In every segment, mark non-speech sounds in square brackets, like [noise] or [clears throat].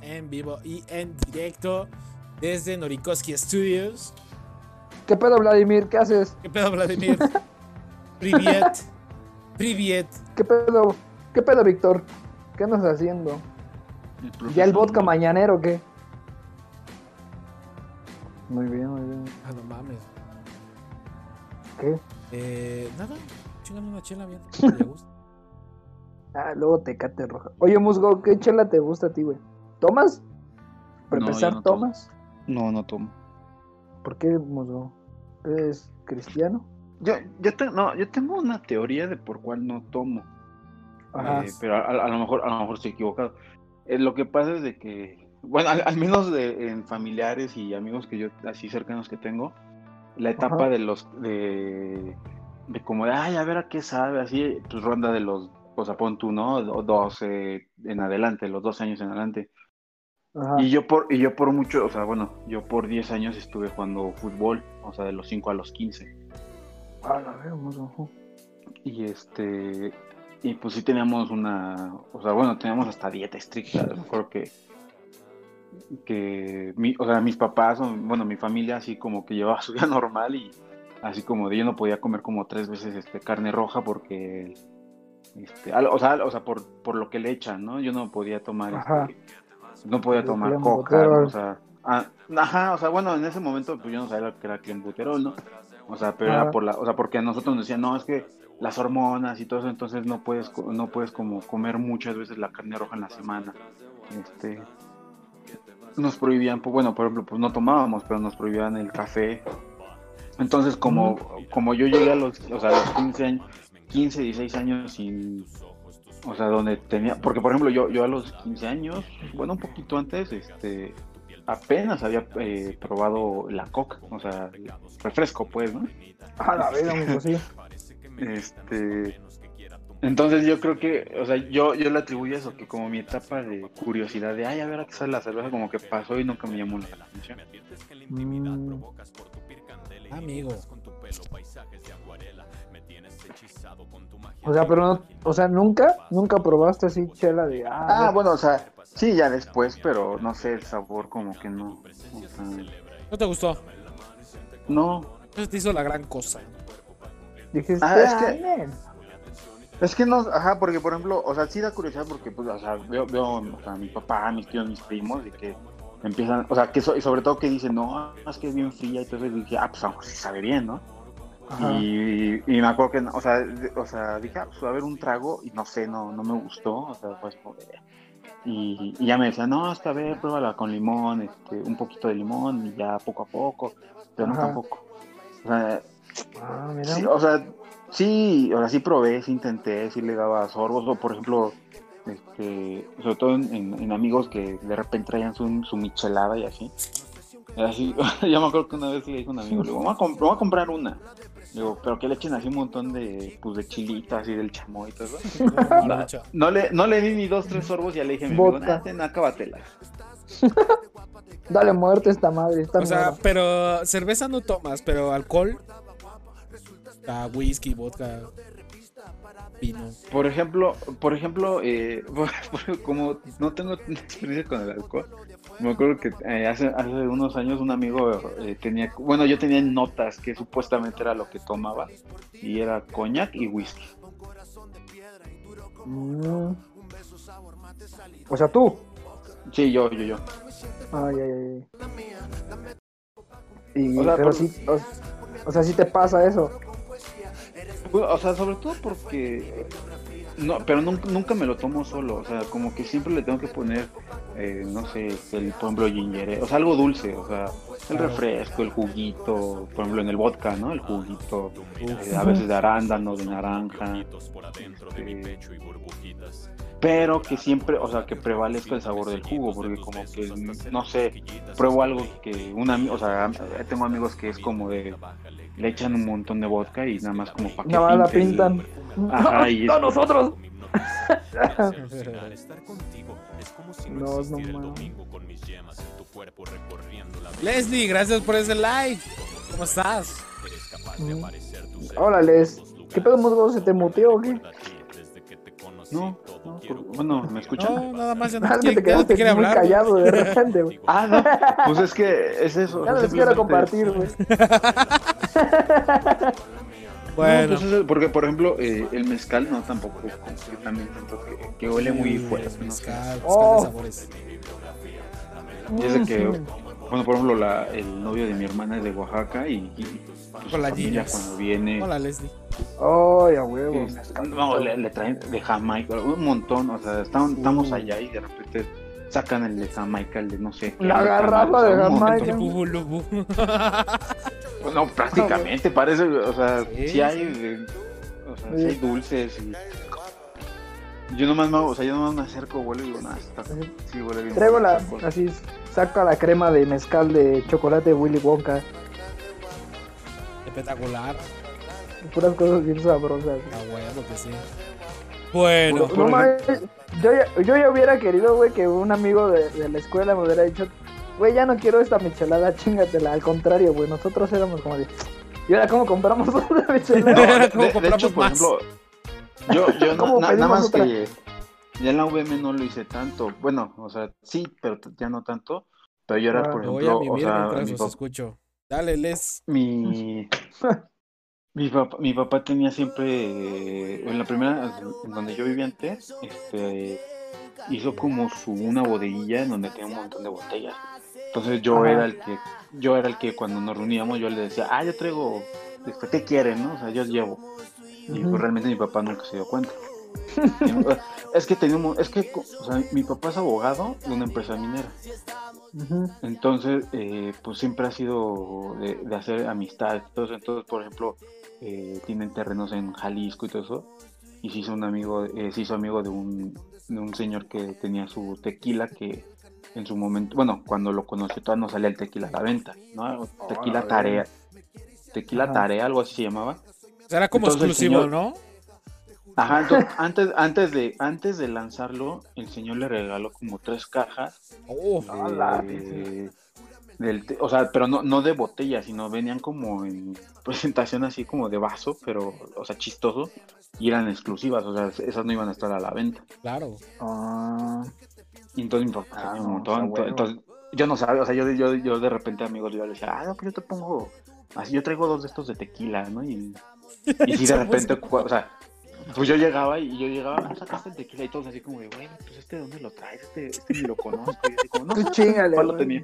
en vivo y en directo desde Norikoski Studios. ¿Qué pedo, Vladimir? ¿Qué haces? ¿Qué pedo, Vladimir? Privet. Privet. ¿Qué pedo? ¿Qué pedo, Víctor? ¿Qué andas haciendo? Pues ¿Ya el vodka mañanero o qué? Muy bien, muy bien. Ah, no mames. ¿Qué? Eh, nada, chingame una chela bien. que le gusta. Ah, luego tecate roja. Oye, Musgo, ¿qué chela te gusta a ti, güey? ¿Tomas? Para No, empezar, yo no tomo. ¿tomas? No, no tomo. ¿Por qué, Musgo? ¿Eres cristiano? Yo, yo, te- no, yo tengo una teoría de por cuál no tomo. Ajá. Ah, Eh, pero a, a- a lo mejor a lo mejor estoy equivocado. Eh, lo que pasa es de que, bueno, al, al menos de, en familiares y amigos que yo, así cercanos que tengo, la etapa Ajá. de los, de, de como de, ay, a ver a qué sabe, así, pues ronda de los, o sea, pon tú, ¿no? O 12 en adelante, los 12 años en adelante. Ajá. Y yo por, y yo por mucho, o sea, bueno, yo por 10 años estuve jugando fútbol, o sea, de los 5 a los 15. Ah, la verga, Musgo. ujú. Y este, y pues sí teníamos una, o sea, bueno, teníamos hasta dieta estricta, recuerdo que, que mi- o sea, mis papás, o, bueno, mi familia así como que llevaba su vida [laughs] normal y así como de yo no podía comer como tres veces este, carne roja porque, este, al- o sea, al- o sea, por, por lo que le echan, ¿no? Yo no podía tomar, Ajá. este, no podía El tomar clon coca, ¿no? buterol. o sea, ah, ajá, o sea, bueno, en ese momento pues yo no sabía lo que era clenbuterol, ¿no? O sea, pero Ajá. era por la, o sea, porque a nosotros nos decían, no, es que las hormonas y todo eso, entonces no puedes, co- no puedes como comer muchas veces la carne roja en la semana. Este, nos prohibían, pues bueno, por ejemplo, pues no tomábamos, pero nos prohibían el café. Entonces, como, como yo llegué a los, o sea, a los 15 años, 15, 16 años sin, o sea, donde tenía, porque por ejemplo, yo, yo a los 15 años, bueno, un poquito antes, este, apenas había eh, probado la coca, o sea, el refresco, pues, ¿no? Ah, [laughs] la verga, Musgo, sí. Este, entonces yo creo que, o sea, yo, yo le atribuyo eso, que como mi etapa de curiosidad de, ay, a ver a qué sale la cerveza, como que pasó y nunca me llamó la atención. Mm, Amigo. O sea, pero no, o sea, nunca, nunca probaste así chela de ah, Ah, bueno, o sea, sí, ya después, pero no sé, el sabor como que no. o sea, ¿No te gustó? no, Eso te hizo la gran cosa. dijiste, Ah, es "Ah, que- men". es que no, ajá, porque por ejemplo, o sea, sí da curiosidad porque, pues, o sea, veo, veo o sea, a mi papá, a mis tíos, mis primos, y que empiezan, o sea, que so- y sobre todo que dicen, no, es que es bien fría, y todo eso, y dije, ah, pues, ah, sí sabe bien, ¿no? Ajá. Y, y me acuerdo que, no, o sea, de- o sea dije, ah, pues va a haber un trago y no sé, no, no me gustó. O sea, pues, como, eh. y, y ya me decía, no, es que a ver, pruébala con limón, este, un poquito de limón y ya poco a poco, pero no Ajá. tampoco. O sea, Ah, mira. sí, o sea, sí, o sea, sí probé, sí intenté, sí le daba sorbos, o por ejemplo, este, sobre todo en, en- en amigos que de repente traían su, su michelada y así. Era así, [laughs] yo me acuerdo que una vez le dije a un amigo, le digo, vamos a, comp- vamos a comprar una. Le digo, pero que le echen así un montón de, pues, de chilitas así del chamoy y todo eso. Marucha. No le, no le di ni dos, tres sorbos y ya le dije a mi amigo, Vodka. "Nah, ten, acábatela. Dale muerte a esta madre, está O sea, pero cerveza no tomas, pero alcohol. Ah, whisky, vodka, vino. Por ejemplo, por ejemplo, eh, [laughs] como no tengo [laughs] experiencia con el alcohol, me acuerdo que eh, hace, hace unos años un amigo eh, tenía, bueno, yo tenía notas que supuestamente era lo que tomaba y era coñac y whisky. Mm. O sea, tú. Sí, yo, yo, yo. Ay, ay, ay. Y, O sea, pero por- sí, o, o sea, sí te pasa eso. Bueno, Pues, O sea, sobre todo porque, no, pero nunca, nunca me lo tomo solo, o sea, como que siempre le tengo que poner, eh, no sé, el, por ejemplo, ginger ale, o sea, algo dulce, o sea, el refresco, el juguito, por ejemplo, en el vodka, ¿no? El juguito, eh, a veces de arándano, de naranja. este, pero que siempre, o sea, que prevalezca el sabor del jugo, porque como que, no sé, pruebo algo que un amigo, o sea, tengo amigos que es como de, le echan un montón de vodka y nada más como para que Nada más la pinte el- pintan. [laughs] Ajá, y es- ¡No, nosotros! No, No, no mames. Leslie, gracias por ese like. ¿Cómo estás? Mm. [laughs] Órale, ¿qué pedo, musgo? ¿Se te muteó o qué? No, no, por- bueno, ¿me escuchan? No, nada más ya no Ah, quiere, te ya no quedaste te quiere muy hablar. güey. callado [laughs] de repente, güey. Ah, no, [laughs] pues es que es eso. Ya no o sea, les quiero simplemente- compartir, güey. No, Bueno, pues es- porque por ejemplo, eh, el mezcal no tampoco, como que también siento que, que huele muy fuerte. no sé. Mezcal, mezcal Oh. de sabores. Y es de que, Mm. bueno, por ejemplo, la- el novio de mi hermana es de Oaxaca y, y, pues, Hola, su familia Gilles. cuando viene, Hola, Leslie. Ay, a huevo. es- no, le, le traen de Jamaica, un montón, o sea, están- estamos allá y de repente sacan el de Jamaica, el de no sé. qué, La el de garrafa Jamaica, de un montón. Jamaica. El bubu, lubu. Pues No, prácticamente, parece, o sea, Sí, sí, hay, eh, o sea, sí Sí. hay dulces y... Yo nomás me, hago- o sea, yo nomás me acerco, huele y digo, nah, está, sí huele bien. Traigo la, esta cosa". así, saca la crema de mezcal de chocolate Willy Wonka. Espectacular. Puras cosas bien sabrosas. A huevo que sí. Bueno, Por- No por mames, yo, ya- yo ya hubiera querido, güey, que un amigo de, de la escuela me hubiera dicho, güey, ya no quiero esta michelada, chingatela. Al contrario, güey, nosotros éramos como de, ¿y ahora cómo compramos [laughs] otra No, [laughs] michelada? de, ¿Cómo de- de compramos hecho, por más? ejemplo, yo, [laughs] yo ¿Cómo na- na- nada pedimos más otra? que ya en la VM no lo hice tanto. Bueno, o sea, sí, pero t- ya no tanto. Pero yo Ah. ahora, por me voy a ejemplo, o vivir sea, mientras mi, los pap- escucho. Dale, Les. mi, mi, papá, mi papá tenía siempre, eh, en la primera, en donde yo vivía antes, este, hizo como su, una bodeguilla en donde tenía un montón de botellas. Entonces yo Ajá. era el que, yo era el que cuando nos reuníamos yo le decía, ah, yo traigo, este, ¿qué quieren, no? O sea, yo llevo. Y Ujú. pues, realmente mi papá nunca se dio [laughs] cuenta. es que tenemos, es que, o sea, mi papá es abogado de una empresa minera. Ujú. Entonces, eh, pues siempre ha sido de, de hacer amistad. Entonces, entonces, por ejemplo, eh, tienen terrenos en Jalisco y todo eso. Y se hizo un amigo, eh, se hizo amigo de un, de un señor que tenía su tequila que en su momento, bueno, cuando lo conoció todavía no salía el tequila a la venta, ¿no? Tequila la tarea. Tequila Ajá. tarea, algo así se llamaba. Será como Entonces, exclusivo, señor- ¿no? Ajá, entonces, antes, antes, de, antes de lanzarlo, el señor le regaló como tres cajas Oh, Ala, de, del té, o sea, pero no, no de botella, sino venían como en presentación así como de vaso, pero, o sea, chistoso, y eran exclusivas, o sea, esas no iban a estar a la venta. claro. Ah, Y entonces mi papá Ah, tenía no, un montón, está bueno. entonces yo no sabía, o sea, yo, yo, yo de repente a amigos yo le decía, ah, no, pero yo te pongo, así yo traigo dos de estos de tequila, ¿no? Y, [laughs] y sí, de repente, cu- o sea, pues yo llegaba y yo llegaba, ah, sacaste el tequila y todos así como de, bueno, pues este, ¿dónde lo traes? Este, este ni lo conozco. Y yo así como, no, Tú no, chíngale, mi papá güey. lo tenía.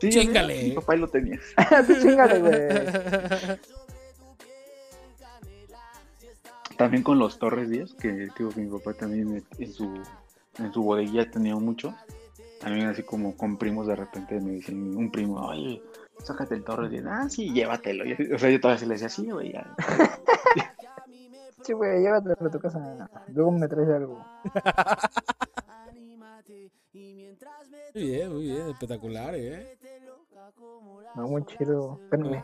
Sí, Chíngale. mira, Mi papá ahí lo tenía. [laughs] tú chingale, güey. También con los Torres Díaz, que digo que mi papá también en su, en su bodeguilla tenía mucho. También así como con primos de repente me dicen, un primo, oye, sácate el Torres Díaz. Ah, sí, llévatelo. Y- O sea, yo todavía se le decía, sí, güey, ya. Sí, güey, llévatelo a tu casa. Luego me traes algo. [laughs] Muy bien, muy bien, espectacular, ¿eh? No, muy chido. Espérame.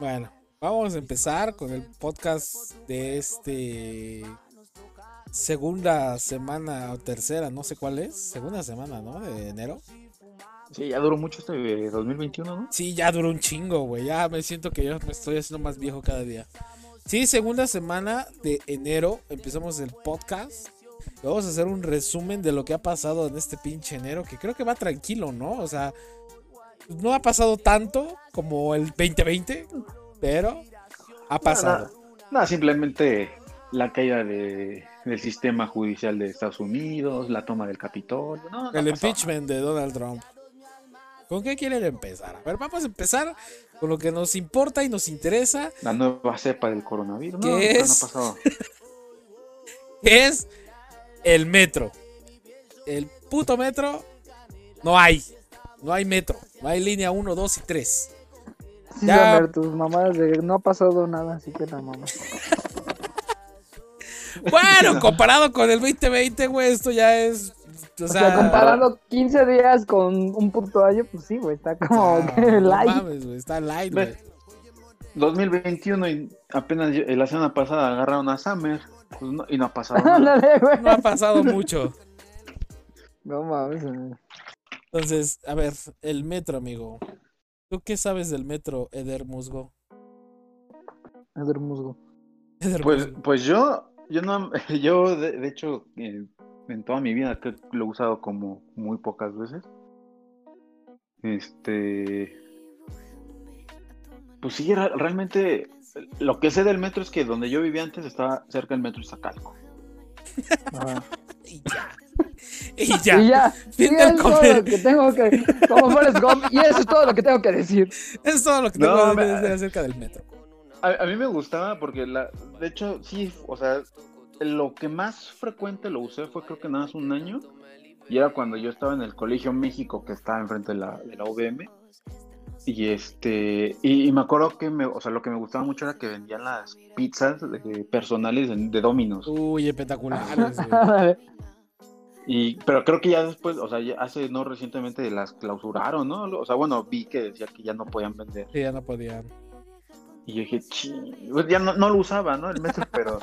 Bueno, vamos a empezar con el podcast de este segunda semana o tercera, no sé cuál es, segunda semana, ¿no? De enero. Sí, ya duró mucho este 2021, ¿no? Sí, ya duró un chingo, güey. Ya me siento que yo me estoy haciendo más viejo cada día. Sí, segunda semana de enero empezamos el podcast. Vamos a hacer un resumen de lo que ha pasado en este pinche enero, que creo que va tranquilo, ¿no? O sea, no ha pasado tanto como el 2020, pero ha pasado. Nada, simplemente la caída de, del sistema judicial de Estados Unidos, la toma del Capitolio. No, no El pasó impeachment de Donald Trump. ¿Con qué quieren empezar? A ver, vamos a empezar con lo que nos importa y nos interesa, La nueva cepa del coronavirus. ¿Qué no, no, es? No ha pasado. que es el metro. El puto metro no hay. No hay metro. No hay línea 1, 2 y 3. Sí, Ya. Samer, tus mamadas de no ha pasado nada, así que la mamá. [laughs] Bueno, comparado con el 2020, güey, esto ya es. O O sea, sea, comparando 15 días con un puto año, pues sí, güey, está como o sea, que no light. mames, güey, está light, Ve. güey. 2021 y apenas yo- eh, la semana pasada agarraron a Summer pues no- y no ha pasado [laughs] [laughs] nada. Ándale, güey. No ha [laughs] pasado mucho. No mames. eh. Entonces, a ver, el metro, amigo. ¿Tú qué sabes del metro, Eder Musgo? Es hermoso. Eder Pues, Musgo. [laughs] pues yo, yo no, yo de, de hecho eh, en toda mi vida, que lo he usado como muy pocas veces. Este. Pues sí, ra- realmente lo que sé del metro es que donde yo vivía antes estaba cerca del metro Iztacalco. Y ya. [laughs] Y ya. Y ya, Fin y del es todo comer. lo que tengo que, como Forrest Gump, y eso es todo lo que tengo que [laughs] decir. [laughs] Es todo lo que tengo No, que me- decir acerca del metro. A, a mí me gustaba porque, la, de hecho, sí, o sea, lo que más frecuente lo usé fue creo que nada más un año. Y era cuando yo estaba en el Colegio México, que estaba enfrente de la, de la UVM. Y este, y, y me acuerdo que me, o sea, lo que me gustaba mucho era que vendían las pizzas eh, personales de, de Domino's. Uy, [laughs] espectaculares. güey. Ándale. Y, pero creo que ya después, o sea, ya hace no recientemente las clausuraron, ¿no? O sea, bueno, vi que decía que ya no podían vender. Sí, ya no podían. Y yo dije, "Chi". Pues ya no, no lo usaba, ¿no? El [laughs] metro, pero,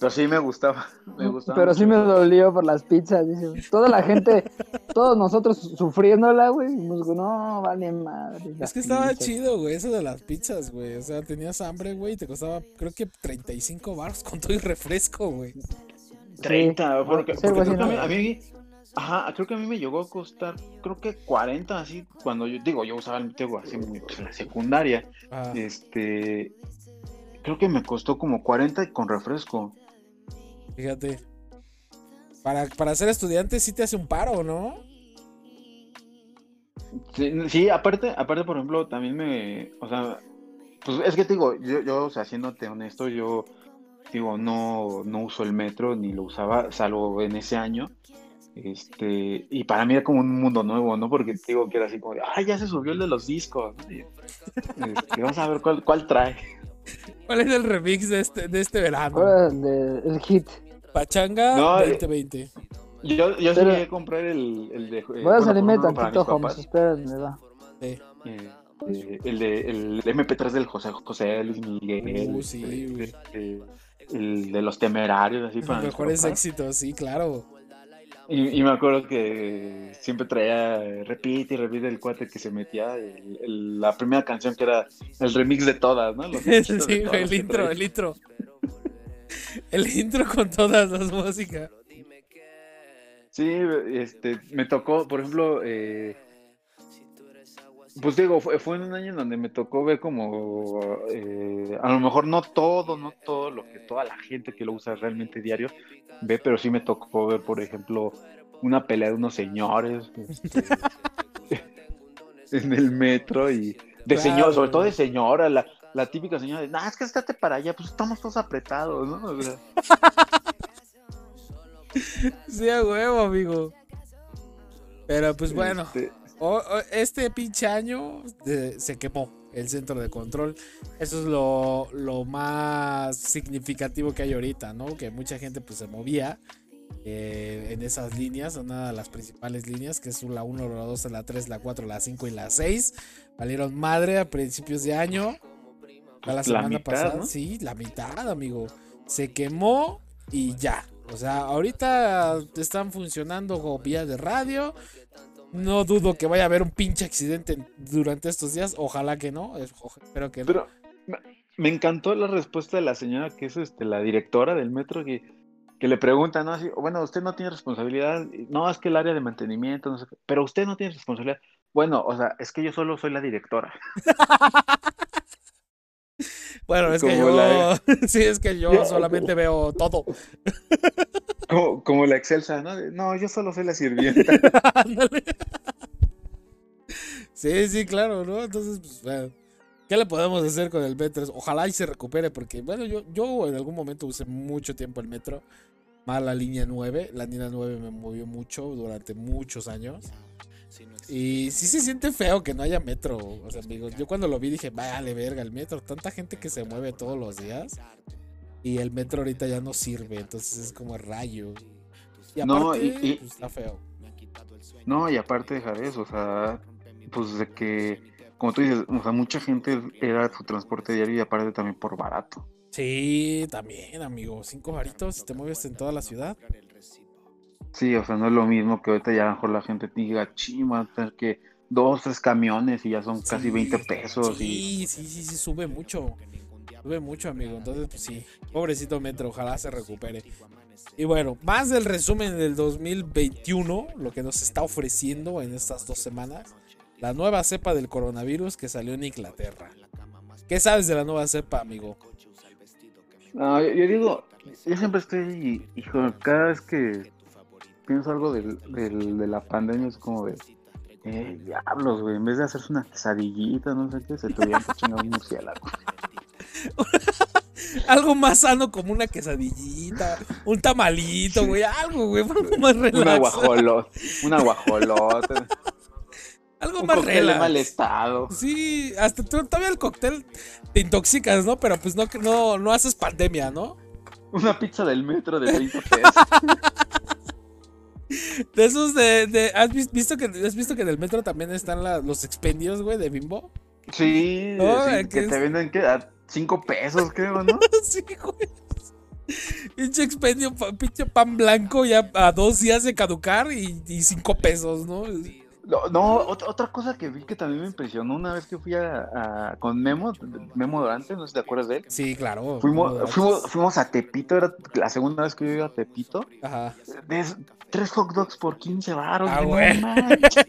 pero sí me gustaba. Me gustaba Pero mucho. sí me dolió por las pizzas, dice. Toda la gente, todos nosotros sufriéndola, güey. y nos- No, vale madre. Es las que estaba pizzas. chido, güey, eso de las pizzas, güey. O sea, tenías hambre, güey, y te costaba, creo que 35 bars con todo y refresco, güey. 30, Sí. Ah, porque, Sí, porque algo creo así, que a mí, ¿no? a mí- ajá, creo que a mí me llegó a costar, creo que 40 así, cuando yo, digo, yo usaba el metro así en la secundaria. Ah, Este, creo que me costó como 40 y con refresco. fíjate. Para, para ser estudiante sí te hace un paro, ¿no? Sí, sí, aparte, aparte, por ejemplo, también me, o sea, pues es que te digo, yo, yo, o sea, siéndote honesto, yo digo, no, no uso el metro ni lo usaba, salvo en ese año. Este, y para mí era como un mundo nuevo, ¿no? Porque te digo que era así como, de, ah, ya se subió el de los discos. ¿no? Y, este, vamos a ver cuál, cuál trae. ¿Cuál es el remix de este, de este verano? Ahora el, de- el hit. Pachanga No, eh. 2020. Yo, yo sí Pero- llegué a comprar el, el de. eh, Voy bueno, a salirme por lo menos para tantito, mis papás, homies. Espérenme, va. Sí. eh, eh, el de el MP3 del José José, Luis Miguel. Uh, sí, este, güey. este, el de los temerarios, así para Los mis mejores papás. éxitos, sí, claro. Y, y me acuerdo que siempre traía, eh, repite y repite el cuate que se metía, el- el- la primera canción que era el remix de todas, ¿no? [laughs] Los [laughs] Sí, éxitos de todas güey, el que intro, traía. el intro. El intro con todas las músicas. Sí, este, me tocó, por ejemplo, eh, pues digo, fue, fue en un año en donde me tocó ver como, eh, a lo mejor no todo, no todo lo que toda la gente que lo usa realmente diario ve, pero sí me tocó ver, por ejemplo, una pelea de unos señores este, [laughs] en el metro y de Claro. señor, sobre todo de señora, la, la típica señora de, nah, es que estate para allá, pues estamos todos apretados, ¿no? O sea, Sí, a huevo, amigo. Pero pues bueno. este, O- o- este pinche año de- se quemó el centro de control. Eso es lo, lo más significativo que hay ahorita, ¿no? Que mucha gente pues se movía eh, en esas líneas, en una de las principales líneas, que es la 1, la 2, la 3, la 4, la 5 y la 6. Valieron madre a principios de año. A la pues, semana mitad, pasada, ¿no? sí, la mitad, amigo. Se quemó y ya. O sea, ahorita están funcionando como vías de radio. No dudo que vaya a haber un pinche accidente en- durante estos días. Ojalá que no. es- oj- Espero que no. Pero me- me encantó la respuesta de la señora que es este, la directora del metro que, que le pregunta, ¿no? Así, bueno, usted no tiene responsabilidad, no, es que el área de mantenimiento, no sé qué, pero usted no tiene responsabilidad. Bueno, o sea, es que yo solo soy la directora. [laughs] Bueno, es que como yo. la- [laughs] sí, es que yo Yo- [laughs] solamente veo todo. Como, como la excelsa, ¿no? De, No, yo solo soy la sirvienta. [laughs] Ándale. sí, sí, claro, ¿no? Entonces, pues, bueno, ¿qué le podemos hacer con el metro? Ojalá y se recupere, porque, bueno, yo, yo en algún momento usé mucho tiempo el metro, más la línea 9. La línea 9 me movió mucho durante muchos años. Y sí se siente feo que no haya metro. O sea, amigo, yo cuando lo vi dije, vale, verga, el metro, tanta gente que se mueve todos los días. Y el metro ahorita ya no sirve, entonces es como rayo. Y aparte, No, y- y- pues, está feo. No, y aparte deja de eso, o sea, pues de que, como tú dices, o sea, mucha gente era su transporte diario y aparte también por barato. Sí, también, amigo. Cinco varitos y te mueves en toda la ciudad. Sí, o sea, no es lo mismo que ahorita ya a lo mejor la gente diga, chima, que dos, tres camiones y ya son casi Sí, 20 pesos. Sí, y sí, sí, sí, sube mucho. Tuve mucho, amigo. Entonces, pues sí. Pobrecito Metro, ojalá se recupere. Y bueno, más del resumen del 2021, lo que nos está ofreciendo en estas dos semanas. La nueva cepa del coronavirus que salió en Inglaterra. ¿Qué sabes de la nueva cepa, amigo? No, yo, yo digo, yo siempre estoy, hijo, cada vez que pienso algo del, del- de la pandemia es como de, eh, diablos, güey, en vez de hacerse una quesadillita, no sé qué, se tuvieron que chingar [laughs] un murciélago. Algo más sano como una quesadillita, un tamalito, güey. Algo, güey. Algo más Un relax. aguajolot, [laughs] un aguajolot, Algo un más cóctel de relax. mal estado. [laughs] Sí, hasta tú, todavía el cóctel te intoxicas, ¿no? Pero pues no, no, no haces pandemia, ¿no? Una pizza del metro de 30 pesos. De esos de, de- ¿has vis- visto que has visto que en el metro también están la- los expendios, güey, de Bimbo? [laughs] Sí, No, sí, aquí que es- te venden ¿qué? a 5 pesos, creo, ¿no? sí, güey. Pinche expendio, pa- pinche pan blanco ya a dos días de caducar y, y cinco pesos, ¿no? No, no, ot- otra cosa que vi que también me impresionó una vez que fui a, a- con Memo, Memo Dorante, no sé si te acuerdas de él. Sí, claro. Fuimos, fuimos, fuimos a Tepito, era la segunda vez que yo iba a Tepito. pues, Ajá. Des- tres hot dogs por 15 baros. Ah, no güey. manches.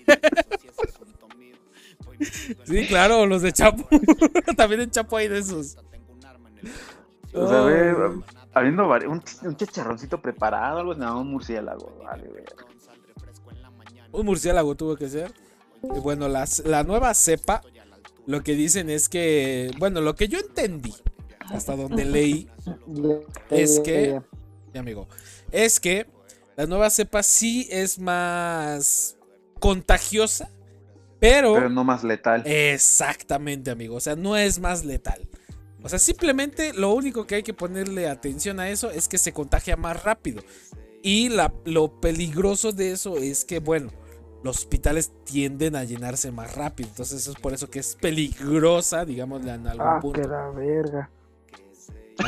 Sí, claro, los de Chapo. [laughs] también en Chapo hay de esos. O [laughs] sea, Ay. güey, um, habiendo vari- un, ch- un chicharroncito preparado, algo, nada, un murciélago. Vale, güey. Un murciélago tuvo que ser. Y bueno, la, la nueva cepa, lo que dicen es que, bueno, lo que yo entendí, hasta donde leí, Eh, Es que- mi amigo, es que la nueva cepa sí es más contagiosa, pero... Pero no más letal. Exactamente, amigo, o sea, no es más letal. O sea, simplemente lo único que hay que ponerle atención a eso es que se contagia más rápido. Y la- lo peligroso de eso es que, bueno, los hospitales tienden a llenarse más rápido. Entonces, eso es por eso que es peligrosa, digamos, en algún Ah, que punto. la verga.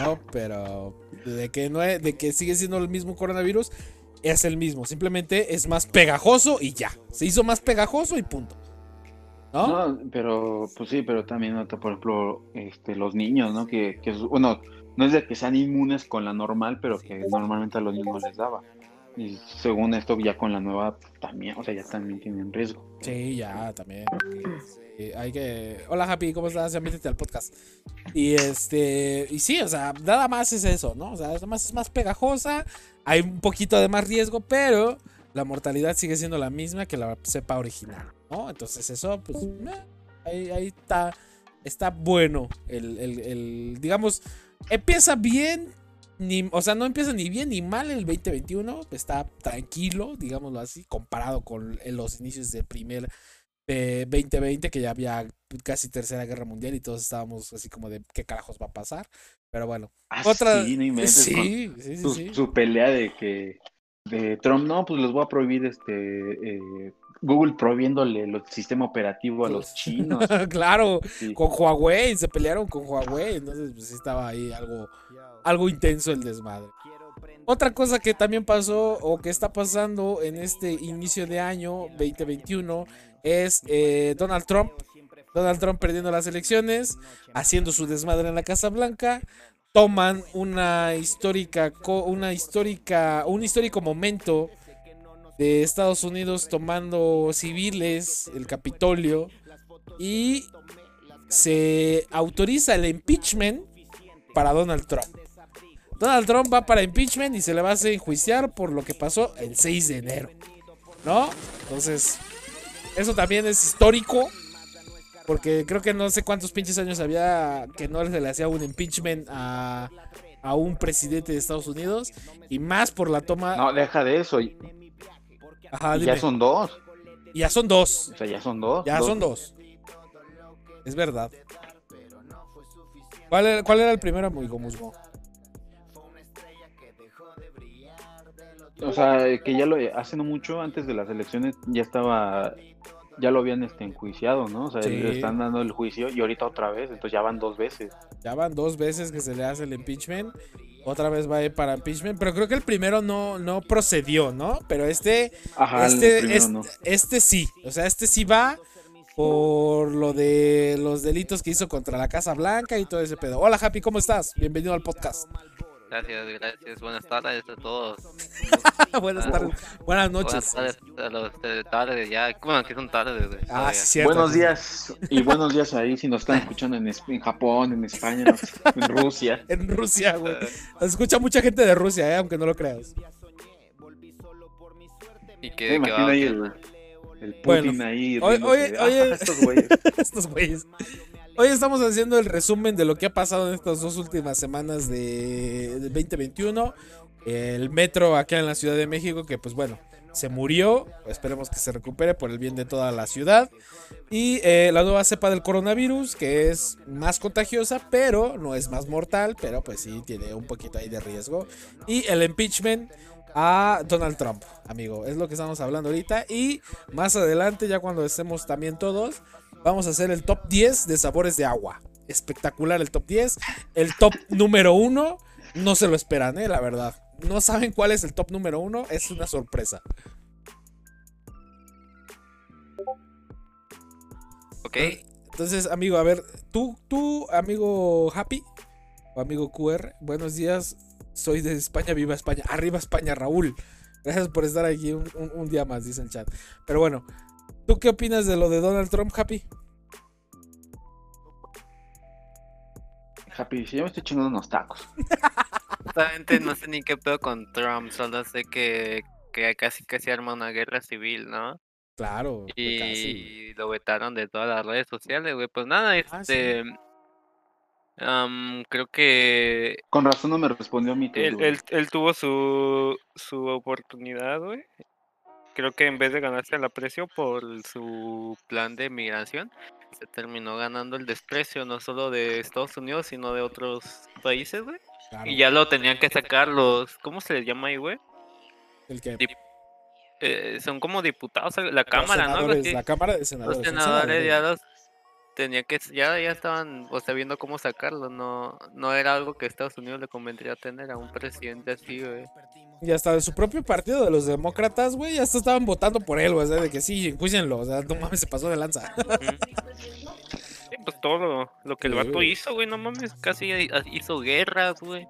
No, pero de que no es- de que sigue siendo el mismo coronavirus, es el mismo. Simplemente es más pegajoso y ya. Se hizo más pegajoso y punto. ¿No? No, pero, pues sí, pero también, nota, por ejemplo, este, los niños, ¿no? Que, que, es- bueno, no es de que sean inmunes con la normal, pero que normalmente a los niños les daba. Y según esto, ya con la nueva, también, o sea, ya también tienen riesgo. Sí, ya, también. Eh, hay que. Hola, Happy, ¿cómo estás? Ya métete al podcast. Y este. Y sí, o sea, nada más es eso, ¿no? O sea, nada más es más pegajosa. Hay un poquito de más riesgo, pero la mortalidad sigue siendo la misma que la cepa original, ¿no? Entonces, eso, pues. meh, ahí, ahí está. Está bueno. El, el- el- digamos, empieza bien. Ni, o sea, no empieza ni bien ni mal el 2021. Está tranquilo, digámoslo así, comparado con los inicios del primer de 2020, que ya había casi tercera guerra mundial y todos estábamos así como de qué carajos va a pasar. Pero bueno, Ah, otra. sí, no inventes, con sí, sí, sí, su, sí. su pelea de que de Trump, no, pues les voy a prohibir este eh, Google prohibiéndole el sistema operativo a [laughs] los chinos. [laughs] claro, Sí. con Huawei, se pelearon con Huawei, entonces pues sí estaba ahí algo, algo intenso el desmadre. Otra cosa que también pasó o que está pasando en este inicio de año 2021 es eh, Donald Trump. Donald Trump perdiendo las elecciones, haciendo su desmadre en la Casa Blanca, toman una histórica, co- una histórica, un histórico momento de Estados Unidos tomando civiles, el Capitolio, y se autoriza el impeachment para Donald Trump. Donald Trump va para impeachment y se le va a hacer enjuiciar por lo que pasó el 6 de enero. ¿No? Entonces, eso también es histórico. Porque creo que no sé cuántos pinches años había que no se le hacía un impeachment a, a un presidente de Estados Unidos. Y más por la toma. No, deja de eso. y- y Ajá, ya Ah, dime. son dos. Ya son dos. O sea, ya son dos. Ya son dos. Es verdad. ¿Cuál era, cuál era el primero, amigo Musgo? O sea, que ya lo eh, hace no mucho antes de las elecciones ya estaba ya lo habían este enjuiciado, ¿no? O sea, Sí. le están dando el juicio y ahorita otra vez, entonces ya van dos veces. Ya van dos veces que se le hace el impeachment. Otra vez va a ir para impeachment. Pero creo que el primero no, no procedió, ¿no? Pero este, Ajá, Ah, el este, primero este, no. este sí. O sea, este sí va por lo de los delitos que hizo contra la Casa Blanca y todo ese pedo. Hola, Happy, ¿cómo estás? Bienvenido al podcast. [laughs] Gracias, gracias. Buenas tardes a todos. Buenas tardes. Buenas noches. Buenas tardes a los de tarde, ya. Bueno, aquí son tardes, güey. Ah, todavía. sí, cierto. Buenos días y buenos días ahí si nos están escuchando en, Es- en Japón, en España, en [laughs] Rusia. En Rusia, güey. Nos escucha mucha gente de Rusia, eh, aunque no lo creas. Y Me que, que imagino va, ahí que- el, el Bueno, Putin ahí. hoy- riéndose hoy- de, hoy- "Ah, [laughs] estos güeyes". [laughs] Estos güeyes. Hoy estamos haciendo el resumen de lo que ha pasado en estas dos últimas semanas de, del 2021. El metro acá en la Ciudad de México, que pues bueno, se murió. Esperemos que se recupere por el bien de toda la ciudad. Y eh, la nueva cepa del coronavirus, que es más contagiosa, pero no es más mortal, pero pues sí tiene un poquito ahí de riesgo. Y el impeachment a Donald Trump, amigo, es lo que estamos hablando ahorita. Y más adelante, ya cuando estemos también todos, vamos a hacer el top 10 de sabores de agua. Espectacular el top 10. El top número 1, no se lo esperan, eh, la verdad. No saben cuál es el top número 1, es una sorpresa. ok. Entonces, amigo, a ver, tú, tú, amigo Happy o amigo QR, buenos días. Soy de España, viva España. Arriba España, Raúl. Gracias por estar aquí un, un- un día más, dice el chat. Pero bueno, ¿tú qué opinas de lo de Donald Trump, Happy? Happy, si yo me estoy chingando unos tacos. Justamente no sé ni qué pedo con Trump, solo sé que, que casi casi arma una guerra civil, ¿no? Claro, Y casi. lo vetaron de todas las redes sociales, güey. Pues nada, Ah, sí. este. am, creo que Con razón no me respondió mi tío. Él, él- él tuvo su, su oportunidad, güey. Creo que en vez de ganarse el aprecio por su... plan de migración se terminó ganando el desprecio no solo de Estados Unidos, sino de otros países, güey. claro. Y ya lo tenían que sacar los. ¿Cómo se les llama ahí, güey? El que- Eh, son como diputados, la los Cámara, ¿no? Algo senadores, así. La Cámara de Los Senadores. el senadores senador, ya los tenía que ya ya estaban o sea viendo cómo sacarlo no no era algo que a Estados Unidos le convendría tener a un presidente así güey. Y hasta de su propio partido, de los demócratas, güey, ya hasta estaban votando por él, güey. O sea, de que sí, enjuicienlo. O sea, no mames, se pasó de lanza. Sí, pues todo lo, lo que el Sí, vato güey. hizo, güey, no mames. casi ha- hizo guerras güey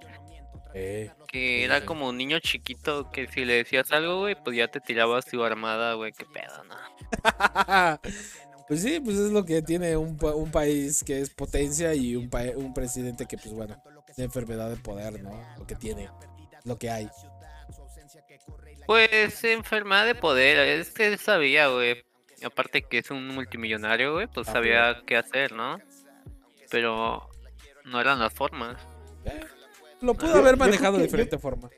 Eh, que Sí, era sí. como un niño chiquito que si le decías algo güey pues ya te tiraba su armada güey qué pedo no [laughs] pues sí, pues es lo que tiene un, pa- un país que es potencia y un, pa- un presidente que, pues bueno, de enfermedad de poder, ¿no? Lo que tiene, lo que hay. Pues enfermada de poder, es que él sabía, güey. Aparte que es un multimillonario, güey, pues Ah, sabía qué hacer, ¿no? Pero no eran las formas. Eh, Lo pudo Yo- haber yo creo manejado de que- diferente forma.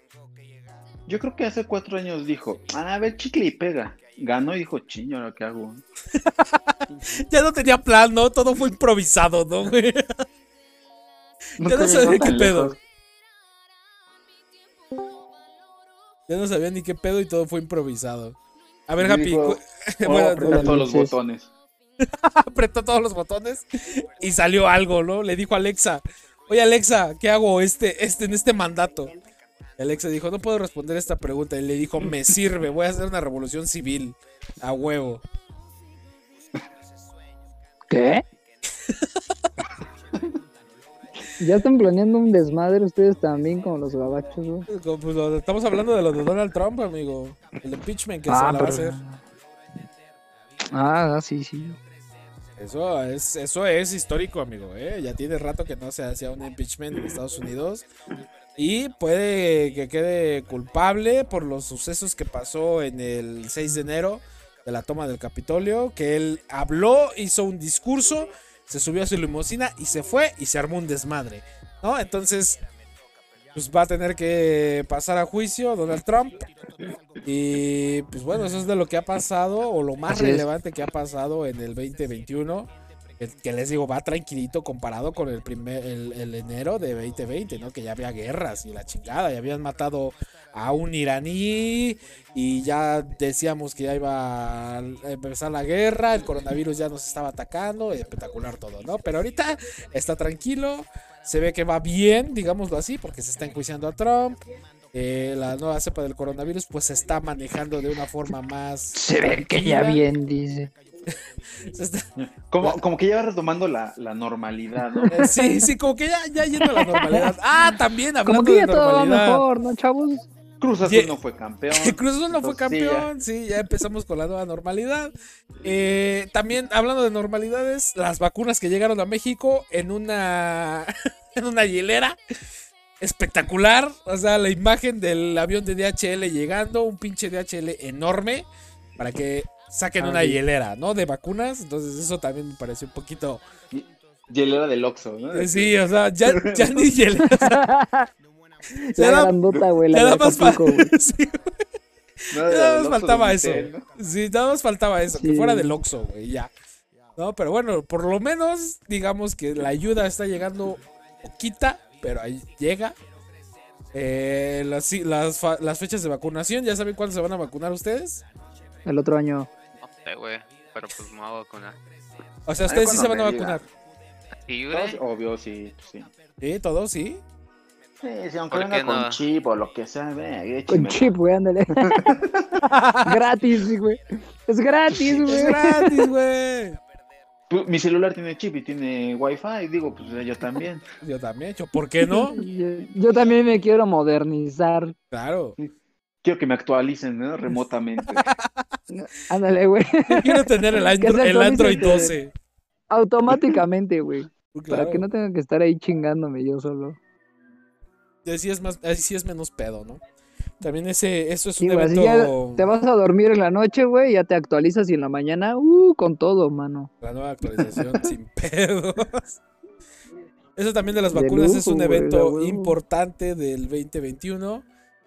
Yo creo que hace cuatro años dijo, "Ah, a ver, chicle y pega. Ganó y dijo, chiño, ¿ahora qué hago? Ya no tenía plan, ¿no? Todo fue improvisado, ¿no, güey? Nunca no había sabía estado tan qué pedo. lejos. Ya no sabía ni qué pedo y todo fue improvisado. A ver, Y Happy, dijo, cu- [laughs] "Oh, bueno, apretar dale, todos los Ulises. botones. apretó todos los botones y salió algo, ¿no? Le dijo a Alexa, oye Alexa, ¿qué hago este, este, en este mandato? Y Alexa dijo, no puedo responder esta pregunta. Y le dijo, me sirve, voy a hacer una revolución civil. A huevo. [laughs] ¿Qué? Ya están planeando un desmadre ustedes también con los gabachos, güey. Como, pues, lo- estamos hablando de lo de Donald Trump, amigo. El impeachment que Ah, se la va a hacer. Ah, ah, sí, sí. Eso es, eso es histórico, amigo. ¿eh? Ya tiene rato que no se hacía un impeachment en Estados Unidos. Y puede que quede culpable por los sucesos que pasó en el 6 de enero de la toma del Capitolio. Que él habló, hizo un discurso, se subió a su limusina y se fue y se armó un desmadre. ¿no? Entonces, pues va a tener que pasar a juicio Donald Trump. Y pues bueno, eso es de lo que ha pasado o lo más Así es. relevante que ha pasado en el 2021. el Que les digo, va tranquilito comparado con el primer el, el enero de 2020, ¿no? Que ya había guerras y la chingada, y habían matado a un iraní y ya decíamos que ya iba a empezar la guerra, el coronavirus ya nos estaba atacando, espectacular todo, ¿no? Pero ahorita está tranquilo, se ve que va bien, digámoslo así, porque se está enjuiciando a Trump. eh, la nueva cepa del coronavirus pues se está manejando de una forma más... Se ve que ya tranquila. bien, dice. Se está- Como, como que ya va retomando la, la [laughs] normalidad, ¿no? eh, [laughs] sí, sí, como que ya, ya yendo a la [laughs] normalidad. Ah, también hablando Como que de ya todo va normalidad. mejor, ¿no, chavos? Cruz Azul Ye- no fue campeón. Que [laughs] Cruz Azul no fue Entonces, sí, ya. campeón, sí, ya empezamos con la nueva normalidad. Eh, también hablando de normalidades, las vacunas que llegaron a México en una [laughs] en una hielera espectacular, o sea, la imagen del avión de DHL llegando, un pinche DHL enorme para que saquen Ah, una sí. hielera, ¿no? De vacunas, entonces eso también me pareció un poquito Hielera del Oxxo, ¿no? eh, sí, o sea, ya, ya ni [laughs] hielera, La da- grandota, güey. La ya de nada más fa- Acapulco, güey. [laughs] sí, No, de la Nada del más Oxxo faltaba de eso. Intel, ¿no? Sí, nada más faltaba eso, que Sí. fuera del Oxxo, güey, ya. No, pero bueno, por lo menos digamos que la ayuda está llegando poquita, pero ahí llega. Eh, las, sí, las, fa- las fechas de vacunación, ¿ya saben cuándo se van a vacunar ustedes? El otro año. No sé, güey. Pero pues me voy a vacunar. O sea, ustedes sí se cuando van a me digan. vacunar. Sí, ¿Eh? Todos, güey. Pues, Obvio, sí, sí. Sí, todos, sí. Sí, sí, aunque ¿Por venga qué con no? chip o lo que sea, ve, Con échemela. chip, [laughs] güey, ándale. [laughs] gratis, güey. Es gratis, Es güey. gratis, güey. Pues, Mi celular tiene chip y tiene wifi, digo, pues yo también. Yo también, yo, ¿por qué [laughs] no? Yo, yo también me quiero modernizar. Claro. Quiero que me [laughs] actualicen, ¿no? Remotamente. Ándale, güey. [laughs] Yo quiero tener el, Que Andro- se el Android actualice. 12. Automáticamente, güey. Claro. Para que no tenga que estar ahí chingándome yo solo. Y Así es, más, así es menos pedo, ¿no? También ese, eso es Sí, un güey, así evento... ya te vas a dormir en la noche, güey, ya te actualizas y en la mañana, uh, con todo, mano. La nueva actualización [laughs] sin pedos. Eso también de las De vacunas es lujo, un güey, la evento huevo. importante del 2021.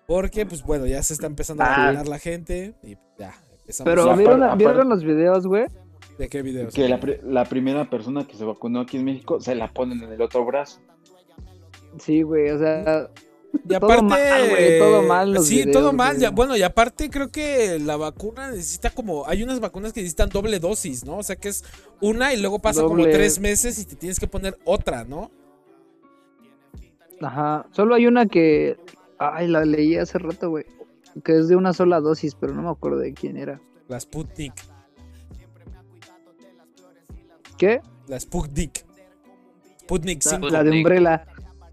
Porque, pues bueno, ya se está empezando a Ah. vacunar la gente. Y pues, ya, empezamos Pero a... aparte- ¿vieron, aparte- vieron los videos, güey? ¿De qué videos? que la, pri- la primera persona que se vacunó aquí en México se la ponen en el otro brazo. Sí, güey, o sea, Y todo mal, güey, todo mal los sí, videos, todo mal. güey. ya- bueno, y aparte creo que la vacuna necesita como... Hay unas vacunas que necesitan doble dosis, ¿no? O sea que es una y luego pasa como Doble. tres meses y te tienes que poner otra, ¿no? ajá, solo hay una que, ay, la leí hace rato, güey, que es de una sola dosis, pero no me acuerdo de quién era. La Sputnik. ¿Qué? La Sputnik. Sputnik 5. La de Umbrella.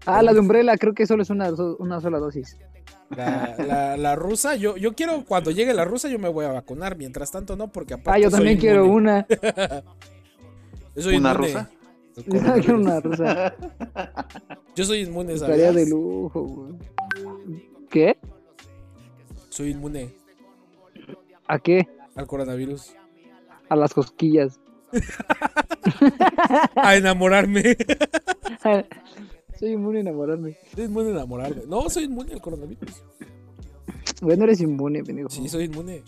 Ah, la de Umbrella, creo que solo es una, so- una sola dosis. La, la- la rusa, yo, yo quiero, cuando llegue la rusa, yo me voy a vacunar. Mientras tanto, no, porque aparte. Ah, yo soy también inmune. quiero [laughs] una. [laughs] Yo soy ¿Una inmune. rusa? al [laughs] coronavirus. quiero una rusa. Yo soy inmune, ¿sabes? Estaría de lujo, güey. ¿Qué? Soy inmune ¿A qué? al coronavirus. A las cosquillas. A enamorarme. [laughs] Soy inmune a enamorarme. soy inmune a enamorarme. No, soy inmune al coronavirus. Güey, no eres inmune, pendejo. Sí, soy inmune.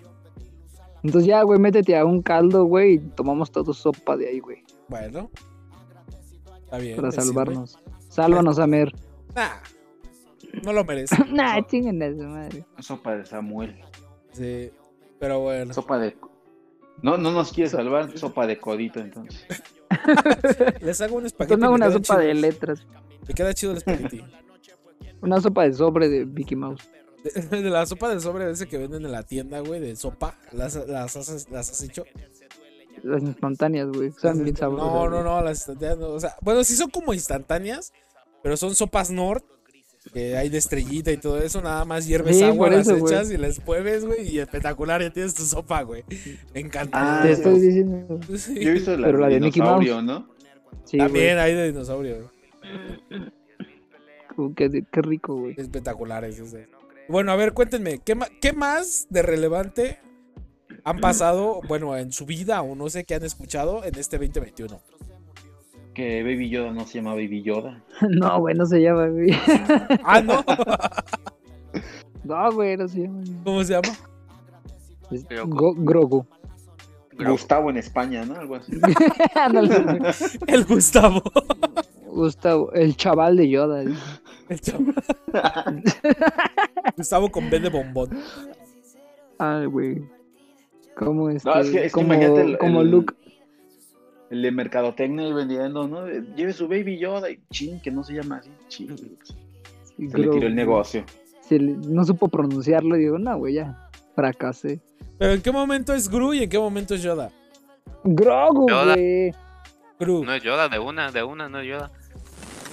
Entonces ya, güey, métete a un caldo, güey, y tomamos todos sopa de ahí, güey, Bueno. Está bien. para me sirve. salvarnos. Sálvanos, Amer. Nah, no lo merece. [laughs] nah, chinguen a su madre. Sopa de Samuel. Sí, pero bueno. [laughs] Sopa de. No, no nos quiere salvar, sopa de codito, entonces. Les hago un espagueti. Toma me una quedan sopa de chidos. letras. Me queda chido el espagueti. Una sopa de sobre de Mickey Mouse. De, de [laughs] la sopa del sobre ese que venden en la tienda, güey, de sopa, ¿las, las, has, las has hecho? Las instantáneas, güey. que Saben bien sabrosas. No, no, güey. no, las instantáneas no. O sea, bueno, sí son como instantáneas, pero son sopas Nord, que hay de estrellita y todo eso, nada más hierves Sí, agua, por las eso, güey. echas y las pueves, güey, y espectacular, ya tienes tu sopa, güey. Me encanta. Ah, Te sí. estoy diciendo. [laughs] Sí. Yo he visto la, Pero la de Mickey dinosaurio, ¿no? Sí, También güey. hay de dinosaurio, Como que- Uh, Qué, rico, güey. [laughs] espectaculares. o sea. Bueno, a ver, cuéntenme, ¿qué, ma- ¿qué más de relevante han pasado, bueno, en su vida o no sé qué han escuchado en este 2021? Que Baby Yoda no se llama Baby Yoda. No, güey, no se llama, güey. [laughs] Ah, no. No, güey, no se llama. güey. ¿Cómo se llama? Es Grogu. Go- Grogu. Gustavo en España, ¿no? Algo así. Ándale, güey. [laughs] El Gustavo. Gustavo, el chaval de Yoda. güey. El chavo. Gustavo con B de bombón. Ay, güey. Como este, es que- es que como, imagínate el- como el- Luke. El de Mercadotecnia y vendiendo, ¿no? Lleve su Baby Yoda y ching, que no se llama así. Ching. Se le Grogu. tiró el negocio. Se le- no supo pronunciarlo. Digo, no, güey, ya. Fracasé. Pero ¿en qué momento es Gru y en qué momento es Yoda? Grogu, Yoda. güey. Gru. No es Yoda, de una, de una, no es Yoda.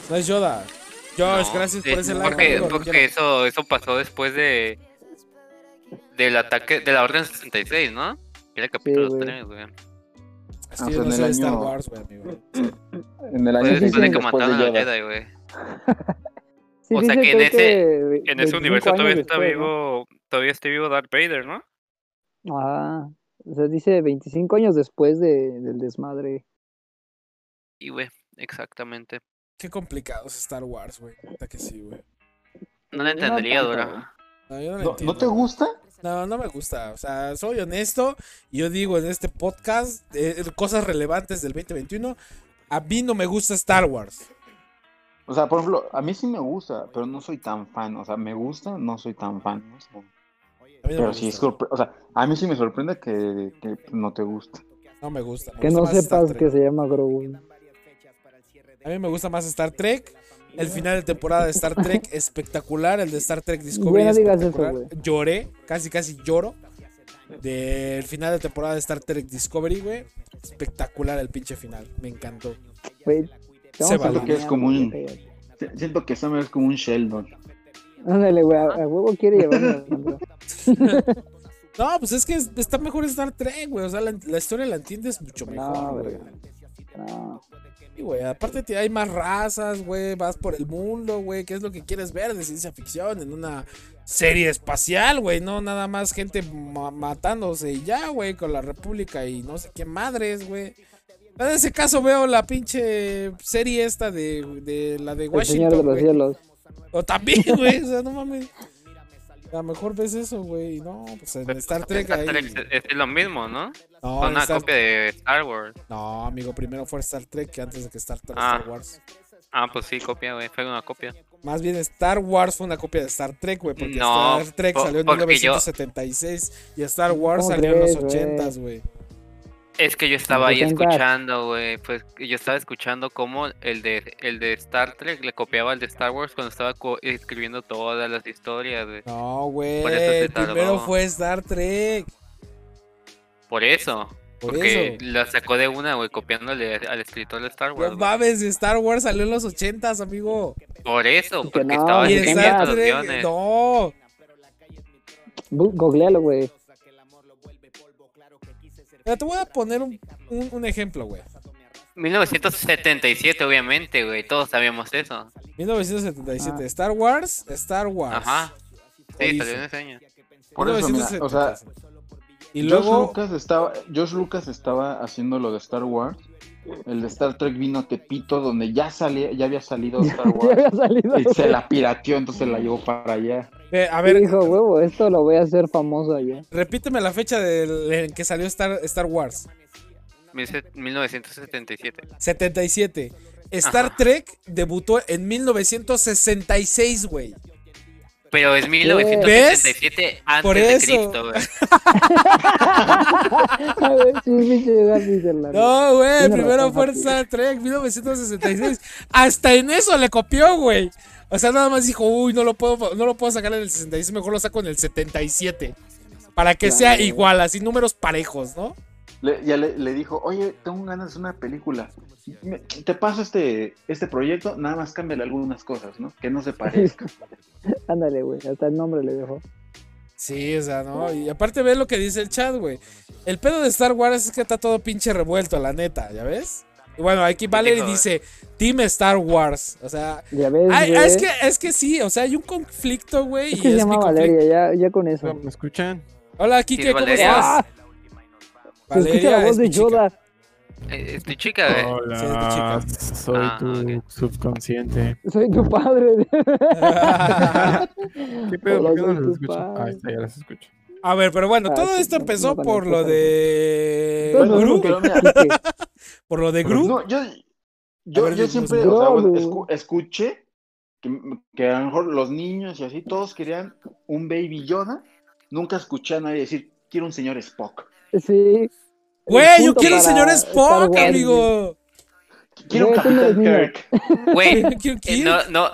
No es Yoda. Josh, No, gracias sí, por ese like. Porque, amigo, te porque quiero. eso, eso pasó después de del ataque de la Orden 66, ¿no? Era capítulo güey. 3, güey. Es que Ah, yo fue no en sé el de Star año- Wars, güey, amigo. En el año Fue sí, sí, siguiente, después de Pues que después de mataron a Yoda. Jedi, güey. Sí, O sea, dicen que en hay En 25 ese universo todavía años está después, ¿no? vivo, todavía está vivo Darth Vader, ¿no? Ajá. O sea, dice 25 años después de, del desmadre. Y, güey, exactamente. Qué complicado es Star Wars, güey. Neta que sí, güey. No la No entendería, tanto, güey. Dora. No, yo no, lo ¿No, entiendo. ¿No te gusta? No, no me gusta. O sea, soy honesto. y Yo digo en este podcast eh, cosas relevantes del 2021. A mí no me gusta Star Wars. O sea, por ejemplo, a mí sí me gusta, pero no soy tan fan. O sea, me gusta, no soy tan fan. ¿no? O sea, A mí no me Pero sí es gusta. sorpre- O sea, a mí sí me sorprende que, que no te gusta. No me gusta. me Que gusta no más Star sepas Trek. que se llama Grogu. A mí me gusta más Star Trek. El final de temporada de Star [laughs] Trek espectacular. El de Star Trek Discovery. Ya no digas eso, espectacular. Lloré, casi casi lloro. Del final de temporada de Star Trek Discovery, güey. Espectacular el pinche final. Me encantó. Güey, te vamos a Siento que es banear, como un- güey, fíjate. Si- Siento que Summer es como un Sheldon. Ándale, güey, a, a huevo quiere llevarlo. No, pues es que es- está mejor Star Trek, güey. O sea, la, la historia la entiendes mucho No, mejor, güey. verga. No. Y, güey, aparte te- hay más razas, güey. Vas por el mundo, güey. ¿Qué es lo que quieres ver de ciencia ficción en una serie espacial, güey? No nada más gente ma- matándose y ya, güey, con la República y no sé qué madres, güey. En ese caso veo la pinche serie esta de, de la de El Señor de los Washington, güey. Cielos. [laughs] O también, güey. O sea, no mames. A lo mejor ves eso, güey. y No, pues en Star Trek Star ahí. Trek es, es lo mismo, ¿no? No, Son en una Star- copia de Star Wars. No, amigo, primero fue Star Trek que antes de que Star, Ah. Star Wars. Ah, pues sí, copia, güey. Fue una copia. Más bien Star Wars fue una copia de Star Trek, güey, porque No, Star Trek po- salió en porque yo- 1976 y Star Wars ¿Cómo salió en los crees, güey? 80s, güey. Es que yo Pues, estaba ahí Representar. escuchando, güey. Pues yo estaba escuchando cómo el de el de Star Trek le copiaba al de Star Wars cuando estaba co- escribiendo todas las historias, güey. No, güey, Por eso se tardó. primero fue Star Trek. Por eso. Por porque eso. la sacó de una, güey, copiándole al escritor de Star Wars. No güey. mames, Star Wars salió en los 80s, amigo. Por eso, Que porque no, estaba Y sí, escribiendo Star claro. los Trek, guiones. no. Bu- Googlealo, güey. [laughs] Mira, te voy a poner un, un- un ejemplo, güey. 1977, obviamente, güey. Todos sabíamos eso. Ah. 1977, Star Wars, Star Wars. Ajá. Sí, salió en Origen. ese año. Por eso, mira, o sea, 1977. y George, luego, Lucas estaba, George Lucas estaba haciendo lo de Star Wars. El de Star Trek vino a Tepito, donde ya, salía, ya había [laughs] salido Star Ya Wars. había salido. y se la pirateó, entonces la llevó para allá. eh, a Y ver, dijo, huevo, esto lo voy a hacer famoso allá. repíteme la fecha del, en que salió Star, Star Wars. 1977. 77. Star Ajá. Trek debutó en 1966, güey. Pero es 1977 antes Por eso. de Cristo, güey. [laughs] [laughs] A ver si un pinche lugar dice la- No, güey, Tiene primero razón, fue papi. Star Trek, 1966. Hasta en eso le copió, güey. O sea, nada más dijo, uy, no lo puedo, no lo puedo sacar en el 66, mejor lo saco en el 77. Para que sea Claro. igual, así números parejos, ¿no? Le, ya le, le dijo, oye, tengo ganas de hacer una película. Me- te paso este, este proyecto, nada más cámbiale algunas cosas, ¿no? Que no se parezca. [laughs] Ándale, güey, hasta el nombre le dejó. Sí, o sea, ¿no? Y aparte ve lo que dice el chat, güey. El pedo de Star Wars es que está todo pinche revuelto, la neta, ¿ya ves? Y bueno, aquí Valerie dijo, güey? dice, Team Star Wars. O sea, Ya ves, Ay, güey. es, que, es que sí, o sea, hay un conflicto, güey. Es y que se es mi llama conflicto. Valeria, ya, ya con eso. ¿Me escuchan? Hola, Sí, Kike, es ¿cómo Valeria. estás? ¡Ah! Se escucha la Valeria voz es de mi chica. Yoda. Eh, Estoy chica, güey. Hola, soy Ah, tu ok. subconsciente. [laughs] Soy tu padre. [laughs] ¿Qué pedo? ¿Por qué no Hola, las soy tu escucho? Ah, padre. ahí está, ya las escucho. [laughs] A ver, pero bueno, Ah, todo sí, esto no, empezó no Pues van a por lo escuchar. de Todo Pero- Gru, mundo Pero mira, Kike. por lo de Gru. No, yo, yo, ver, yo dinos, siempre dinos. o sea, bueno, Claro. escu- escuché que, que a lo mejor los niños y así, todos querían un baby Yoda. Nunca escuché a nadie decir, quiero un señor Spock. Sí. Güey, yo Punto quiero el para señor Star Spock, Wars. amigo. Quiero un Güey, tú no eres Capitán niño. Kirk. [laughs] Güey, Quiero- quiero- eh, no, no,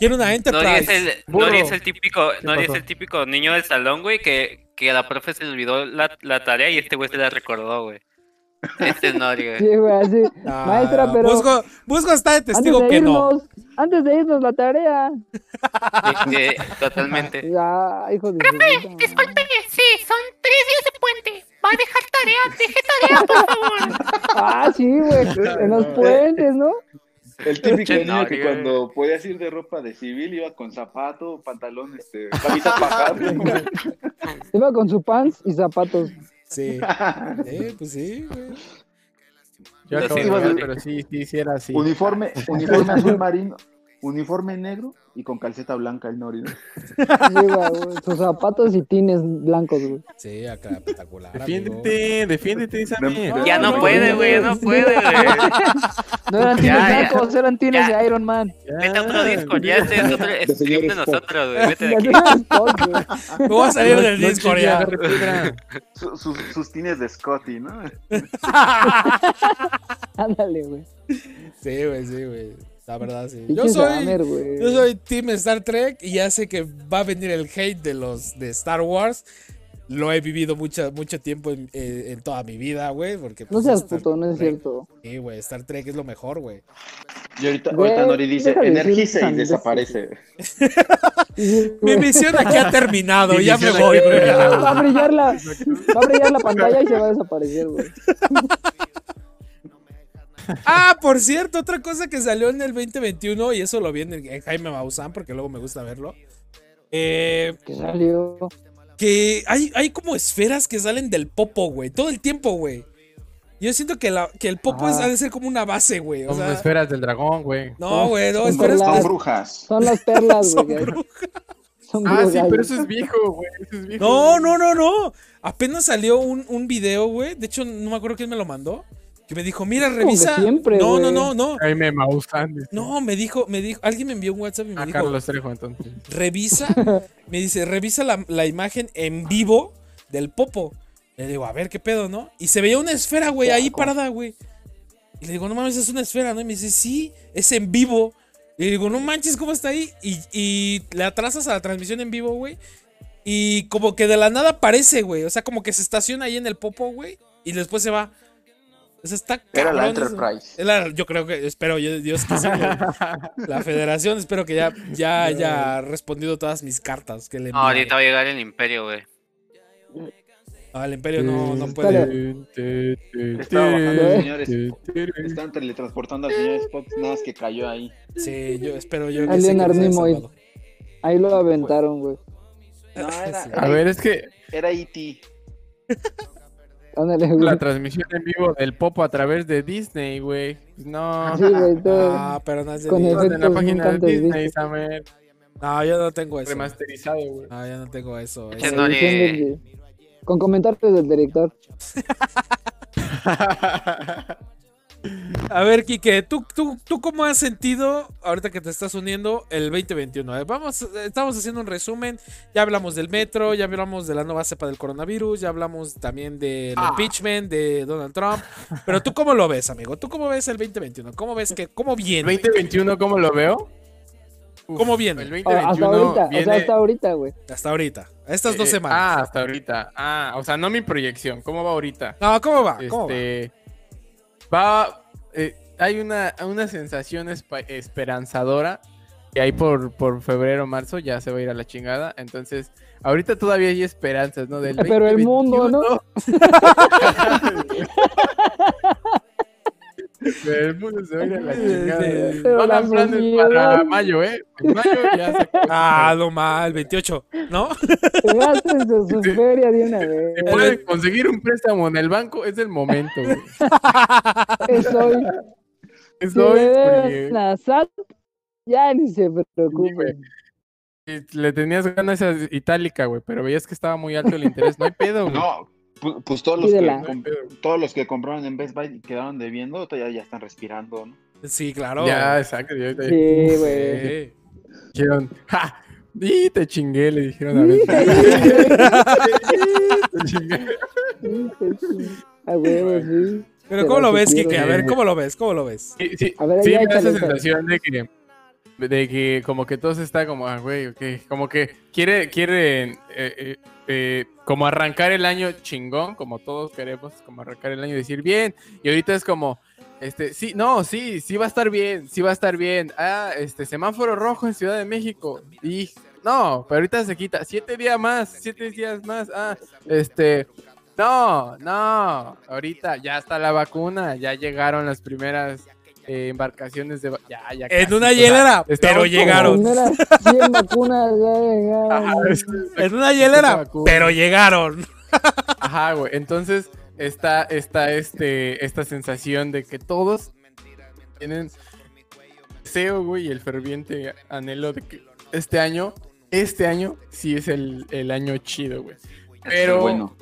Quiero una no eres Enterprise. el, no eres Burro. el típico, no eres pasó? el típico niño del salón, güey, que, que a la profe se le olvidó la, la tarea y este güey se la recordó, güey. Este no, güey. Sí, güey, así. Ah, Maestra, pero- Busco, busco está de Antes testigo de que no. irnos, antes de irnos la tarea. Sí, sí, totalmente. Ya, hijo de su puta madre. Sí, son tres días de puente. Va a dejar tarea, deje tarea, por favor. Ah, [laughs] sí, güey, en los puentes, ¿no? El [laughs] típico Che, niño no, que yo- cuando podías ir de ropa de civil iba con zapato, pantalón, [laughs] este, camisa pajada. Iba con su pants y zapatos. Sí. Sí, pues sí, güey. Lo Yo acabo de sigo, ver, güey. pero sí, sí, sí era así. [laughs] Uniforme, uniforme azul marino, uniforme negro y con calceta blanca el Nori. ¿no? Sí, güey, güey, sus zapatos y tines blancos, güey. Sí, acá espectacular. amigo. Defiéndete, defiéndete, Samir. Ya no puede, güey, ya no puede, güey. No eran Ya, tines ya. blancos, eran tines Ya. de Iron [laughs] Man. Vete a otro disco, ya este es otro De stream de señores pop. nosotros, güey. Vete de Ya aquí. no eran pop, güey. Me voy a salir del No Discord chingue, ya. agarre piedra. Su- sus- sus tines de Scotty, ¿no? Ándale, güey. Sí, güey, sí, güey. La verdad, sí. Yo Pinche soy, Dahmer, güey. yo soy Team Star Trek y ya sé que va a venir el hate de los de Star Wars. Lo he vivido mucho, mucho tiempo en, eh, en toda mi vida, güey. Porque, No pues, seas Star puto, no es Trek- cierto. Sí, güey, Star Trek es lo mejor, güey. Y ahorita, Güey, ahorita Nori dice, deja de decir energiza y sandeces". desaparece. Sí, Mi güey. [laughs] misión aquí ha terminado, Mi ya me misión voy, aquí ha güey. terminado. Va a brillar la, va a [laughs] brillar la pantalla y se va a desaparecer, güey. Ah, por cierto, otra cosa que salió en el 2021, y eso lo vi en, el- en Jaime Maussan, porque luego me gusta verlo. Eh, Que salió. que hay, hay como esferas que salen del popo, güey, todo el tiempo, güey. Yo siento que, la, que el popo Ah. es, ha de ser como una base, güey. O Como sea, esferas del dragón, güey. no, güey, no, Son esferas brujas. Son Oh, que- Son las brujas. perlas, son güey. que- brujas. Son Ah, sí, brujas. pero eso es viejo, güey. Eso es viejo. No, no, no, no. Apenas salió un, un video, güey. De hecho, no me acuerdo quién me lo mandó. Que me dijo, mira, Como que revisa. siempre, no, no, güey. no, no. Ahí me mausan. dice. No, me dijo, me dijo, alguien me envió un WhatsApp y me Ah, dijo, Carlos Trejo, entonces. revisa, me dice, revisa la, la imagen en vivo del popo. Le digo, a ver qué pedo, ¿no? Y se veía una esfera, güey, ahí parada, güey. Y le digo, no mames, es una esfera, ¿no? Y me dice, sí, es en vivo. Y le digo, no manches, ¿cómo está ahí? Y, y le atrasas a la transmisión en vivo, güey. Y como que de la nada aparece, güey. O sea, como que se estaciona ahí en el popo, güey. Y después se va. O sea, está Era la cabrón eso. Enterprise. Es la- yo creo que, espero, yo, Dios que sí, [laughs] güey. La federación, espero que ya, ya haya respondido todas mis cartas que le No, ahorita envié. va a llegar el imperio, güey. No, el imperio no, no puede. puede. Estaba bajando, señores. señores. Están teletransportando al señor Spock, nada más que cayó ahí. Sí, yo espero yo Al sí que Leonard nos haya Nimoy. salvado. Ahí lo aventaron, güey. No, [laughs] era, Sí. A ver, es que era E E.T. Ándale, güey. la transmisión en vivo del Popo a través de Disney, güey. No. Sí, güey, todo. Ah, pero no es de Con Disney. el- En la efectos nunca página de antes Disney, vistos. Samer. Pues No, yo no tengo eso. Remasterizado, güey. No, yo no tengo eso. Ese Eso- no le- Diciendo que- Con comentarios del director. A ver, Quique, ¿tú, tú, ¿tú cómo has sentido ahorita que te estás uniendo el 2021? A ver, Vamos, eh, estamos haciendo un resumen. Ya hablamos del metro, ya hablamos de la nueva cepa del coronavirus, ya hablamos también del Ah. impeachment de Donald Trump. Pero tú cómo lo ves, amigo? ¿Tú cómo ves el 2021? ¿Cómo ves que cómo El viene? 2021, ¿cómo lo veo? Uf, ¿Cómo viene? El Ah, hasta 2021 ahorita, o viene... sea, hasta ahorita, güey. Hasta ahorita, estas dos eh, semanas. Ah, hasta ahorita. Ah, o sea, no mi proyección. ¿Cómo va ahorita? No, ¿cómo va? Ah, ¿Cómo va? este, va. eh, hay una, una sensación espa- esperanzadora que hay por, por febrero marzo, ya se va a ir a la chingada. Entonces, ahorita todavía hay esperanzas, ¿no? Del Pero el mundo, ¿no? [laughs] 2021. Pero el mundo se va a ir a la Pero chingada. Van la a planes sociedad. para mayo, ¿eh? En mayo ya se acabó. Ah, lo mal, 28, ¿no? [laughs] Gástense su feria de una [laughs] vez. Si pueden conseguir un préstamo en el banco, es el momento. güey. Es [laughs] hoy. Es Si hoy, le porque- deben a SAT, ya ni se güey. preocupen. Eh, Le tenías ganas a itálica, güey, pero veías que estaba muy alto el interés. No hay [laughs] pedo, güey. No, pu- pues todos los, que, Pídela. No hay com- pedo, güey. todos los que compraron en Best Buy y quedaron debiendo, ya, ya están respirando, ¿no? Sí, claro. Ya, eh. exacto. ya- ya- Sí, güey. Sí. Dijeron, ¡ja! Y te chingué, le dijeron a ver. Te chingué. A huevo, sí. Pero ¿cómo lo Pero ves, si quiero- Quique? A ver, ¿cómo lo ves? ¿Cómo lo ves? Sí, sí, A ver, sí ya me da esa échale, échale. sensación de que, de que como que todo se está como, ah, güey, ok, como que quiere, quiere eh, eh, eh, como arrancar el año chingón, como todos queremos, como arrancar el año y decir bien, y ahorita es como, este, sí, no, sí, sí va a estar bien, sí va a estar bien, ah, este, semáforo rojo en Ciudad de México, y no, pero ahorita se quita, siete días más, siete días más, ah, este... No, no, ahorita ya está la vacuna, ya llegaron las primeras eh, embarcaciones de va- ya, ya En casi, o una sea, hielera, estamos pero como- [laughs] llegaron. Mira, 100 vacunas ya llegaron. Ajá, es- En una hielera, vacuna. pero llegaron. Ajá, güey. Entonces está, está este, esta sensación de que todos tienen deseo, güey, y el ferviente anhelo de que este año, este año sí es el, el año chido, güey. Pero Pues Bueno,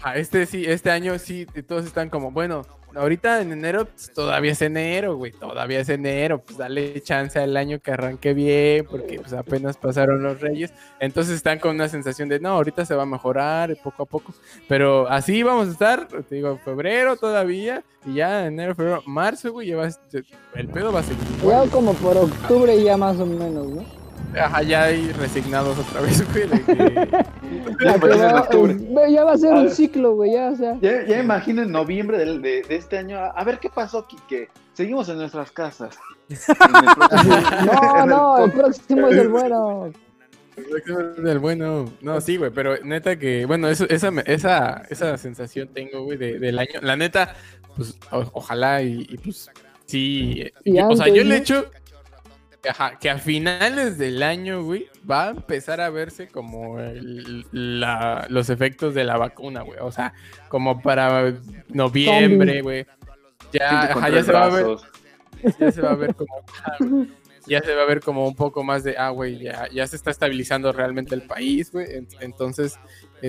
Ajá, este sí, este año sí, y todos están como, bueno, ahorita en enero pues, todavía es enero, güey, todavía es enero, pues dale chance al año que arranque bien, porque pues apenas pasaron los reyes, entonces están con una sensación de, no, ahorita se va a mejorar poco a poco, pero así vamos a estar, te digo, en febrero todavía, y ya enero, febrero, marzo, güey, ya va a- el pedo va a seguir. Ya como por octubre ya más o menos, ¿no? Ajá, ya hay resignados otra vez, güey. de que- ya, Que en va- octubre. eh, ya va a ser A un Ah. ver. ciclo, güey, ya, o sea. [laughs] Ya, ya imagino en noviembre del- de, de este año. A, a ver qué pasó, Quique. Seguimos en nuestras casas. En el próximo- No, [laughs] no, el en el- próximo es el bueno. Este Del bueno. No, sí, güey, pero neta que, bueno, eso, esa, me- esa, esa sensación tengo, güey, de- del año. La neta, pues, o- ojalá y, y, pues, sí. eh, Y yo- o sea, antes, yo le ¿no? echo ajá, que a finales del año, güey, va a empezar a verse como el- la- los efectos de la vacuna, güey. O sea, como para noviembre, güey. Gente Ya, ajá, con ya tres se va a ver brazos. ya se va a ver como ah, güey, ya se va a ver como un poco más de ah güey ya, ya se está estabilizando realmente el país güey En- entonces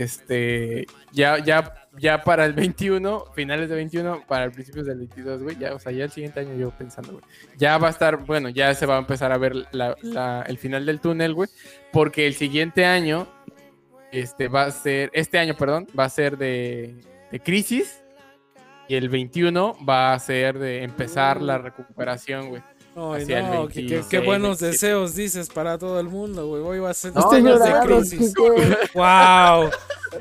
este ya ya ya para el 21 finales de 21 para el principios del 22 güey ya o sea ya el siguiente año yo pensando güey ya va a estar bueno ya se va a empezar a ver la- la- el final del túnel güey porque el siguiente año este va a ser este año perdón va a ser de, de crisis y el 21 va a ser de empezar la recuperación, güey. Ay, Hacia el no, qué- qué, 26, qué buenos 27. deseos dices para todo el mundo, güey. Hoy va a ser No, Estoy años de llorando, crisis. [laughs] Quique. [laughs] Wow,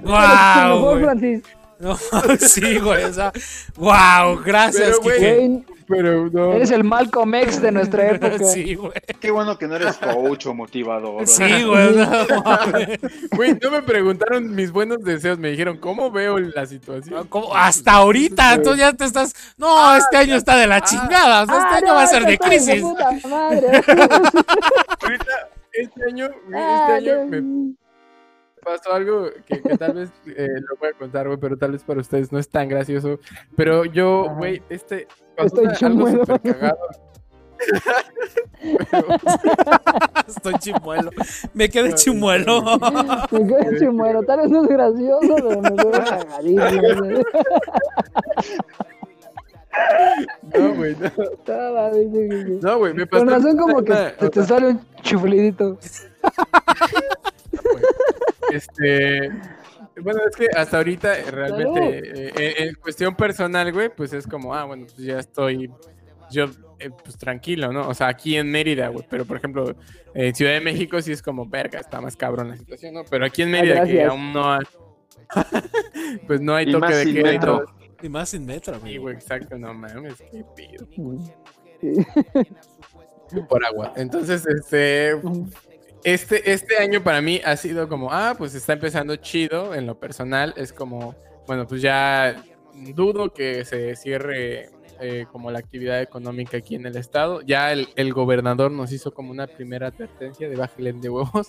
Wow, [laughs] wow, güey. Francis. No, [laughs] sí, güey, o sea, wow, gracias, Pero, güey, Kike. Güey, Pero no. eres el Malcolm X de nuestra [laughs] época. Sí, güey. Qué bueno que no eres coach o motivador. ¿eh? Sí, güey. no [laughs] mames. Güey, no me preguntaron mis buenos deseos, me dijeron, ¿cómo veo la situación? ¿Cómo? Hasta ahorita, tú ya te estás. No, este año está de la chingada. o sea, este Ah, año va a ser de está de crisis. puta madre. [laughs] [laughs] Ahorita, este año, güey, Ah, este año no. me pasó algo que, que tal vez eh, lo voy a contar, güey, pero tal vez para ustedes no es tan gracioso. Pero yo, Ajá. güey, este. Estoy pasó algo chimuelo. súper cagado. [laughs] Estoy chimuelo. Me quedé chimuelo. Me quedé chimuelo. Tal vez no es gracioso, pero me quedé cagadísimo. güey. No, güey, no. Estaba, güey, sí, sí, sí. No, güey, me [laughs] pasó. Con razón como que una- te, te sale un chuflidito. Este. Bueno, es que hasta ahorita eh, realmente eh, eh, en cuestión personal, güey, pues es como, ah, bueno, pues ya estoy yo, eh, pues tranquilo, ¿no? O sea, aquí en Mérida, güey, pero por ejemplo, en Ciudad de México sí es como, verga, está más cabrón la situación, ¿no? Pero aquí en Mérida, que gracias. aún no hay, [laughs] pues no hay Y toque más de sin queda y todo. metro. [laughs] Y más sin metro, Sí, amigo. güey, exacto, no mames, qué pido. Sí. Por agua. Entonces, este, este, este año para mí ha sido como, ah, pues está empezando chido en lo personal. Es como, bueno, pues ya dudo que se cierre eh, como la actividad económica aquí en el estado. Ya el, el gobernador nos hizo como una primera advertencia de bájale de huevos,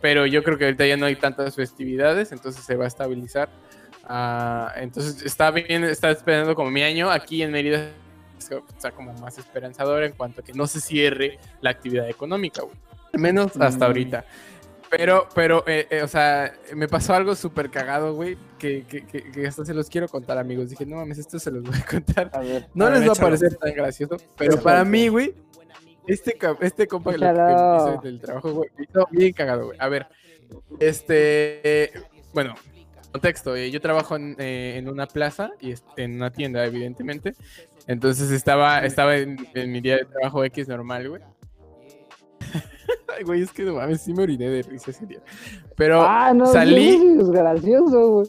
pero yo creo que ahorita ya no hay tantas festividades, entonces se va a estabilizar. Ah, entonces está bien, está esperando como mi año aquí en Mérida está como más esperanzador en cuanto a que no se cierre la actividad económica, güey. Al menos hasta Mm. ahorita. Pero, pero, eh, eh, o sea, me pasó algo súper cagado, güey, que, que, que, que hasta se los quiero contar, amigos. Dije, no mames, esto se los voy a contar. A ver. No A ver, les va a échalo. parecer tan gracioso, pero para mí, güey, este, ca- este compa que lo- que me hizo Échalo. del trabajo, güey, me hizo bien cagado, güey. A ver, este, bueno, contexto, eh, yo trabajo en, eh, en una plaza y es- en una tienda, evidentemente. Entonces estaba, estaba en, en mi día de trabajo X normal, güey. [laughs] Ay, güey, es que no mames, sí me oriné de risa ese día. Pero, ah, no, salí- sí, Es gracioso, güey.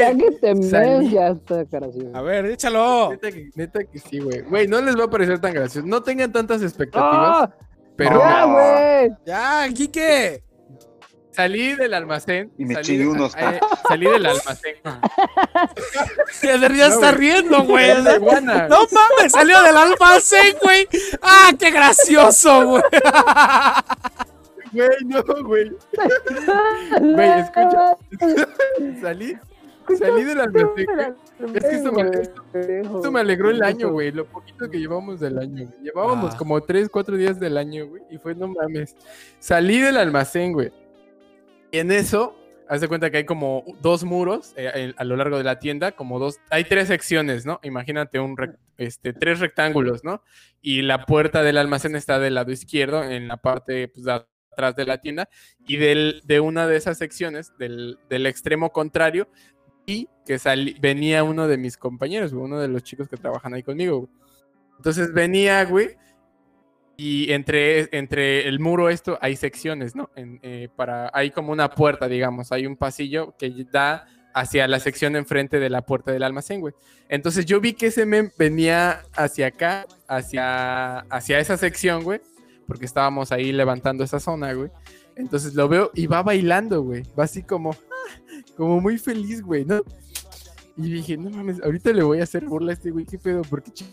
Ya güey, que te salí- mees, ya está gracioso. A ver, échalo. neta que, neta que sí, güey. Güey, no les va a parecer tan gracioso. No tengan tantas expectativas, ¡Ah! pero ¡Ya, güey! Ya, Quique. salí del almacén. Y me salí chingué de- unos eh, salí del almacén. Eder ya No, está güey. riendo, [laughs] güey. Era una iguana. No mames, salió del almacén, güey. Ah, qué gracioso, güey. Güey, no, güey. Güey, escucha. salí, salí del almacén. güey. Es que esto me- Esto me alegró el año, güey. Lo poquito que llevamos del año. güey. Llevábamos Ah. como 3, 4 días del año, güey. Y fue, no mames. Salí del almacén, güey. Y en eso, haz de cuenta que hay como dos muros eh, el- a lo largo de la tienda, como dos. Hay tres secciones, ¿no? Imagínate un rec- este, tres rectángulos, ¿no? Y la puerta del almacén está del lado izquierdo, en la parte pues, de atrás de la tienda. Y del, de una de esas secciones, del, del extremo contrario, y que salí- venía uno de mis compañeros, güey, uno de los chicos que trabajan ahí conmigo. güey. Entonces venía, güey, y entre, entre el muro esto hay secciones, ¿no? En, eh, para, hay como una puerta, digamos, hay un pasillo que da hacia la sección enfrente de la puerta del almacén, güey. Entonces yo vi que ese men venía hacia acá, hacia, hacia esa sección, güey, porque estábamos ahí levantando esa zona, güey. Entonces lo veo y va bailando, güey. Va así como, [laughs] como muy feliz, güey, ¿no? Y dije, no mames, ahorita le voy a hacer burla a este güey, qué pedo, porque chingo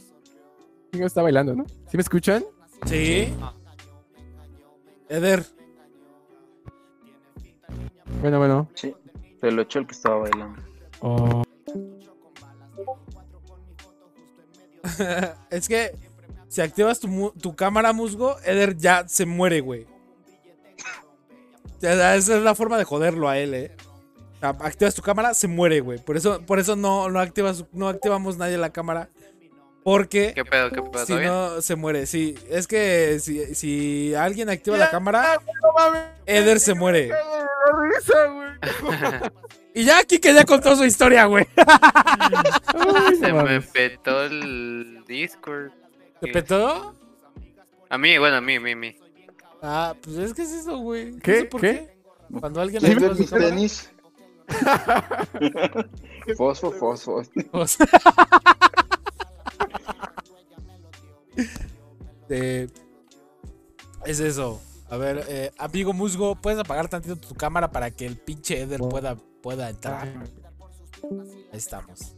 está bailando, ¿no? ¿Sí me escuchan? Sí. Eder, [laughs] Bueno, bueno. Sí, te lo echó el que estaba bailando. es que si activas tu, mu- tu cámara musgo, Eder ya se muere, güey. Ya, ya, Esa es la forma de joderlo a él, eh. O sea, Activas tu cámara, se muere, güey. Por eso, por eso no, no, activas, no activamos nadie la cámara. Porque ¿Qué pedo? ¿Qué pedo? si ¿Todo bien? no, se muere. Sí, es que si, si alguien activa la cámara, Eder se muere. Y ya aquí que ya contó su historia, güey. Se me petó el Discord. ¿Te petó? A mí, bueno, a mí, a mí, a mí. Ah, pues es que es eso, güey. No ¿Qué? sé por ¿Qué? Cuando alguien ¿Sí activa ves su mis cámara- tenis? fosfo, fosfo. Pues- [laughs] Eh, es eso. A ver, eh, amigo Musgo, ¿puedes apagar tantito tu cámara para que el pinche Eder pueda, pueda entrar? Ahí estamos.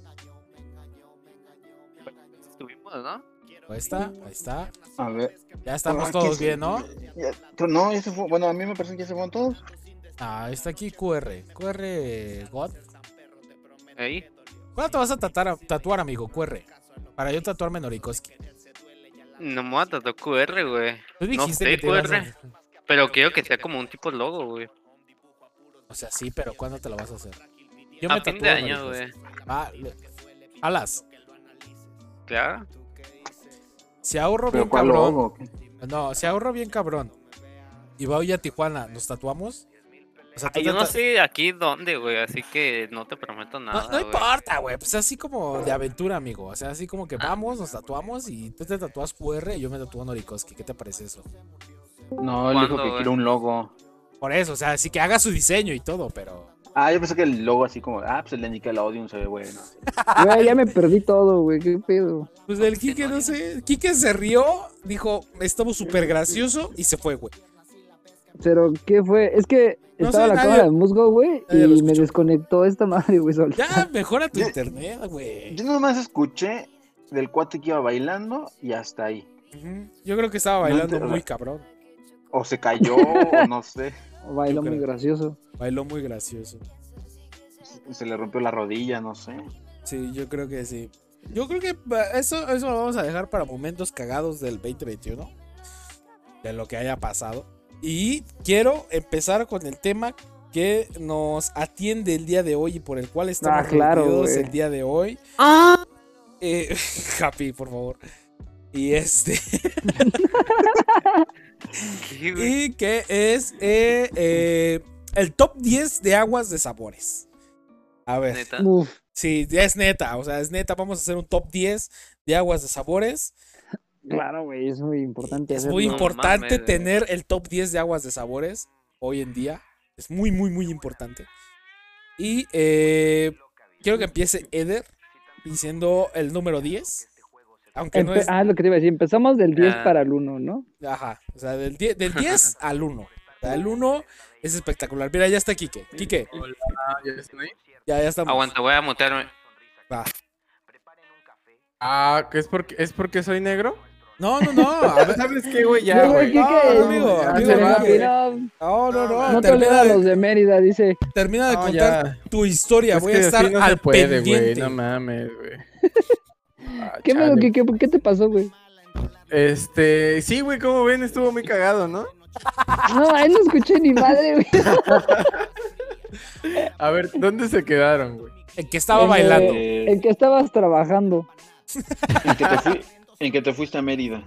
Estuvimos, ¿no? Ahí está, ahí está. A ver. Ya estamos Ah, todos que bien, sí. ¿no? Ya- pero no, ese fue. Bueno, a mí me parece que ya se fueron todos. Ah, está aquí QR. QR God. Ahí. ¿Cuándo te vas a tatuar, tatuar amigo? QR. Para yo tatuarme Norikoski. No me voy a tatuar QR, güey. Tú No dijiste sé, que te ibas QR. a- Pero quiero que sea como un tipo logo, güey. O sea, sí, pero ¿cuándo te lo vas a hacer? Yo A fin de tatúo año, Norikoski. güey. Ah, le- alas. Claro. Si ahorro Pero bien ¿cuál cabrón. logo? No, si ahorro bien cabrón. Y voy a Tijuana, ¿nos tatuamos? O sea, tú Ay, Yo te no ta- sé aquí dónde, güey. Así que no te prometo No- nada. no güey. importa, güey. Pues así como de aventura, amigo. O sea, así como que vamos, nos tatuamos y tú te tatúas QR y yo me tatúo Norikoski. ¿Qué te parece eso? No, él dijo ¿Cuándo, que güey? quiere un logo. Por eso, o sea, así que haga su diseño y todo, pero. Ah, yo pensé que el logo así como. Ah, pues el de Nickelodeon se ve bueno. Güey, ya me perdí todo, güey. ¿Qué pedo? Pues el Quique, no sé. Quique se rió, dijo, estuvo súper gracioso y se fue, güey. Pero, ¿qué fue? Es que No estaba sé, la nadie- cámara de musgo, güey, nadie lo y me escuchó. desconectó esta madre, güey, solo. Ya, mejora tu Yo- internet, güey. Yo nomás escuché del cuate que iba bailando y hasta ahí. Ujú. Yo creo que estaba bailando entiendo. muy cabrón. O se cayó, [laughs] o no sé. Oh, Bailó muy creo. gracioso. Bailó muy gracioso. Se le rompió la rodilla, no sé. Sí, yo creo que sí. Yo creo que va- eso, eso lo vamos a dejar para momentos cagados del 2021. De lo que haya pasado. Y quiero empezar con el tema que nos atiende el día de hoy y por el cual estamos Ah, claro, reunidos güey. el día de hoy. Eh, [laughs] happy, por favor. Y este. [laughs] [laughs] Sí, güey. Y que es eh, eh, el top 10 de aguas de sabores. A ver. Neta. Uf, Sí, es neta, o sea, es neta. Vamos a hacer un top 10 de aguas de sabores. Claro, güey, es muy importante. Es hacerlo. muy No importante mames, güey. tener el top 10 de aguas de sabores hoy en día. Es muy, muy, muy importante. Y eh, quiero que empiece Eder diciendo el número 10. Aunque no Empe- es. Ah, es lo que te iba a decir. Empezamos del 10 Ah. para el 1, ¿no? Ajá. O sea, del 10, [laughs] del 10 al 1. el 1 es espectacular. Mira, ya está Quique. Quique, Ah, ¿ya están ahí? ya, ya estamos. Aguanta, voy a mutearme. Va. Ah, ¿que es porque, ¿es porque soy negro? No, no, no. a ver- Ah, pues, ¿Sabes qué, güey? Ya, Ya, No, güey, güey. güey. Quique, no, amigo, ya amigo, se va, va, Ah, güey. no, No, no, no. no te olvides termina, a de, los de Mérida, dice. termina de No, contar ya. tu historia. Es Voy que a así estar no se al puede, güey. pendiente. No mames, güey. Ah, ¿Qué, pedo, chale. Quique? ¿Por ¿Qué te pasó, güey? Este, sí, güey, como ven, estuvo muy cagado, ¿no? No, ahí no escuché ni madre, güey. A ver, ¿dónde se quedaron, güey? El que estaba Eh, bailando. Eh, El que estabas trabajando. en, que te fui- en que te fuiste a Mérida.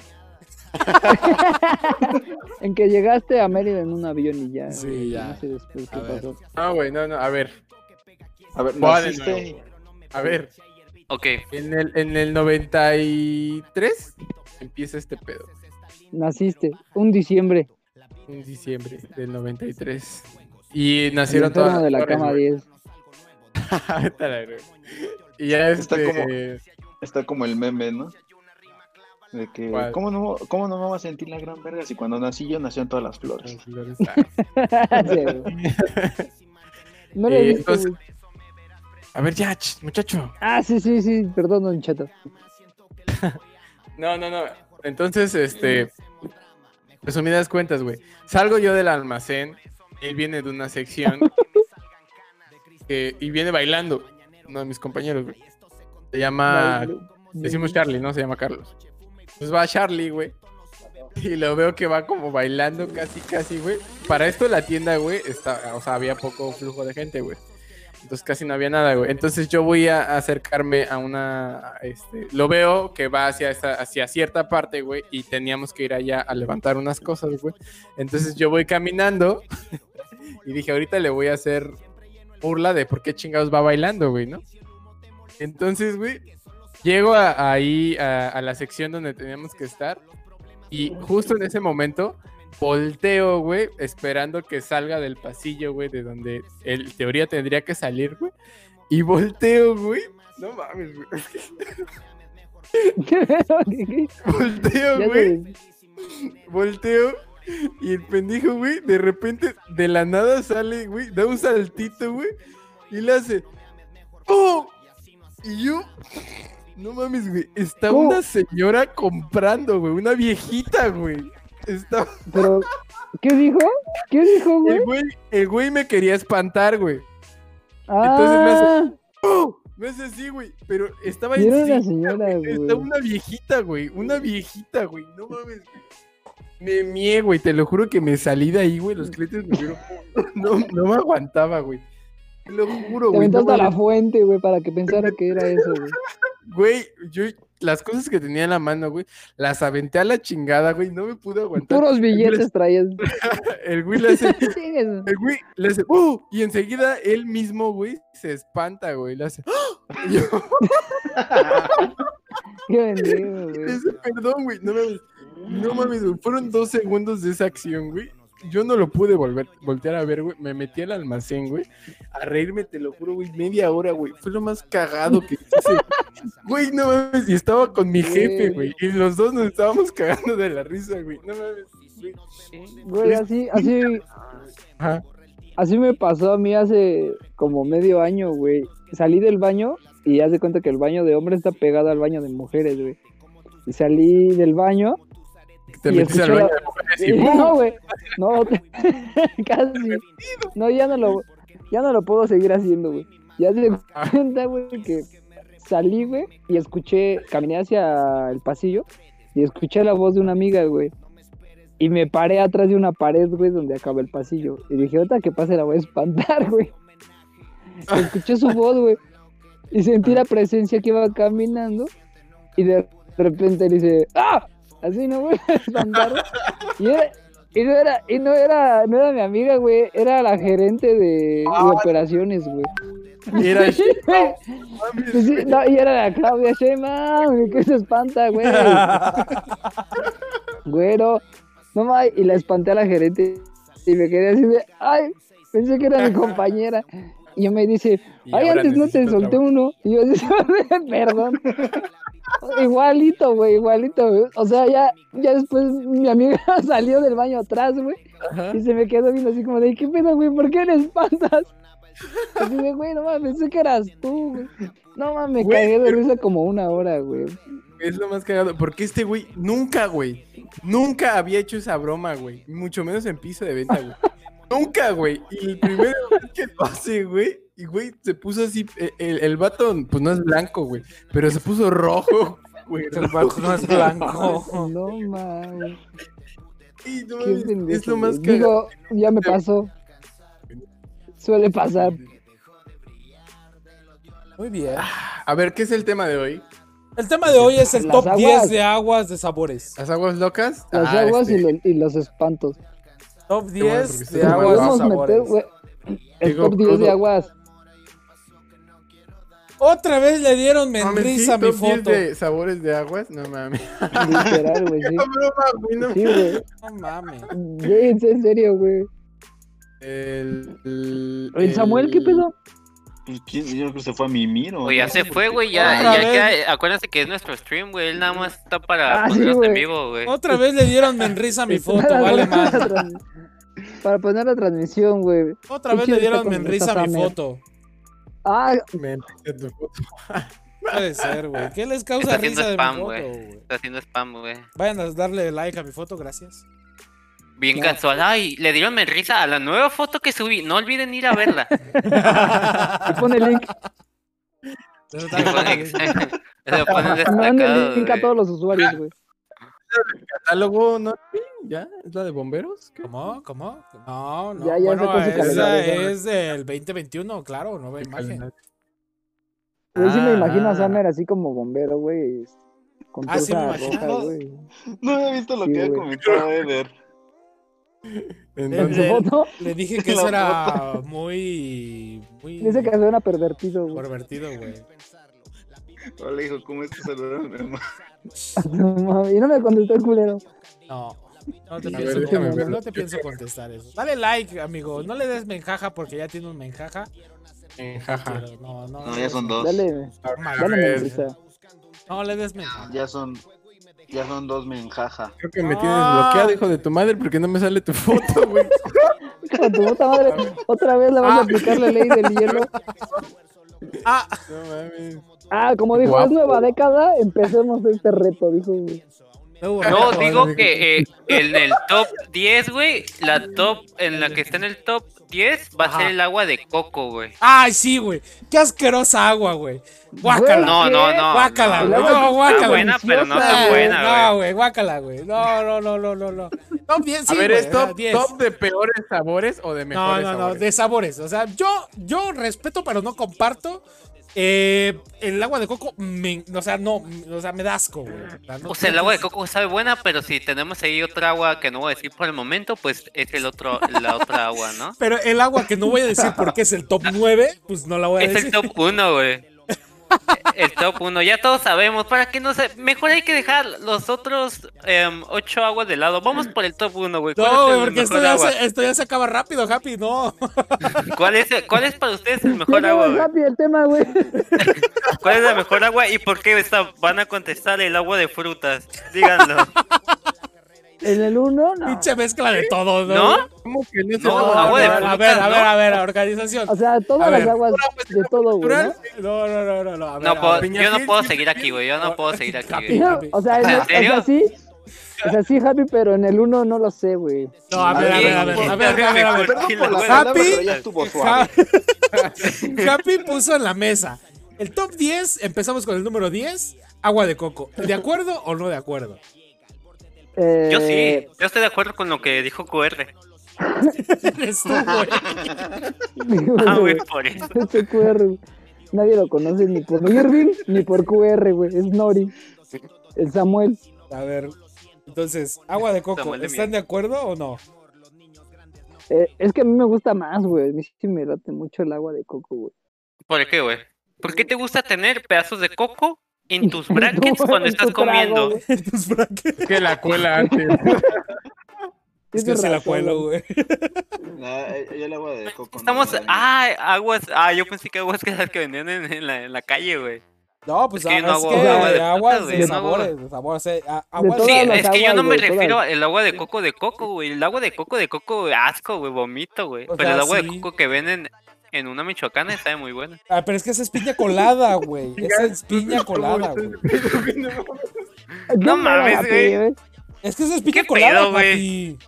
En que llegaste a Mérida en un avión y ya. Sí, güey, ya. No sé después qué A ver. pasó. No, güey, no, no, a ver, A ver, Voy de naciste. a ver. Ok, En el, en el 93 empieza este pedo. Naciste un diciembre. En diciembre del 93. Y El nacieron todas entorno las de la flores, cama 10. güey. [laughs] Vete a la verga. y ya Está este... como- Está como el meme, ¿no? De que, ¿Cuál? ¿cómo no, ¿cómo no me vas a sentir la gran verga si cuando nací yo nacían todas las flores? [laughs] Sí, güey. no le Eh, diste, entonces- güey. A ver, ya, ch, muchacho. Ah, sí, sí, sí. Perdón, don Chato. No, no, no. Entonces, este. Resumidas cuentas, güey. Salgo yo del almacén. Él viene de una sección. que- y viene bailando. Uno de mis compañeros, güey. Se llama. Ah, [laughs] Decimos Charlie, ¿no? Se llama Carlos. Pues va Charlie, güey. Y lo veo que va como bailando casi, casi, güey. Para esto la tienda, güey, está, o sea, había poco flujo de gente, güey. Entonces casi no había nada, güey. Entonces yo voy a acercarme a una, a este, lo veo que va hacia, esa- hacia cierta parte, güey, y teníamos que ir allá a levantar unas cosas, güey. Entonces yo voy caminando [laughs] y dije, ahorita le voy a hacer burla de por qué chingados va bailando, güey, ¿no? Entonces, güey, Llego a- ahí a, a la sección donde teníamos que estar y justo en ese momento volteo, güey, esperando que salga del pasillo, güey, de donde en teoría tendría que salir, güey. Y volteo, güey. [laughs] No mames, güey. [laughs] Volteo, güey. Volteo. Y el pendejo, güey, de repente, de la nada sale, güey, da un saltito, güey, y le hace. ¡Oh! Y yo. No mames, güey. Está ¿Cómo? una señora comprando, güey. Una viejita, güey. Está... Pero, ¿qué dijo? ¿Qué dijo, güey? El, güey. el güey me quería espantar, güey. entonces me hace- Ah, ¡Oh! No es así, güey. Pero estaba y era una encima, señora, güey. Está güey. una viejita, güey. Una viejita, güey. No mames, güey. Me mié, güey. Te lo juro que me salí de ahí, güey. Los clientes me vieron. como- No, no me aguantaba, güey. Te lo juro, Te güey. no aventaste a la mames. fuente, güey, para que pensara que era eso, güey. Güey, yo las cosas que tenía en la mano, güey, las aventé a la chingada, güey. No me pude aguantar. Puros billetes traías. El güey [laughs] le hace. Chingues. El güey le hace. ¡Uh! Y enseguida él mismo, güey, se espanta, güey. Le hace. ¡Ah! Y yo, Qué bendigo, güey. le hace, perdón, güey. No mames. No mames, güey. Fueron dos segundos de esa acción, güey. Yo no lo pude volver, voltear a ver, güey. Me metí al almacén, güey. A reírme, te lo juro, güey. Media hora, güey. Fue lo más cagado que hice. Güey, no mames. Y estaba con mi jefe, güey. Y los dos nos estábamos cagando de la risa, güey. No mames. güey. Güey, así, así, Ajá. así me pasó a mí hace como medio año, güey. Salí del baño y haz de cuenta que el baño de hombres está pegado al baño de mujeres, güey. Y salí del baño Te Y metiste al escuché baño la- de mujeres Sí, [laughs] y ¡pum! no, güey. No, [laughs] casi. No, ya no lo, ya no lo puedo seguir haciendo, güey. Ya se cuenta, güey, que salí, güey, y escuché, caminé hacia el pasillo y escuché la voz de una amiga, güey. Y me paré atrás de una pared, güey, donde acaba el pasillo. Y dije, ahorita que pase la voy a espantar, [laughs] güey. Escuché su voz, güey. Y sentí la presencia que iba caminando. Y de repente dice, ¡ah! Así no, güey, me espantaron. Y, era- y no era, y no era, no era mi amiga, güey. Era la gerente de, de operaciones, güey. Y era [laughs] así, Pues sí, no, y era la Claudia Sheinbaum, que se espanta, güey. Güero. No mames, y la espanté a la gerente y me quedé así de, ay, pensé que era mi compañera. Y yo me dice, Y ay, ahora antes no te necesito solté trabajo. uno. Y yo así, [laughs] perdón. Igualito, güey, igualito. güey. O sea, ya, ya después mi amiga [laughs] salió del baño atrás, güey. Ajá. Y se me quedó viendo así como de, ¿qué pedo, güey? ¿Por qué le espantas? Así de, güey, no mames, pensé que eras tú, güey. No mames, me Güey, cagué de pero- risa como una hora, güey. Es lo más cagado. Porque este güey nunca, güey. Nunca había hecho esa broma, güey. Mucho menos en piso de venta, [laughs] güey. nunca, güey. Y el primero que lo hace, güey. Y, güey, se puso así. eh, El, el vato, pues no es blanco, güey. Pero se puso rojo, güey. El barco no es blanco. No mames, Y no qué mames, pendejo. es lo más güey. Digo, cagado. ya me pasó. Suele pasar. [laughs] Muy bien. A ver, ¿qué es el tema de hoy? El tema de hoy es el Las top aguas. 10 de aguas de sabores. ¿Las aguas locas? Las Ah, aguas este, y, lo- y los espantos. Top bueno, porque 10 estoy de tomando aguas de Podemos sabores. meter, güey, el Digo, top 10 de crudo. aguas. Otra vez le dieron mentriz mames, a sí, mi top 10 foto. de sabores de aguas? No mames. [laughs] Literal, güey, [laughs] sí. Qué broma, güey, no Sí, güey. No mames. Güey, es en serio, güey. El, el, ¿El Samuel qué pedo? Pues, ¿quién? Yo creo que se fue a mimir o Güey, ya no se sé fue, por güey, qué. ya, Otra ya vez. que- eh, acuérdense que es nuestro stream, güey, él nada más está para Ah, sí, ponernos güey. en vivo, güey. Otra vez le dieron menriz [laughs] a mi foto, Para vale poner más. la trans- Para poner la transmisión, güey. Otra vez le dieron menriz a mi foto. Ah, [laughs] Me metí a tu foto. Puede ser, güey. ¿Qué les Está causa haciendo risa de mi spam, foto, güey. güey? Está haciendo spam, güey. Vayan a darle like a mi foto, gracias. Bien casual. Ay, le dieron risa a la nueva foto que subí. No olviden ir a verla. le pone el [laughs] link. Entonces, Se lo ponen- dale, [laughs] dale. se lo ponen Manda destacado. el link a güey. todos los usuarios, güey. ¿Catálogo no? ¿Ya? ¿Es la de bomberos? ¿Qué? [laughs] ¿Cómo? ¿Cómo? No, no. Ya, ya bueno, sacó su esa calendario, ya. es del 2021, claro, nueva imagen. Yo sí me Ah, imagino ah. a Summer así como bombero, güey. es- Con Ah, sí trusa me imagino. roja, güey. [laughs] No había visto lo Sí, que había güey. comentado Eder. En su Entonces, El- foto Le dije [laughs] que La eso era muy. Muy. dice que suena pervertido, güey. pervertido, güey. Hola, hijo, ¿cómo estás? Saludos, mi amor. [laughs] No mames, Y no me contestó el culero. No. No te, A ver, pienso, déjame contestar- verlo. no te pienso contestar eso. Dale like, amigo. No le des menjaja porque ya tiene un menjaja. eh, jaja. Pero no, no, No, ya son dos. Dale, Mal. dale, ver. mentriza. No le des menjaja. Ya son, ya son dos menjaja. Creo que me Ah. tienes bloqueado, hijo de tu madre, porque no me sale tu [laughs] foto, güey. Con tu puta madre, otra vez la vas a aplicar la ley del hielo. Ah, No mames. Ah, como dijo, Guapo. es nueva década, empecemos este reto, dijo, güey. hubo No, reto. digo que eh, en el top 10, güey, la top, en la que está en el top 10 va a Ajá. ser el agua de coco, güey. Ay, sí, güey. Qué asquerosa agua, güey. Guácala. No, no, no. Guácala, no. güey. agua No, está Está guácala. buena, pero no Ay, está buena, No, güey. güey, guácala, güey. No, no, no, no, no, no. Top 10, sí, a ver, güey, ¿es top, ah, 10. top de peores sabores o de No, mejores no, no, sabores? de sabores. O sea, yo, yo respeto, pero no comparto. Eh, el agua de coco, me- o sea, no, o sea, me da asco, güey. O sea, no O sea, el agua de sientes- coco sabe buena, pero si tenemos ahí otra agua que no voy a decir por el momento, pues es el otro, la otra agua, ¿no? Pero el agua que no voy a decir porque es el top 9, pues no la voy a Es el decir. top 1, güey. El top 1, ya todos sabemos. Para que no se. Mejor hay que dejar los otros 8 aguas de lado. Vamos por el top 1, güey. ¿Cuál No, es güey, el porque esto mejor ya, agua? se, esto ya se acaba rápido, Happy, no. ¿Cuál es, ¿Cuál es para ustedes el mejor Tiene más agua, güey? rápido el tema, güey. ¿Cuál es la mejor agua y por qué está- van a contestar el agua de frutas? Díganlo. En el 1, no. Pinche mezcla de todo, ¿no? ¿No? ¿Cómo que en ese No, sabor? agua de a ver, a ver, a ver, a ver, organización. O sea, todas A las ver. aguas de todo, güey. ¿no? No, no, no, no, no. A ver, No a puedo- ver. yo no puedo seguir aquí, güey. Yo no puedo seguir aquí, güey. No, O sea, en ¿En el- o sea, serio? sí. O sea, sí, Happy, pero en el 1 no lo sé, güey. No, a ver, a ver, a ver, a ver, a ver, a ver. Perdón por la Happy- palabra, pero ya estuvo suave. Ja- [laughs] Happy puso en la mesa. El top 10, empezamos con el número 10, agua de coco. ¿De acuerdo o no de acuerdo? [laughs] Eh, [laughs] Yo sí, yo estoy de acuerdo con lo que dijo QR. Eres tú, güey. Ah, güey, por eso. Este QR, güey. Nadie lo conoce ni por Irving ni por QR, güey. Es Nori. El Samuel. A ver. Entonces, agua de coco, Samuel de ¿están de acuerdo o no? [laughs] Eh, es que a mí me gusta más, güey. A mí sí me late mucho el agua de coco, güey. ¿Por qué, güey? ¿Por qué te gusta tener pedazos de coco en tus brackets No, cuando en estás tu trago, comiendo? güey. Tus brackets. Que la cuela [laughs] antes. Es que Tienes se la razón, cuelo, güey. güey. Nah, yo Ah, eh, el agua de coco. no Estamos. me da, ¿no? Ah, aguas. Ah, yo pensé que aguas que las que vendían en, en la, en la calle, güey. No, pues Es que yo no ah, es hago que agua de aguas frutas, de güey, no hago- sabores, de sabores. eh, a- aguas Todas Sí, las es que yo aguas, no me güey, todas. refiero al agua de coco de coco, güey. El agua de coco de coco, güey, asco, güey, vomito, güey. O Pero el sea, agua de sí. coco que venden en una michoacana está muy buena. Ah, pero es que esa es piña colada, güey. Esa es piña colada, güey. No ¿Qué mames, pedo, güey. Gapi, Es que esa es piña ¿Qué colada, pedo, papi.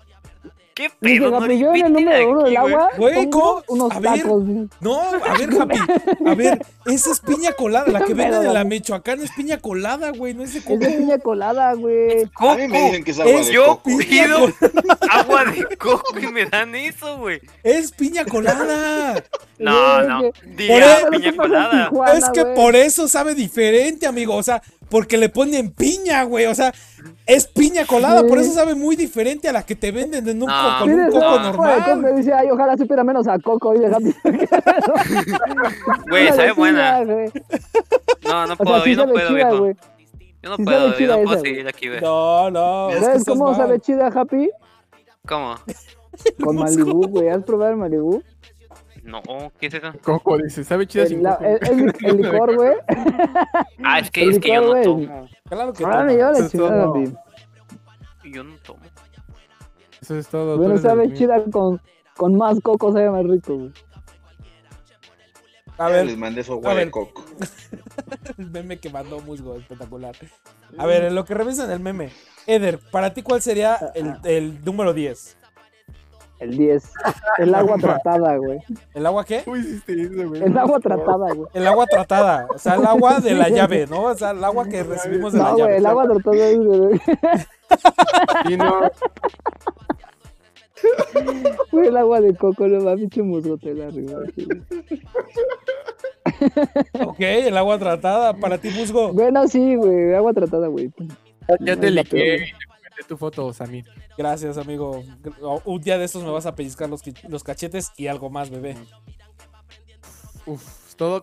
¿Qué Dice, pedo? Gapi, le yo en el inviten número uno aquí, del güey. agua Güey, pongo ¿cómo? A unos ver. tacos. [laughs] No, a ver, Japi. A ver, esa es piña colada. La que Pero, venden en la Gapi. Michoacán es piña colada, güey. No es de Es de coco. piña colada, güey. A mí me Coco. dicen que es agua es de Yo coco. [laughs] pido agua de coco y me dan [laughs] eso, güey. Es piña colada. No, Güey, no. que- Diría eso- Pero piña tú pasas colada. Tijuana, es que güey. por eso sabe diferente, amigo. O sea, porque le ponen piña, güey. O sea, es piña colada. Por eso sabe muy diferente a la que te venden en un No, co- con Tienes un coco un poco de coco normal. y dice, ay, ojalá supiera menos a coco. Y de Gapi, [laughs] Güey, una sabe vecina, buena. güey. No, no O sea, puedo, sí yo no sabe puedo, chida, viejo. güey. Yo no Sí puedo, sabe yo no chida puedo esa, seguir aquí, güey. No, no. es que ¿Sabes estás cómo mal. sabe chida, [laughs] Happy? ¿Cómo? Con Malibu, güey. ¿Has probado el Malibu? No, ¿qué es eso? Coco dice, sabe chida sin El, la- coco. el- el- el licor, güey. [laughs] Ah, es que, El es que yo no licor, tomo. güey. Claro que Ah, toma. me lleva la Eso es chingada, todo. Gapi. Yo no [laughs] tomo. Eso es todo. tú Bueno, eres sabe del mío. chida con, con más coco, sabe más rico, güey. A ver, Les mandé su A agua ver. de coco. el meme que mandó Musgo, espectacular. A ver, en lo que revisan el meme. Eder, ¿para ti cuál sería el, el número 10? El 10. El [laughs] agua tratada, güey. ¿El agua qué? ¿Cómo hiciste eso, güey? El agua tratada, güey. El agua tratada, o sea, el agua de la llave, ¿no? O sea, el agua que recibimos de la No, güey, llave. el agua tratada es de... Sí, no. Güey, el agua de coco, no va pinche musgotela arriba. así, güey. Ok, el agua tratada, para ti, Musgo. Bueno, sí, güey, agua tratada, güey. [laughs] Ya te No, la liqué peor. y te comenté tu foto, Samir. Gracias, amigo. Un día de estos me vas a pellizcar los, qui- los cachetes y algo más, bebé. Uf, todo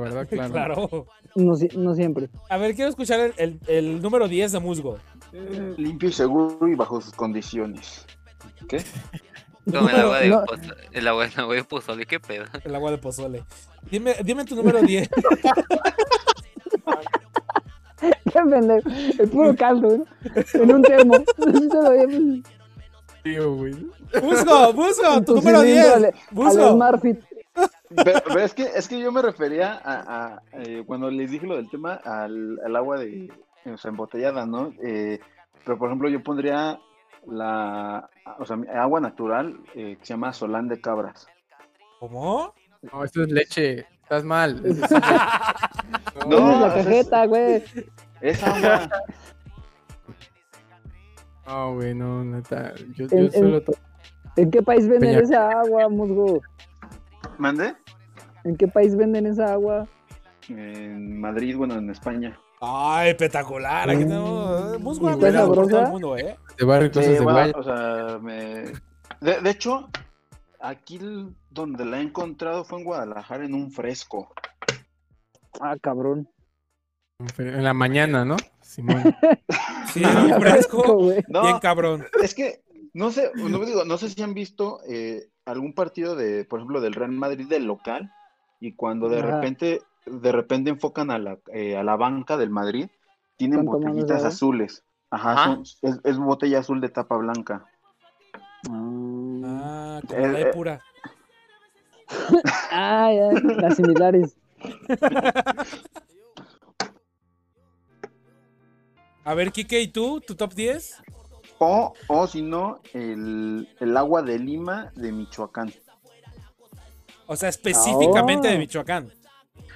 [laughs] ¿verdad? Claro. Claro. No, si- no siempre. [laughs] A ver, quiero escuchar el, el- el número 10 de Musgo. Limpio y seguro y bajo sus condiciones. ¿Qué? Con el agua de no. pozo- el agua, el agua de pozole, qué pedo. El agua de pozole. Dime, dime tu número [laughs] 10. Qué pendejo. El puro caldo, ¿no? En un termo. [laughs] Sí, pues, te lo llevas. Tío, güey. Musgo, Musgo, Ah, tu Tu número cilindro al- 10. al Musgo. Smartfit. Pero, pero es, que, es que yo me refería a, a, eh, cuando les dije lo del tema al, al agua de o sea, embotellada, ¿no? Eh, pero por ejemplo yo pondría la o sea, agua natural eh, que se llama Solán de Cabras. ¿Cómo? No, esto es leche. Estás mal. No, Tienes o la sea, es- cajeta, güey. Es agua. No, güey, no, neta. Yo, En- yo en- solo to- ¿En qué país venden Peña. esa agua, musgo? ¿Mande? ¿En qué país venden esa agua? En Madrid, bueno, en España. Ay, espectacular. Aquí tenemos. eh, Musgo ¿Está amigo, por sabrosa? todo el mundo, ¿eh? de barrio cosas Sí, de bueno, guay. o sea, me- de, de hecho, aquí l- donde la he encontrado fue en Guadalajara en un fresco. Ah, cabrón. En la mañana, ¿no? Simón. Sí, [laughs] un fresco. güey. No, Bien cabrón. es que no sé, no digo, no sé si han visto eh, algún partido de, por ejemplo, del Real Madrid del local y cuando de Ajá. repente, de repente enfocan a la, eh, a la banca del Madrid, tienen Están tomando botellitas esa, ¿eh? azules. Ajá, Ajá. son- es, es botella azul de tapa blanca. Ah, como la Eh, eh. pura. Ah, ya, las similares. A ver, Kike, ¿y tú? ¿Tu top 10? O, o si no, el, el agua de Lima de Michoacán. O sea, específicamente Ah. de Michoacán.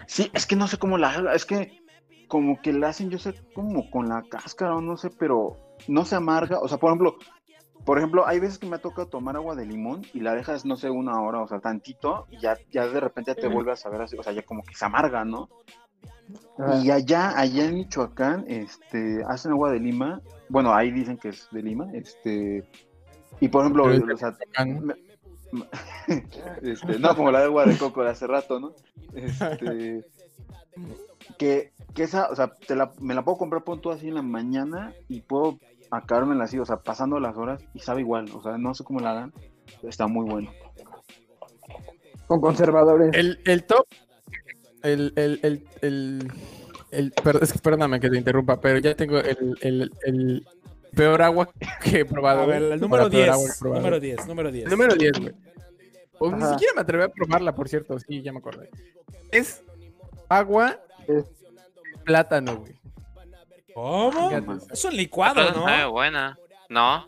Sí, es que no sé cómo la haga, es que como que la hacen, yo sé, como con la cáscara o no sé, pero no se amarga. O sea, por ejemplo, por ejemplo, hay veces que me ha tocado tomar agua de limón y la dejas, no sé, una hora, o sea, tantito, y ya, ya de repente te vuelve a saber así, o sea, ya como que se amarga, ¿no? Ah. Y allá, allá en Michoacán, este, hacen agua de Lima, bueno, ahí dicen que es de Lima, este, y por ejemplo, Pero es de o sea, Michoacán, ¿no? me- Este, no, como la de agua de coco de hace rato, ¿no? Este, que, que esa, o sea, te la- me la puedo comprar punto así en la mañana y puedo acabármela así, o sea, pasando las horas y sabe igual, o sea, no sé cómo la hagan, pero está muy bueno. Con conservadores. El, el top. El, el, el, el, el- per- es que perdóname que te interrumpa, pero ya tengo el, el, el peor agua que he probado. A ver, güey, el número para peor agua que he 10. probado. Número 10, número 10. El número 10, güey. O ni Ajá. siquiera me atreví a probarla, por cierto, sí, ya me acordé. Es agua Es- plátano, güey. ¿Cómo? Fíjate. Es un licuado, ¿no? Sabe buena. No.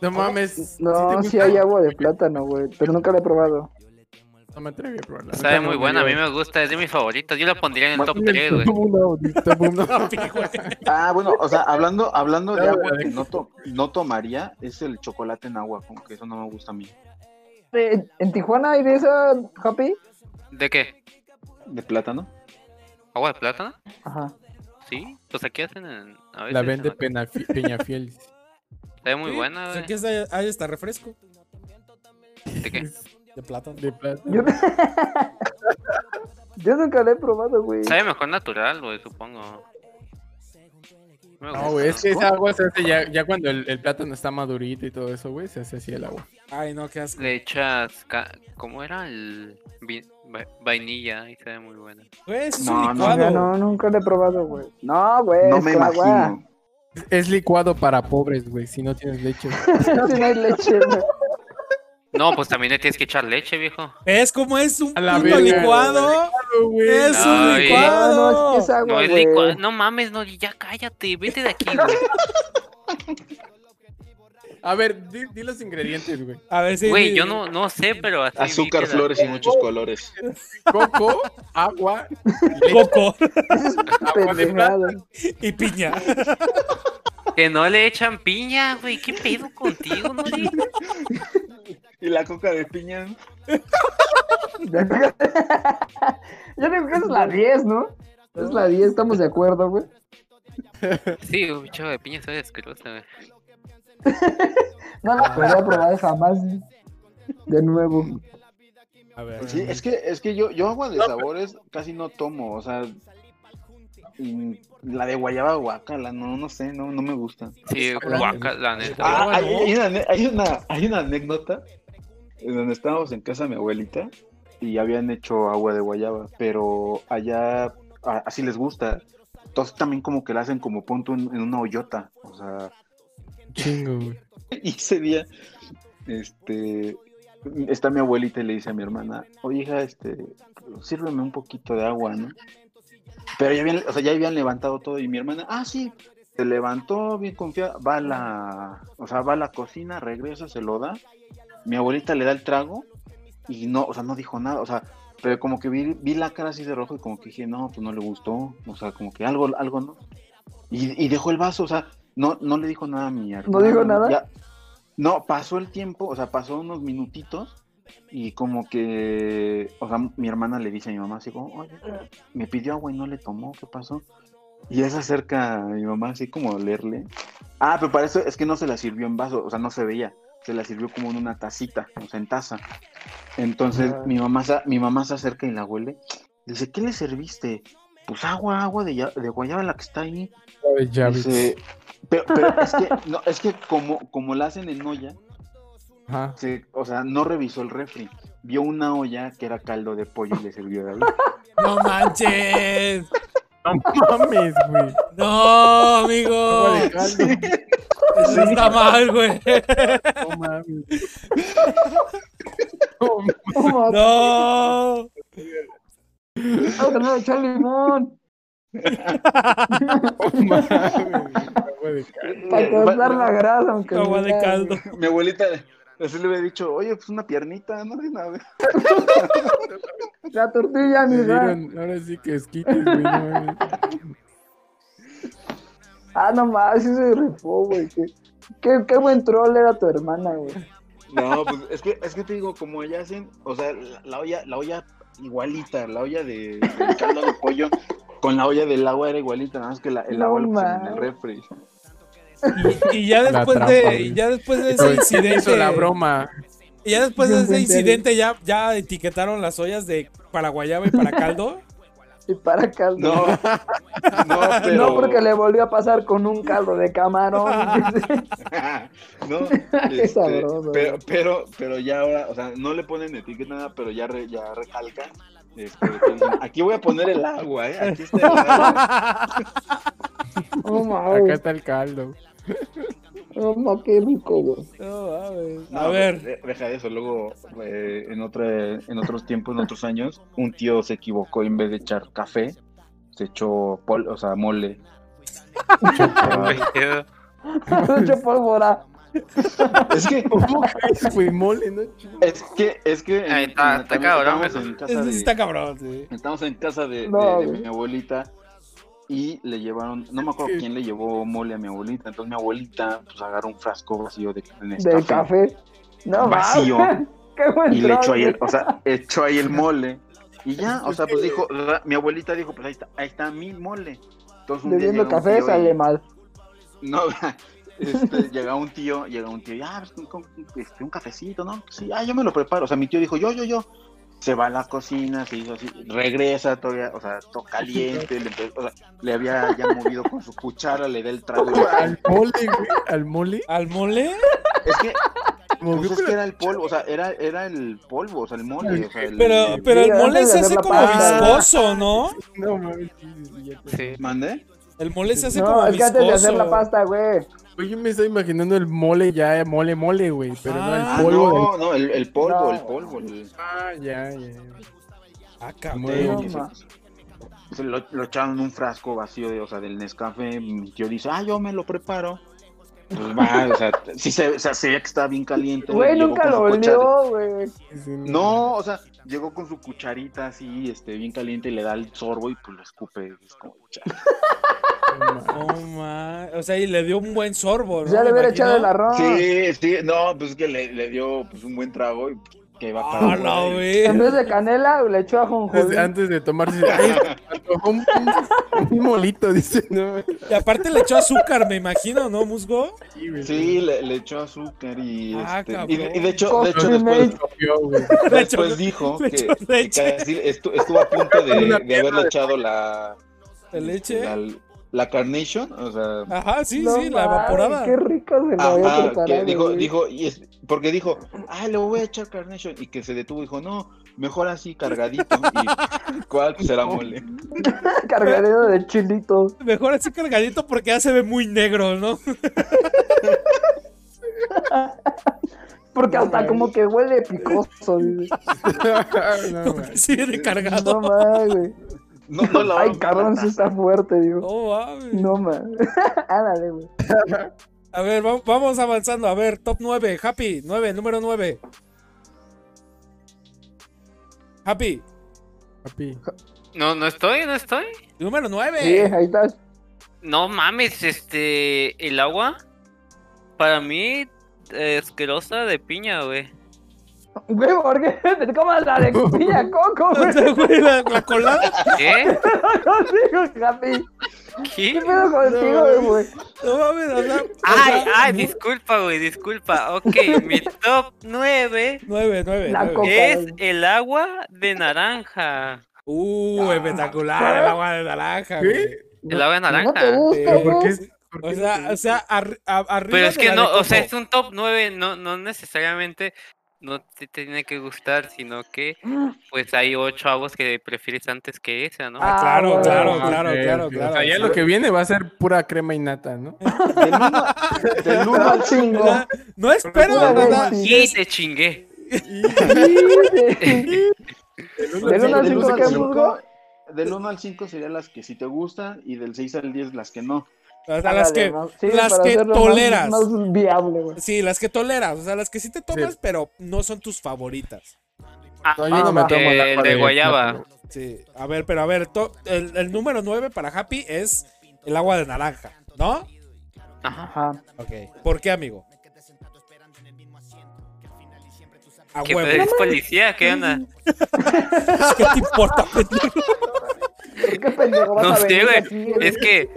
No mames. Oh, No, te sí gusta? hay agua de plátano, güey, pero nunca la he probado. No me atreví a probarla. Sabe Ahorita muy no buena, a mí dio. me gusta, es de mis favoritos. Yo la pondría en el top 3, Top güey. uno, [laughs] top uno. Ah, bueno, o sea, hablando, hablando de Ah, agua güey. que no, to- no tomaría, es el chocolate en agua, como que eso no me gusta a mí. Eh, ¿En Tijuana hay de esa, Happy? ¿De qué? ¿De plátano? ¿Agua de plátano? Ajá. Sí. Pues aquí hacen en. a veces La en vende la- Peñafi- Peñafiel. Sabe muy Sí, buena, pues güey. aquí está, ahí está refresco ¿De qué? de plátano. de plátano. Yo, Yo nunca la he probado, güey. Sabe mejor natural, güey, supongo. Me gusta. No, güey, es que esa agua se hace ya, ya cuando el, el plátano está madurito y todo eso, güey, se hace así el agua. Ay, no, qué asco. Le echas. ca- ¿Cómo era? El. vi- va- Vainilla y sabe muy buena. Güey, es No, un no, No, licuado. no, no, nunca la he probado, güey. No, güey. no es me con agua. imagino. Es, es licuado para pobres, güey, si no [laughs] tienes leche. Si [laughs] no hay leche, güey. No, pues también le tienes que echar leche, viejo. ¿Ves cómo es un A la puto verga, licuado? Es un Ay. No, no, es que licuado. es agua, No, es güey. licuado. No mames, no, ya cállate, vete de [laughs] aquí, güey. A ver, di, di los ingredientes, güey. A ver si. Güey, yo no, no sé, pero así. vi Azúcar, que la- flores y muchos colores. Coco, agua, leche, Coco agua de Pendejada. plátano. y piña. Que no le echan piña, güey. ¿Qué pedo contigo, no? Nori? Y la coca de piña. [laughs] Ya creo que- [laughs] Yo digo que es la 10, ¿no? Es la 10, estamos de acuerdo, güey. Sí, güey, chavo de piña soy asquerosa, güey. No la podría probar jamás. De nuevo. A ver. Sí, es que, es que yo, yo agua de sabores casi no tomo, o sea, mm, la de guayaba guacala, no, no sé, no, no me gusta. Sí, guaca, la neta. Ah, hay, hay una, ane- hay, una, hay una anécdota en donde estábamos en casa de mi abuelita y habían hecho agua de guayaba, pero allá a- así les gusta. Entonces también como que la hacen como punto en, en una hoyota, o sea, Chingo, güey. [laughs] y ese día, este, está mi abuelita y le dice a mi hermana, oye hija, este, sírveme un poquito de agua, ¿no? Pero ya habían, o sea, ya habían levantado todo y mi hermana, ah, sí, se levantó bien confiada, va a la, o sea, va a la cocina, regresa, se lo da, mi abuelita le da el trago y no, o sea, no dijo nada, o sea, pero como que vi, vi la cara así de rojo y como que dije, no, pues no le gustó, o sea, como que algo, algo no. Y, y dejó el vaso, o sea, no, no le dijo nada a mi hermana. dijo nada? Ya- no, pasó el tiempo, o sea, pasó unos minutitos y como que, o sea, mi hermana le dice a mi mamá así como, oye, me pidió agua y no le tomó, ¿qué pasó? Y ella se acerca a mi mamá así como a leerle. Ah, pero para eso es que no se la sirvió en vaso, o sea, no se veía, se la sirvió como en una tacita, o sea, en taza. Entonces Ah. mi, mamá se, mi mamá se acerca y la huele. y Dice, ¿qué le serviste? Pues agua, agua de, ya- de guayaba la que está ahí. De Javis. Dice, pero, pero es que, no, es que como, como la hacen en olla, Ajá. se- o sea, no revisó el refri. Vio una olla que era caldo de pollo y le sirvió de ahí. No manches. No mames, güey. No, Agua amigo. Oh, de caldo, Eso está mal, güey. no mames. No mames. ¿Cómo? No. No. no le echar limón. No mames, agua de [laughs] caldo. Para cortar la grasa, aunque Agua de sea, caldo. güey. Mi abuelita así le había dicho, oye, pues una piernita, no de nada. La tortilla, Le mi rey. dieron, ahora sí que esquites, güey. [laughs] no mames. Ah, no más, sí se rifó, güey. Qué, qué, qué buen troll era tu hermana, güey. No, pues es que, es que te digo, como allá hacen, o sea, la, la olla, la olla igualita, la olla de, del caldo de pollo con la olla del agua era igualita, nada más que la- el No agua lo pusieron en mames. el refri. Y, y ya La después trampa, de, güey. y ya después de Pero ese ¿quién incidente. hizo la broma? Y ya después de Bien ese buen Terry. incidente ya, ya etiquetaron las ollas de paraguayaba y para [laughs] caldo. Y para caldo. No, no, pero. No, porque le volvió a pasar con un caldo de [laughs] camarón. [laughs] [laughs] no, Qué este, sabroso. Pero, pero, pero ya ahora, o sea, no le ponen etiqueta nada, pero ya, re- ya recalca. este, que dicen, aquí voy a poner el agua, ¿eh? Aquí está el agua. Oh, Acá mames. está el caldo. Oh, ma, qué [laughs] rico, güey. No, mames. No, a ver, de- Deja eso. Luego, eh, en, otra, en otros tiempos, en otros años, un tío se equivocó y en vez de echar café, se echó pol, o sea, mole. Ah, Mucho pólvora. es que, [laughs] Güey, mole, ¿no? es que, es que. Ahí está, está también cabrón, estábamos en casa eso sí de- está cabrón. sí. Estamos en casa de, de- No, de güey. mi abuelita y le llevaron, no me acuerdo quién le llevó mole a mi abuelita. Entonces mi abuelita pues agarró un frasco vacío de Del Nescafé café. No, Vacío. mames. [laughs] Qué buen y le echó trozo. ahí, el, o sea, echó [laughs] ahí el mole. Y ya, o sea, pues dijo, ra- mi abuelita dijo, pues ahí está, ahí está mi mole. Entonces un día Bebiendo llega un café tío y- sale mal. [laughs] No, este, llega un tío, llega un tío, y, ah, pues, con- este, un cafecito, ¿no? Sí, ah, yo me lo preparo. O sea, mi tío dijo, yo, yo, yo. Se va a la cocina, se hizo así, regresa todavía, o sea, todo caliente, le, empe- o sea, le había ya movido con su cuchara, le da [laughs] el trago. Al mole, güey. Al mole. ¿Al mole? Es que, pues, Movió es con que la- era el polvo, o sea, era, era el polvo, o sea, el mole. O sea, el- Pero, pero el antes mole de se hacer hace la como pasta. viscoso, ¿no? No mames. sí, sí, sí, ya te- ¿Mandé? El mole se hace como No, es que viscoso. antes de hacer la pasta, Eh, güey. Güey, yo me estoy imaginando el mole ya, eh, mole, mole, güey. Pero no, Ah, el Ah, polvo. del- no, no, el, el polvo, No. el polvo. el- Ah, ya, ya. Ah, cabrón. Bueno. Sí, ma. sí, sí. Se lo, lo echaron en un frasco vacío de, o sea, del Nescafé. Mi tío dice, ah, yo me lo preparo. Pues va, o sea, sí se, o sea, se ve que está bien caliente. Güey, Llegó nunca con lo su cuchara- olió, güey. Sí, sí, No, o sea, llegó con su cucharita así, este, bien caliente, y le da el sorbo y pues lo escupe. Es como, "Chale". No ma- O sea, y le dio un buen sorbo, Pues ¿no? Ya Me le hubiera imagino. echado el arroz. Sí, sí, no, pues es que le, le dio pues, un buen trago y que va para Ah, la güey. En vez ver. [laughs] de canela, le echó a Antes, de- jonjolí. antes de tomarse. Ay, se me antojó un, un- un molito, dice. No, Y aparte le echó azúcar, me imagino, ¿no, musgo? sí, güey. Sí, le, le echó azúcar y, Ah, este, cabrón. y, de, y de hecho, de hecho Coffee después, mate. Yo, güey. [laughs] Le echó- después dijo le que, echó que leche. Casi estu- estuvo a punto de, Una de haberle echado la, de leche. la la carnation, o sea, Ajá, sí, No sí, la mames, evaporada. Qué rico se lo había ajá, preparado. que dijo, güey. dijo, y es, porque dijo, ah, le voy a echar carnation y que se detuvo y dijo, no, mejor así cargadito [laughs] y cuál pues será mole. [laughs] Cargadero de chilito. Mejor así cargadito porque ya se ve muy negro, ¿no? Porque hasta como que huele [laughs] picoso. dice. [laughs] no, güey. Sí, viene No cargado. mames, güey. No, no la Ay, cabrón, sí está fuerte, digo. No mames. No mames. [laughs] Ándale, güey. A ver, va- vamos avanzando. A ver, top 9. Happy, 9, número 9. Happy, Papi. No, no estoy, no estoy. número 9. Sí, ahí estás. No mames, este. El agua. Para mí, eh, asquerosa de piña, güey. Güey, ¿por qué [laughs] te tomas la de piña coco, [laughs] güey? [laughs] la, la colada. ¿Qué? Contigo, Capi. ¿Qué ¿Qué? pedo contigo, güey? No mames, o sea, Ay, ay, disculpa, güey, disculpa. Ok, mi top 9 9, 9. La coca, es güey. el agua de naranja. Uh, espectacular el agua de naranja, güey. El agua de No te naranja. Pero gusta, ¿Por güey. qué? por O qué- sea, ah, o sea, arri- a- arriba. Pero es de que la no, de o sea, coco. es un top 9, no, no necesariamente no te tiene que gustar, sino [gasps] que pues hay ocho aguas que prefieres antes que esa, ¿no? Ah, Ah, claro, bueno. claro, Ah, claro, ok, claro, ok. claro. O sea, ya lo que viene va a ser pura crema y nata, ¿no? Del uno- del Ah, uno al cinco. O sea, no espero Una vez, nada. sí. Y te chingué. Del uno al Del cinco, uno al ¿qué cinco- musgo? Del 1 al 5 serían las que sí te gustan y del 6 al 10 las que no. O sea, [laughs] las Ándale, que, más- las para que hacerlo más- toleras. Más, viable, güey. sí, las que toleras, o sea, las que sí te tomas, Sí. pero no son tus favoritas. Ah, No, yo no me Ah, tomo el el agua de guayaba. plátano. Sí, a ver, pero a ver, to- el, el número 9 para Happy es el agua de naranja, ¿no? Ajá. Ajá. Ok. ¿Por qué, amigo? A ¿Qué huevo. pedo? ¿Es pues, policía? ¿Qué onda? [laughs] ¿Qué te importa, [laughs] pendejo? ¿Por qué pendejo vas No a sé, venir güey, así, güey? Es que.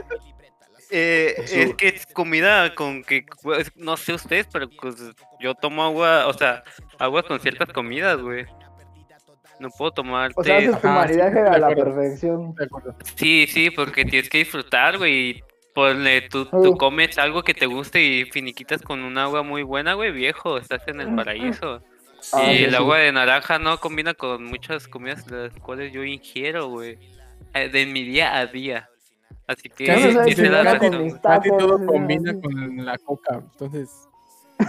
eh, Eso- es que es comida con que. pues, no sé ustedes, pero pues, Yo tomo agua, o sea, aguas con ciertas comidas, güey. No puedo tomar O sea, té. haces tu Ajá, maridaje sí, a de la acuerdo. perfección. de acuerdo. Sí, sí, porque tienes que disfrutar, güey. y Ponle, tú, tú Uf. comes algo que te guste y finiquitas con un agua muy buena, güey, viejo. Estás en el paraíso. Ah, y sí, el sí. agua de naranja no combina con muchas comidas de las cuales yo ingiero, güey. eh, De mi día a día. Así que, Ya no sabes sí se si da va razón, con güey. mis Casi tacos, todo ¿no? combina con la coca, entonces.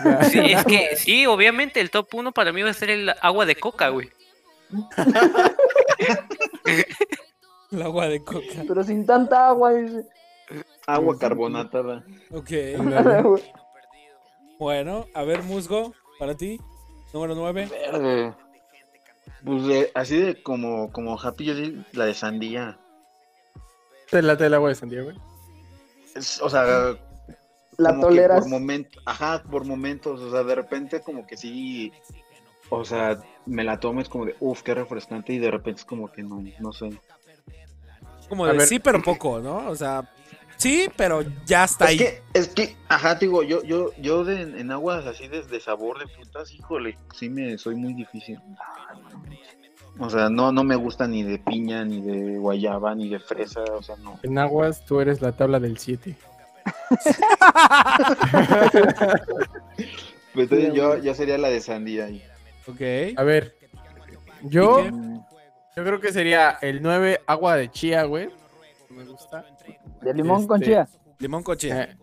ya. Sí, es que sí, obviamente el top 1 para mí va a ser el agua de coca, güey. El agua de coca. Pero sin tanta agua, dice. Ah, Agua carbonatada. Ok. Ándale. [laughs] Bueno, a ver, Musgo, para ti, número 9. Verde. Eh, Pues de- así de como, como Happy, yo diría la de sandía. ¿Te late el agua de San Diego? Es- o sea, La como que toleras. Por momentos, ajá, por momentos, o sea, de repente como que sí, o sea, me la tomo es como de, uff, qué refrescante, y de repente es como que no, no sé. Como A de ver. sí, pero poco, ¿no? O sea, sí, pero ya está ahí. Es que, es que, ajá, te digo, yo, yo, yo de- en aguas así de, de sabor de frutas, híjole, sí me, soy muy difícil. O sea, no, no me gusta ni de piña, ni de guayaba, ni de fresa, o sea, no. En aguas tú eres la tabla del 7. Pues Entonces yo, yo sería la de sandía ahí. Ok. A ver. Yo, ¿Y yo creo que sería el 9 agua de chía, güey. Me gusta. De limón con Este, chía. Limón con chía. Eh,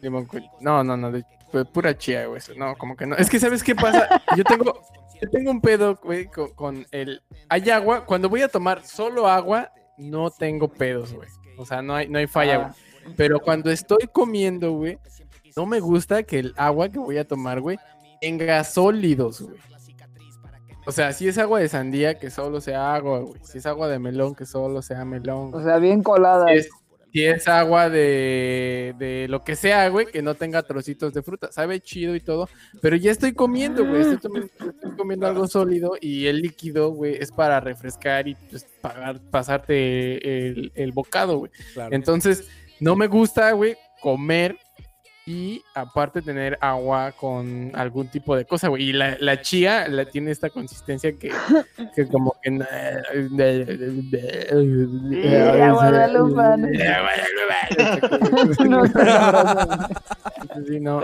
limón con- No, no, no. de- pu- pura chía, güey. eso, No, como que no. Es que, ¿sabes qué pasa? Yo tengo, yo tengo un pedo, güey, con, con el. Hay agua. Cuando voy a tomar solo agua, no tengo pedos, güey. O sea, no hay, no hay falla, güey. Ah, Pero cuando estoy comiendo, güey, no me gusta que el agua que voy a tomar, güey, tenga sólidos, güey. O sea, si es agua de sandía, que solo sea agua, güey. Si es agua de melón, que solo sea melón. o güey. sea, bien colada. [laughs] Si es, si es agua de, de lo que sea, güey, que no tenga trocitos de fruta. Sabe chido y todo, pero ya estoy comiendo, güey. Estoy, tomi- estoy comiendo algo sólido y el líquido, güey, es para refrescar y pues, pagar- pasarte el, el bocado, güey. Claro. Entonces, no me gusta, güey, comer y aparte tener agua con algún tipo de cosa, güey. Y la, la chía la tiene esta consistencia que, que como que... Guadalupe. No, está [laughs] sabroso. Sí, no.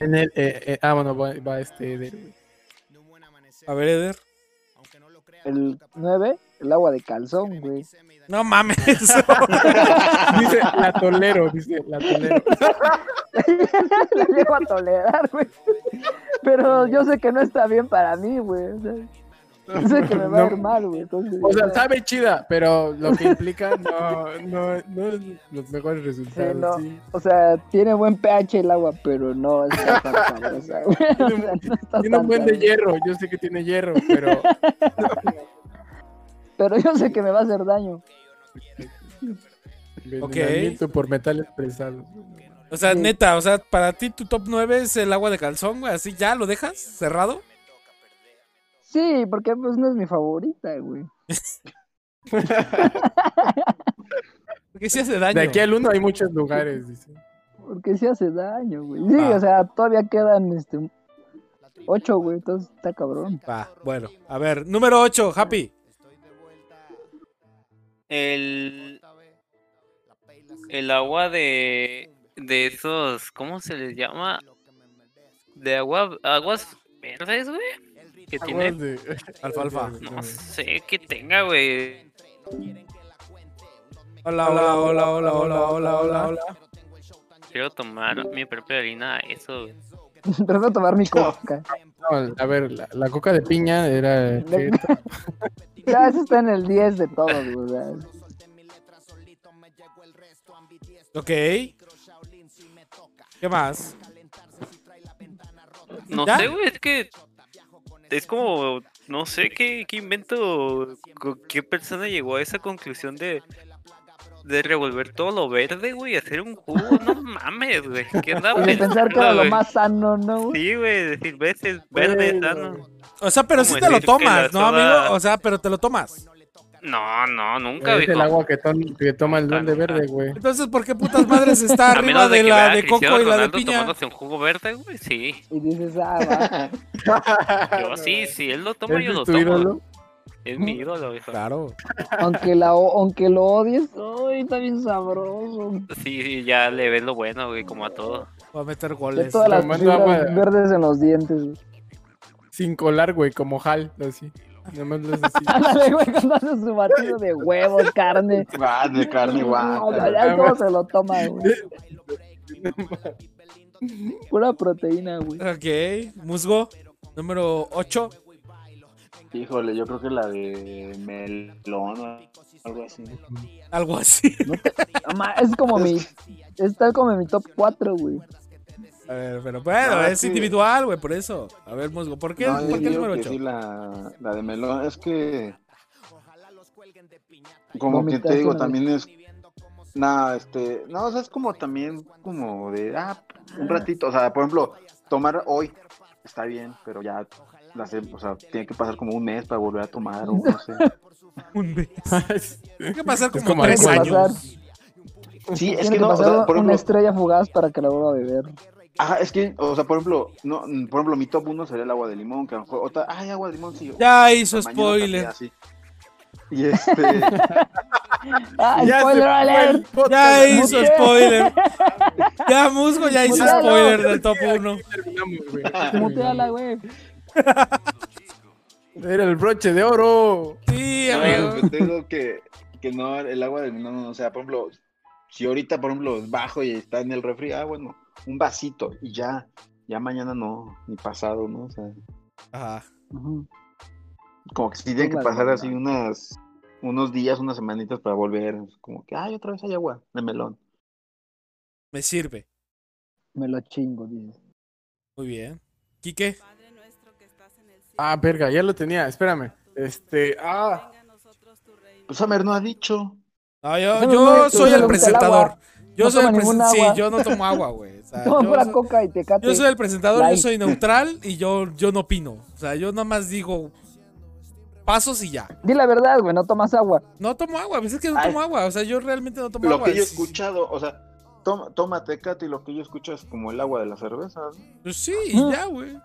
En el, eh, eh, ah, bueno, va, va este... de- A ver, Eder. El 9, el agua de calzón, güey. [laughs] No mames. [laughs] Dice, la tolero, dice, la tolero. La llevo a tolerar, güey. Pero yo sé que no está bien para mí, güey. o sea, yo sé que me va a ir No. mal, güey. Entonces, O sea, sabe chida, pero lo que implica no, no, no es los mejores resultados. no. sí. o sea, tiene buen pH el agua, pero no está tan sabrosa, güey. [laughs] O sea, no está Tiene tan un buen de sabrosa. hierro, yo sé que tiene hierro, [laughs] pero Pero yo sé que me va a [laughs] hacer daño. envenenamiento por metales pesados. O sea, Sí. neta, o sea, para ti tu top 9 es el agua de calzón, güey. Así ya lo dejas cerrado. Sí, porque pues no es mi favorita, güey. Porque sí hace daño. De aquí al uno hay muchos lugares, dice. Porque sí hace daño, güey. Sí, Ah. o sea, todavía quedan este ocho, güey. Entonces está cabrón. [laughs] Va, bueno. A ver, número 8, Happy. El. El agua de. De esos. ¿Cómo se les llama? De agua. Aguas verdes, güey. Que tiene. Alfalfa. No sé qué tenga, güey. Hola, hola, hola, hola, hola, hola, hola, hola. Quiero tomar mi propia harina. Eso, güey. Pero voy a tomar [laughs] mi coca. [laughs] No, a ver, la, la coca de piña era. ¿qué? Ya, eso está en el 10 de todo, güey. o [laughs] sea, Ok. ¿Qué más? No ¿Ya? sé, güey. Es que. Es como. No sé qué, qué invento. co- ¿Qué persona llegó a esa conclusión de. De revolver todo lo verde, güey, y hacer un jugo, no mames, güey. [laughs] ¿Qué andaba Y de pensar que pensando, era lo güey? más sano, ¿no? güey? Sí, güey, decir veces verde, sano. O sea, pero ¿Cómo sí te lo decir que la tomas, ¿no, soda- amigo? O sea, pero te lo tomas. No, no, nunca, es el viejo. agua que, to- que toma el duende verde, güey. Entonces, ¿por qué putas madres [laughs] está A arriba menos de, de que vea la a de Coco Cristiano y la de Ronaldo Piña? tomándose un jugo verde, güey, [laughs] sí. Y dices, ah, va. Yo sí, si él lo toma, ¿Ese yo es lo tu tomo. ídolo? Es mi ídolo, viejo. Claro. aunque, la, o- aunque lo odies, ay, está bien sabroso. Sí, sí, ya le ves lo bueno, güey, como a todo. Va a meter De goles. todas las tomando agua fibras de- verdes en los dientes. güey. [laughs] Sin colar, güey, como Hal, así. Nomás lo hace [laughs] así. Ándale, güey, cuando hace su batido de huevos, carne. Ah, [laughs] de carne, No, guau. ya, ya, ¿Cómo se lo toma, güey? Pura proteína, güey. Ok, musgo. Número 8. Híjole, yo creo que la de melón o algo así. Algo así. [laughs] No ma- Es como mi. Está como en mi top 4, güey. A ver, pero bueno, No, es Ah, sí. individual, güey, por eso. A ver, musgo. ¿Por qué, No, yo ¿por qué el digo número que 8? sí, la, la de melón, es que. Como que Vomitaste te digo, una también es. Nada, este. No, o sea, es como también, como de. Ah, un ratito. O sea, por ejemplo, tomar hoy está bien, pero ya. la se- o sea, tiene que pasar como un mes para volver a tomar, o no sé. [laughs] Un mes. [laughs] [laughs] Tiene que pasar Es como como 3 alcohol. años. Sí, es Tiene que que no, o pasar sea, por una ejemplo, estrella fugaz para que la vuelva a beber. Ajá, es que, o sea, por ejemplo, no, mm, por ejemplo, mi top 1 sería el agua de limón, que a lo mejor, otra, ay, agua de limón, sí. Ya hizo mañana también spoiler. así. Y [laughs] este, ¡Ah, Ya se spoiler fue el [laughs] alert! podcast. Ya hizo Puta. [laughs] spoiler. Ya musgo ya hizo Puta, no. spoiler del top 1. Terminamos, güey. Muteala, güey. Era el broche de oro. Sí, no, amigo. pues, te digo que, que no, el agua de limón, no, o sea, por ejemplo, si ahorita, por ejemplo, bajo y está en el refri, ah, bueno, un vasito y ya, ya mañana no, ni pasado, ¿no? O sea, Ajá. Ujú. como que sí tiene que Una pasar luna. así unas, unos días, unas semanitas para volver, como que, ay, otra vez hay agua de melón. Me sirve. Me lo chingo, dices. Muy bien. Quique. Ah, verga, ya lo tenía, espérame. Este, ah, Pues, a ver, no ha dicho. No, yo, No, yo no, no, soy no el le gusta el presentador. agua. Yo No soy el toma ningún presentador. Sí, agua. yo no tomo agua, güey. [laughs] O sea, Toma Ah, yo pura soy- coca y te cate. Yo soy el presentador, yo Light. soy neutral y yo, yo no opino. O sea, yo nada más digo pasos y ya. Di la verdad, güey, no tomas agua. No tomo agua, pues es que no Ay. tomo agua. O sea, yo realmente no tomo lo agua. que yo he Sí, sí. escuchado, o sea, toma, toma Tecate y lo que yo escucho es como el agua de la cerveza. ¿no? Pues sí, y Ah. ya, güey.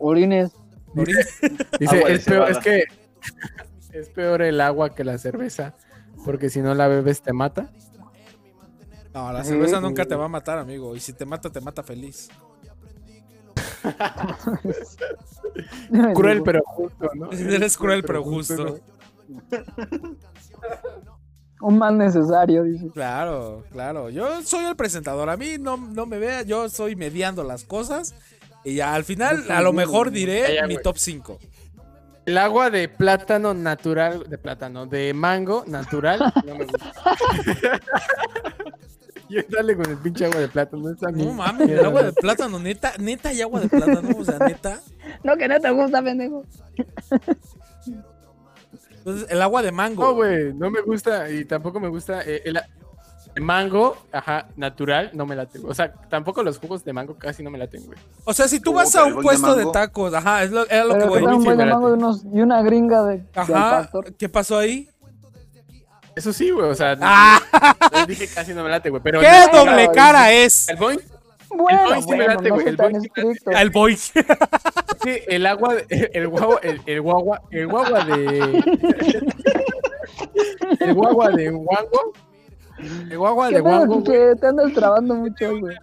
Orines. Ahorita- dice, Agua de es peor, es cebada. que [laughs] es peor el agua que la cerveza, porque si no la bebes te mata. No, la [laughs] cerveza nunca te va a matar, amigo. Y si te mata, te mata feliz. Pues Cruel pero justo, ¿no? [laughs] Eres cruel pero justo. [laughs] Un mal necesario, dices. Claro, claro. Yo soy el presentador. A mí no, no me vea. Yo soy mediando las cosas. Y ya, al final, a lo mejor diré Ya, ya, mi güey. top 5. El agua de plátano natural, de plátano, de mango natural, no me gusta. [laughs] Yo dale con el pinche agua de plátano. esa No mierda. mames, el agua de plátano, neta, neta hay agua de plátano, o sea, neta. No, que no te gusta, pendejo. Entonces, el agua de mango. No, güey, no me gusta y tampoco me gusta eh, el, a- el mango, ajá, natural, no me late. güey. O sea, tampoco los jugos de mango casi no me laten, güey. O sea, si tú Como vas a un carbón de puesto de mango. tacos, ajá, es lo, era lo que Pero que voy. trae un sí, buen de espérate. mango y, unos- y una gringa de, de al Ajá, pastor. ¿qué pasó ahí? Eso sí, güey, o sea, ¡Ah! les dije casi no me late, güey, pero ¡Qué el- doble cara es! el boing, Bueno, boing sí me bueno, late, no güey, soy el tan boing sí me late. estricto. El boy. [laughs] sí, el agua, de- el guagua, el, el guagua, el guagua de el guagua de guango, el guagua de ¿Qué pedo, guango, güey, Kike? Te andas trabando mucho, güey.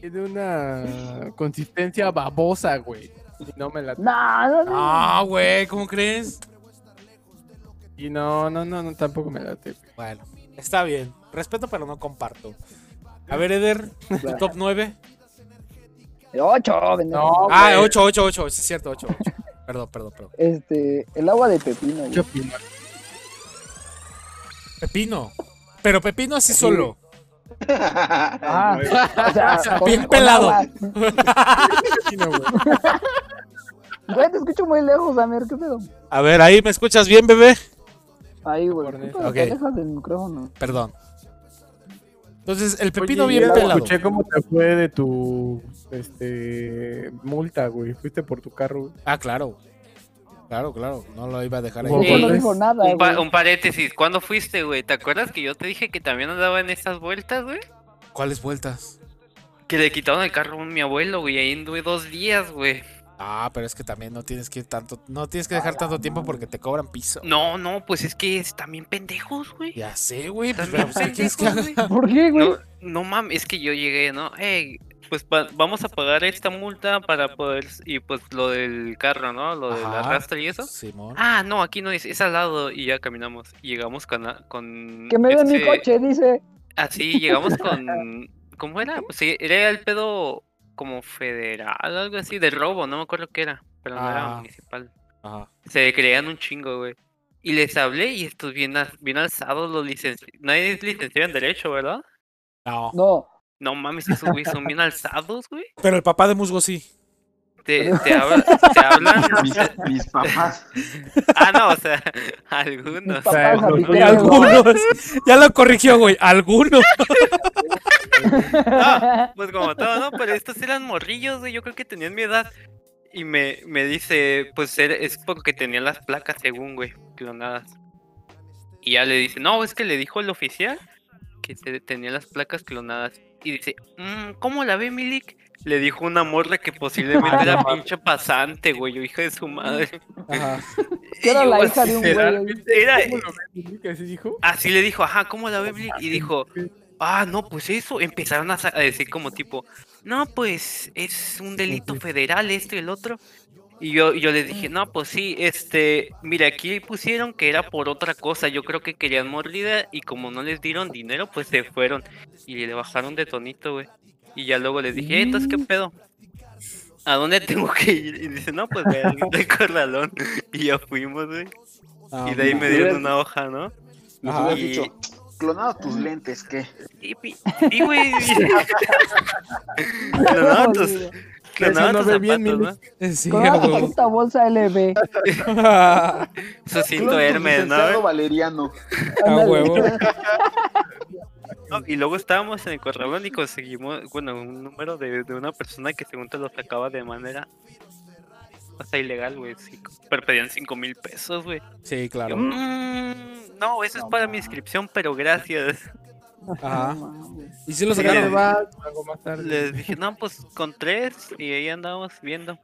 tiene una consistencia babosa, güey. Y No me late. No, no, no. Ah, güey, ¿cómo crees? Y no, no, no, no, tampoco me late. güey. Bueno, está bien. Respeto, pero no comparto. A ver, Eder, tu top 9. Ocho, pendejo. No, Ah, güey. 8, 8, 8. Sí, es cierto, 8. Perdón, perdón, perdón. Este, el agua de pepino, güey. ¿Qué opinas? Pepino. Pero pepino así solo. Ah, o [laughs] sea, Bien pelado. agua. [laughs] Chino, güey. Güey, te escucho muy lejos, Amir, ¿qué pedo? A ver, ahí me escuchas bien, bebé. Ahí, güey. ¿qué pedo? Te Ok. alejas del micrófono. Perdón. Entonces, el pepino Oye, bien ya pelado. Escuché cómo te fue de tu este multa, güey. Fuiste por tu carro. güey. Ah, claro. Claro, claro, no lo iba a dejar Ojo, ahí. Eso no Ey, dijo nada, Un, pa- güey. un paréntesis, ¿cuándo fuiste, güey? ¿Te acuerdas que yo te dije que también andaba en estas vueltas, güey? ¿Cuáles vueltas? Que le quitaron el carro a mi abuelo, güey, ahí anduve dos días, güey. Ah, pero es que también no tienes que ir tanto, no tienes que dejar tanto tiempo porque te cobran piso. No, no, pues es que es también pendejos, [laughs] güey. Ya sé, güey, pues, También pero, [laughs] pues, ¿qué quieres que haga? pendejos, güey. ¿Por qué, güey? No, no mames, es que yo llegué, ¿no? Ey, pues va- vamos a pagar esta multa para poder... Y pues lo del carro, ¿no? Lo del Ajá. arrastre y eso. Simón. Ah, no, aquí no dice, es al lado y ya caminamos. Y llegamos con... la- con Que me den mi este- coche, dice. Así, [laughs] llegamos con... ¿Cómo era? Pues sí, era el pedo como federal, algo así, de robo, no me acuerdo qué era, pero no era Ah. municipal. Ajá. Se creían un chingo, güey. Y les hablé y estos bien, al- bien alzados los licenciados. Nadie es licenciado en Derecho, ¿verdad? No. No. No mames, esos güey son bien alzados, güey. Pero el papá de Musgo sí. Te, te, habla- te hablan... [laughs] Mis, mis papás. [laughs] Ah, no, o sea, [laughs] Mis algunos. sea, papás no, no, zapiteros, güey. Algunos. Ya lo corrigió, güey. Algunos. [laughs] No, pues como todo, ¿no? Pero estos eran morrillos, güey. Yo creo que tenían mi edad. Y me, me dice, pues era- es porque tenían las placas, según, güey, clonadas. Y ya le dice, no, es que le dijo el oficial que se tenía las placas clonadas. Y dice, "Mm, ¿cómo la ve, Milik? Le dijo una morra que posiblemente era pinche pasante, güey, o hija de su madre. Ajá. Que era Y yo la así, hija de un ¿será? güey. Era, ¿Qué se dijo? Así le dijo, ajá, ¿cómo la ve Blink? Y dijo, ah, no, pues eso. Empezaron a, sa- a decir como tipo, no, pues es un delito federal esto y el otro. Y yo, yo le dije, no, pues sí, este, mira, aquí pusieron que era por otra cosa. Yo creo que querían mordida y como no les dieron dinero, pues se fueron. Y le bajaron de tonito, güey. Y ya luego les dije, "Eh, entonces, ¿qué pedo? ¿A dónde [laughs] tengo que ir? Y dice, no, pues ve al del corralón. Y ya fuimos, güey. Y de ahí me dieron una hoja, ¿no? Nos Ajá. hubieras Y- dicho, clonados tus lentes, ¿qué? Y, pi- y, [laughs] güey. Clonaban tus, Digo, clonaban no tus ve bien, zapatos, ¿no? Sí, Con a una [laughs] [laughs] huevo. puta bolsa LB. a Su cinto Clon tu Hermes, licenciado ¿no? Valeriano. Ándale. huevo. No, Y luego estábamos en el corralón y conseguimos, bueno, un número de, de una persona que según te lo sacaba de manera. O sea, ilegal, güey. sí, Pero pedían cinco mil pesos, güey. Sí, Yo, claro. "Mm, no, eso es para mi inscripción, pero gracias. Ah. Ajá. No mames. Y sí lo Sí, Ah, Ya sacaron. te vas, algo más tarde. Les dije, no, pues con tres y ahí andábamos viendo.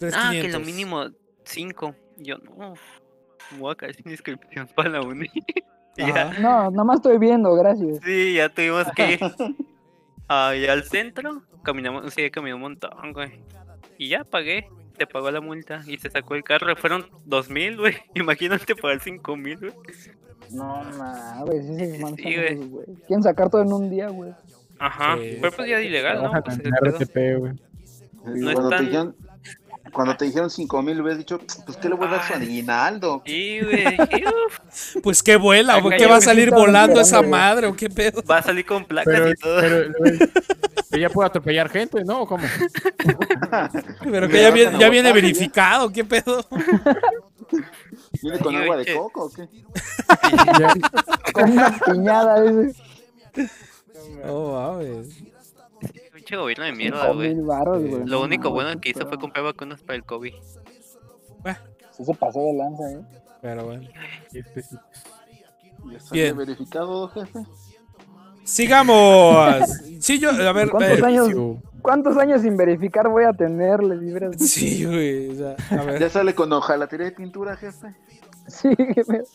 Tres Ah, que lo 500. mínimo 5. Yo no. me Voy a caer sin inscripción para la uni. [laughs] Y ya, Ajá. No, nomás estoy viendo, gracias. sí, ya tuvimos [laughs] que ir allá al centro. Caminamos, sí, caminé un montón, güey. Y ya pagué. Te pagó la multa y se sacó el carro. Fueron dos mil, güey. [laughs] Imagínate pagar cinco mil, güey. No mames, Ah, sí se Sí, manchan güey. esos, güey. Quieren sacar todo en un día, güey. [laughs] Ajá. Sí. Pero pues ya es ilegal, ¿no? Trabajan Pues, en el la pedo. RTP, güey. Y No cuando, están- te dijeron, cuando te dijeron 5 mil, hubieras dicho, pues ¿qué le voy a dar su Ay. aguinaldo? Sí, güey. y, uf, Pues qué vuela, güey. Acá ¿Qué ya va a me salir quitaron volando de esa hambre, güey. madre o qué pedo? Va a salir con placas Pero, y todo. pero, güey, que ya puede atropellar gente, ¿no? ¿O ¿Cómo? [laughs] Pero que Me ya vas viene, a ya viene botar, ya. verificado, ¿qué [laughs] pedo? ¿Viene con Ay, agua de oye. coco o qué? Ya- Con una piñada, dice. No mames. Pinche gobierno de mierda, Cinco güey. mil baros, Sí. güey. Lo No único mames, bueno que qué hizo fue pedo. comprar vacunas para el COVID. Sí se pasó de lanza, eh. Pero bueno. este sí. Ya sale Bien. verificado, jefe. Sigamos. Sí, yo, a ver. ¿Cuántos eh, este años, Yo- ¿Cuántos años sin verificar voy a tener? Les libras. [laughs] Sí, güey. o sea, a ver. Ya sale con ojalatería de pintura, jefe. [laughs] Sí, güey. pues,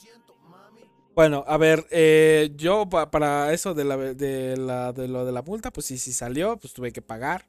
Bueno, a ver, eh, yo pa- para eso de la, de la de lo de la multa, pues sí, sí salió, pues tuve que pagar.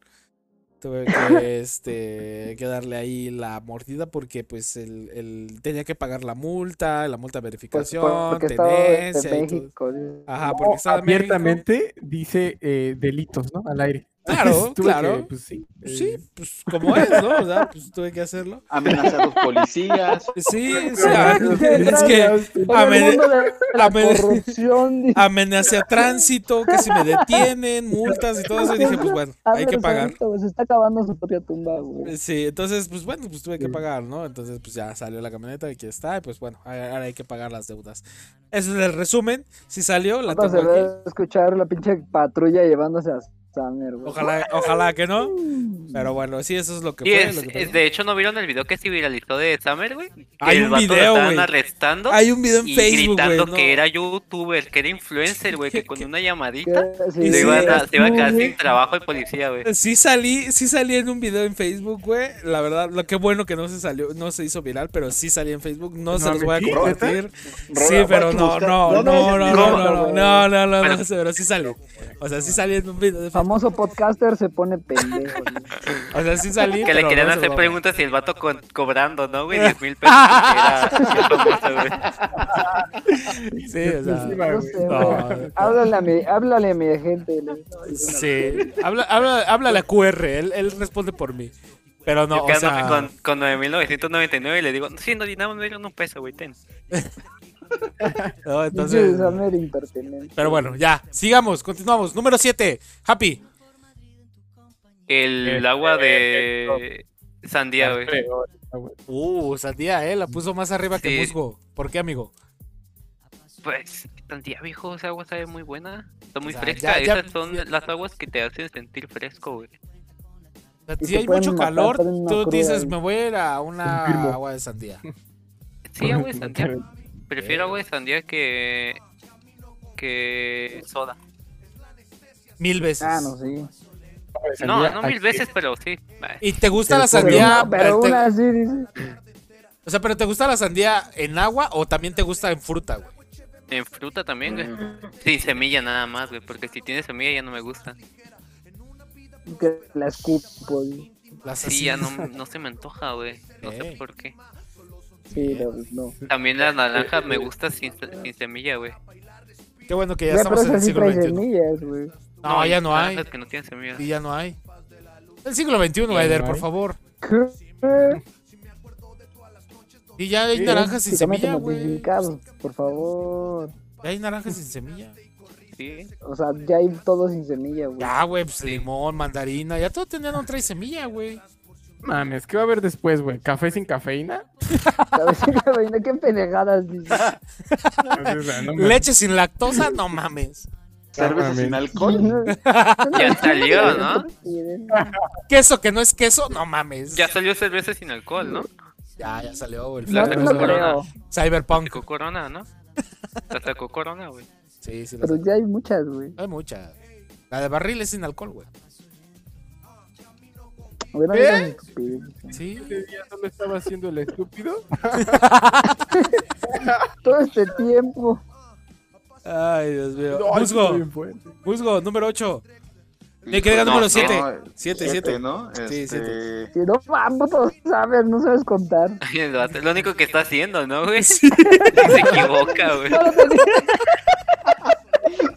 Tuve [laughs] que, este, que darle ahí la mordida porque pues el, el- tenía que pagar la multa, la multa de Pues, verificación, por- porque estaba en tenencia y todo. Ah, México. dice. Ajá, No, porque estaba en México. abiertamente dice eh, delitos, ¿no? Al aire. Claro, Entonces, tuve claro. que, pues sí. eh, Sí, pues como es, ¿no? O sea, pues tuve que [laughs] hacerlo. Amenazados policías. [laughs] Sí, o ah, sea, es Gracias. que Oye, a el me- [laughs] mundo de la a me- ah, corrupción. dice. amenacé a tránsito, que si me detienen, multas y todo eso, y dije, pues bueno, hay que Ándale, pagar. solito, güey, Se está acabando su propia tumba, güey. Sí, entonces, pues bueno, pues tuve que Sí. pagar, ¿no? Entonces, pues ya salió la camioneta, aquí está, y pues bueno, ahora ahora hay que pagar las deudas. Ese es el resumen. Si salió, la Ahora tengo se va aquí. a escuchar la pinche patrulla llevándose a Summer, güey. Mm, Ojalá, ojalá que no. Pero bueno, sí, eso es lo que Y fue. es- lo que es- pasó. de hecho, ¿no vieron el video que se viralizó de Summer, güey? Que Hay el un vato lo video, estaban güey. arrestando Hay un video en y Facebook, güey. gritando no. que era youtuber, que era influencer, güey, [laughs] que con una llamadita Que- sí, Y se sí, iba a, eras se iba a tú, quedar güey. sin trabajo de policía, güey. Sí salí, sí salí en un video en Facebook, güey. La verdad, lo que bueno que no se salió, no se hizo viral, pero sí salí en Facebook. No, se los voy a mames, ¿sí? compartir. Rola, Sí, hay pero que no, buscar- no, no, no, no, digas no, no, güey. no, no, no, Pero- no, pero sí salí. O sea, sí salí en un video de Facebook. Famoso podcaster se pone pendejo. güey. O sea, sí salí. Que le pero querían no se hacer lo- preguntas y el vato con- cobrando, [laughs] ¿no, güey? 10 mil pesos. porque era- famoso, güey. Sí, o sea. No sé, No, güey. [laughs] no. Háblale a mi, háblale a mi gente. le- Sí. Habla, habla, háblale a QR, él, él responde por mí. Pero [laughs] no, Yo o quedándome sea. con, con 9.999 y le digo, sí, no, nada más me dieron un peso, güey, ten. no, Pinche entonces. Summer impertinente. Pero bueno, ya. Sigamos, continuamos. Número 7. Happy. El Este, agua de sandía, güey. Uh, Sandía, eh, la puso más arriba que Sí. Musgo. ¿Por qué, amigo? Pues, sandía, viejo, esa agua sabe muy buena. Está muy O sea, fresca. ya- ya- Esas son las aguas que te hacen sentir fresco, güey. O sea, Y si te hay pueden mucho matar, calor, pueden una tú cruda, dices, güey. me voy a ir a una Confirmo. agua de sandía. [laughs] Sí, agua de sandía. Prefiero agua de sandía que. que. soda. Mil veces. Ah, no, sí. No, no mil veces, pero sí. Bah, ¿Y te gusta la Pero, sandía? una- pero te- una así dice. O sea, ¿pero te gusta la sandía en agua o también te gusta en fruta, güey? En fruta también, Mm. güey. Sin semilla nada más, güey. Porque si tiene semilla ya no me gusta. Que la escupo. pues. güey. Las Sí, ya así. [laughs] no, no se me antoja, güey. No sé Ok. por qué. Sí, no. no. También la naranja me gusta sin, se- sin semilla, güey. Qué bueno que ya Ya, pero estamos en esa el sí siglo trae XXI. semillas, güey. No, ya no hay. naranjas que no tienen semilla. Y ya no hay. El siglo XXI, no Eder, hay. por favor. ¿Qué? Y ya hay Sí, naranjas sin Genéticamente semilla, güey. Ya modificados, Por favor. hay naranjas sin semilla. Sí. O sea, ya hay todo sin semilla, güey. [laughs] Ya, güey, pues limón, mandarina. Ya todo tenía no trae semilla, güey. Mames, ¿qué va a haber después, güey? ¿Café sin [laughs] cafeína? ¿Sabes? Imagina qué pendejadas dices. [laughs] O sea, no me- Leche sin lactosa, no mames. Cerveza Ah, sin mames. alcohol. Ya salió, ¿no? Queso que no es queso, no mames. Ya salió cerveza sin alcohol, ¿no? Ya, ya salió, güey. el La No te Flaco sacó lo Corona. Corona. creo. Cyberpunk. Sacó Corona, ¿no? La sacó Corona, güey. Sí, sí, la Pero sacó. ya hay muchas, güey. Hay mucha. La de barril es sin alcohol, güey. Bueno, ¿Eh? digan estupideces. Sí. Ese día solo estaba haciendo el estúpido. Todo este tiempo. Ay, Dios mío. Ay, Musgo, estoy bien fuerte. Musgo, número 8. Le queda número 7. Pues, no, 7, siete, 7. ¿no? Sí, Este, siete. Si no, vamos, todos sabes, no sabes contar. El vato- Lo único que está haciendo, ¿no, güey? [laughs] Se equivoca, güey.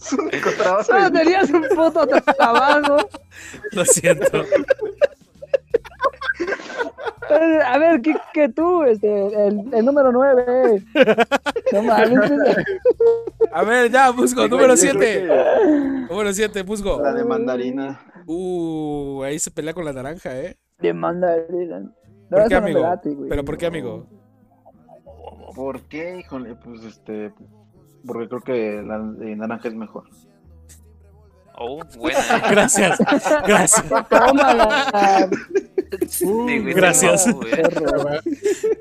Solo tenías, cinco trabas Ah, [laughs] solo en- tenías un puto trabajo. [laughs] Lo siento. A ver, ¿qué, qué tú? Este, el, el número 9. No mames. este- A ver, ya, Musgo, Güey, número yo 7. creo que Número 7, Musgo. La de mandarina. Uh, ahí se pelea con la naranja, ¿eh? Demanda. digan. No, ¿Por qué, eso no me amigo? late, güey. ¿Pero por qué, amigo? ¿Por qué, híjole? Pues este. Porque creo que la de naranja es mejor. Oh, buena. [laughs] Gracias. Gracias. Tómala. Sí, güey, Uh, gracias. no, güey. perro.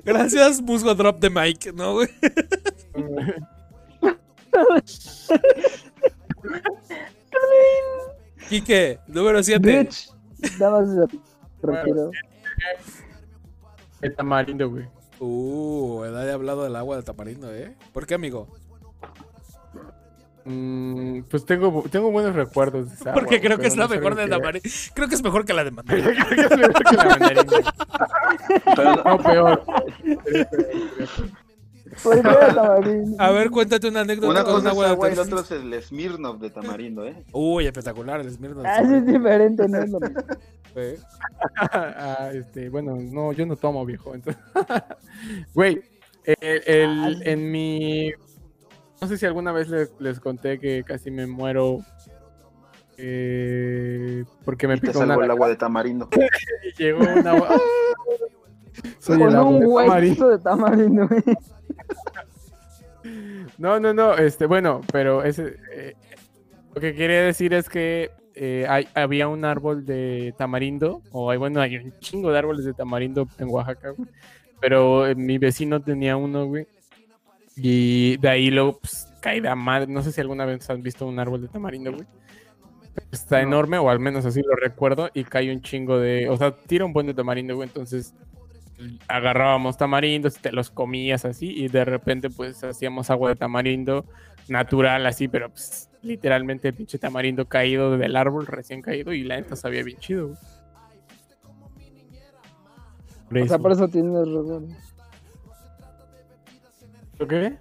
Gracias, Musgo Drop de Mike, ¿no, güey? Mm, Quique, número 7. Bitch. Nada más se retiro. El tamarindo, güey. Uh, nadie ha hablado del agua del tamarindo, ¿eh? ¿Por qué, amigo? Mm, pues tengo, bu- tengo buenos recuerdos de esa Ah, Porque agua, creo que pero es la no sé mejor lo de que- tamarindo. Creo que es mejor que la de mandarina. Creo que es mejor que la mandarina. Pero no- No, peor. [laughs] ¿Por qué tamarindo? A ver, cuéntate una anécdota [laughs] una con cosa un es agua de agua y la tamarindo. otra es el Smirnoff de tamarindo, ¿eh? Uy, espectacular, el Smirnoff. Ah, sí, es diferente, no es lo mismo. Eh, Ah, este, bueno, no, yo no tomo, viejo. entonces- [laughs] Güey, el- el- en mi. No sé si alguna vez les, les conté que casi me muero. eh, porque me Y te picó una. salvo el agua de tamarindo. y Llegó una agua. [laughs] Soy el Con agua un de Tamarindo. hueso de tamarindo, güey. No, no, no, este, bueno, pero ese, eh, lo que quería decir es que eh, hay- había un árbol de tamarindo, o hay, bueno, hay un chingo de árboles de tamarindo en Oaxaca, güey. Pero eh, mi vecino tenía uno, güey. Y de ahí luego, pues, cae de madre. No sé si alguna vez han visto un árbol de tamarindo, güey. Está enorme, o al menos así lo recuerdo, y cae un chingo de. O sea, tira un buen de tamarindo, güey. Entonces, agarrábamos tamarindos, te los comías así, y de repente, pues, hacíamos agua de tamarindo natural, así, pero pues, literalmente el pinche tamarindo caído del árbol, recién caído, y la neta sabía bien chido, güey. Por O sea, eso. por eso tienes razón. ¿Lo qué?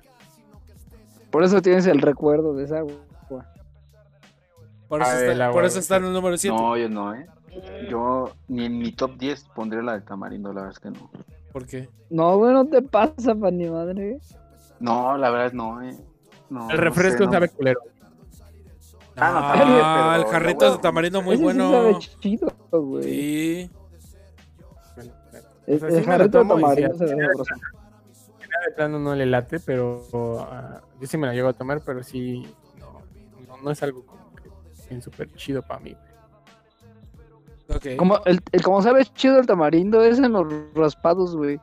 Por eso tienes el recuerdo de esa agua. Por eso, Ah, está, el agua, por eso güey, está en el número 7. No, yo no, ¿eh? Yo ni en mi top 10 pondría la de tamarindo, la verdad es que no. ¿Por qué? No, güey, no te pasa, pa' ni madre. No, la verdad no, ¿eh? No, El refresco no sé, no. sabe culero. Ah, no, Ah, está bien, pero el la jarrito huevo. de tamarindo muy Ese sí bueno. sabe chido, güey. Sí. El, sea, el sí me lo jarrito de tomo y tamarindo sí, se ve sí, sabroso. Ya de plano no le late, pero ah, yo sí me la llego a tomar, pero sí, no, no, no es algo como que bien súper chido para mí. Ok. Como, el, el- como sabes chido el tamarindo es en los raspados, güey.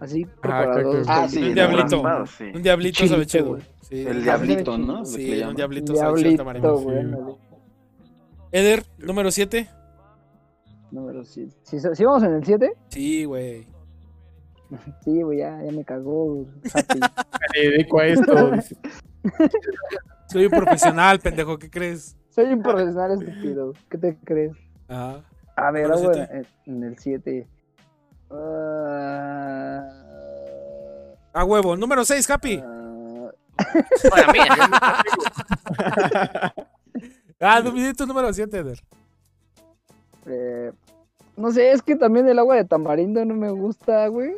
Así preparados. exacto. Ah, güey. sí, Un los diablito. raspados, sí. Un diablito Chilito, sabe chido. güey. Sí, El un diablito, ¿no? Lo que le Sí, un llaman. diablito, sabe chido Diablito, tamarindo. güey. sí. ándale. Eder, número 7. Número 7. Si, si vamos en el 7, Sí, güey. sí, güey, ya, ya me cagó. güey. [laughs] Happy. Me dedico a [laughs] esto. dice. Soy un profesional, [laughs] pendejo, ¿qué crees? Soy un profesional estúpido. ¿Qué te crees? Ah, A ver, Número hago en, siete. en el 7. a huevo. Número 6, Happy. Ah. Para mí, Ah, no, di tu número 7, Eder. Eh, no sé, es que también el agua de tamarindo no me gusta, güey.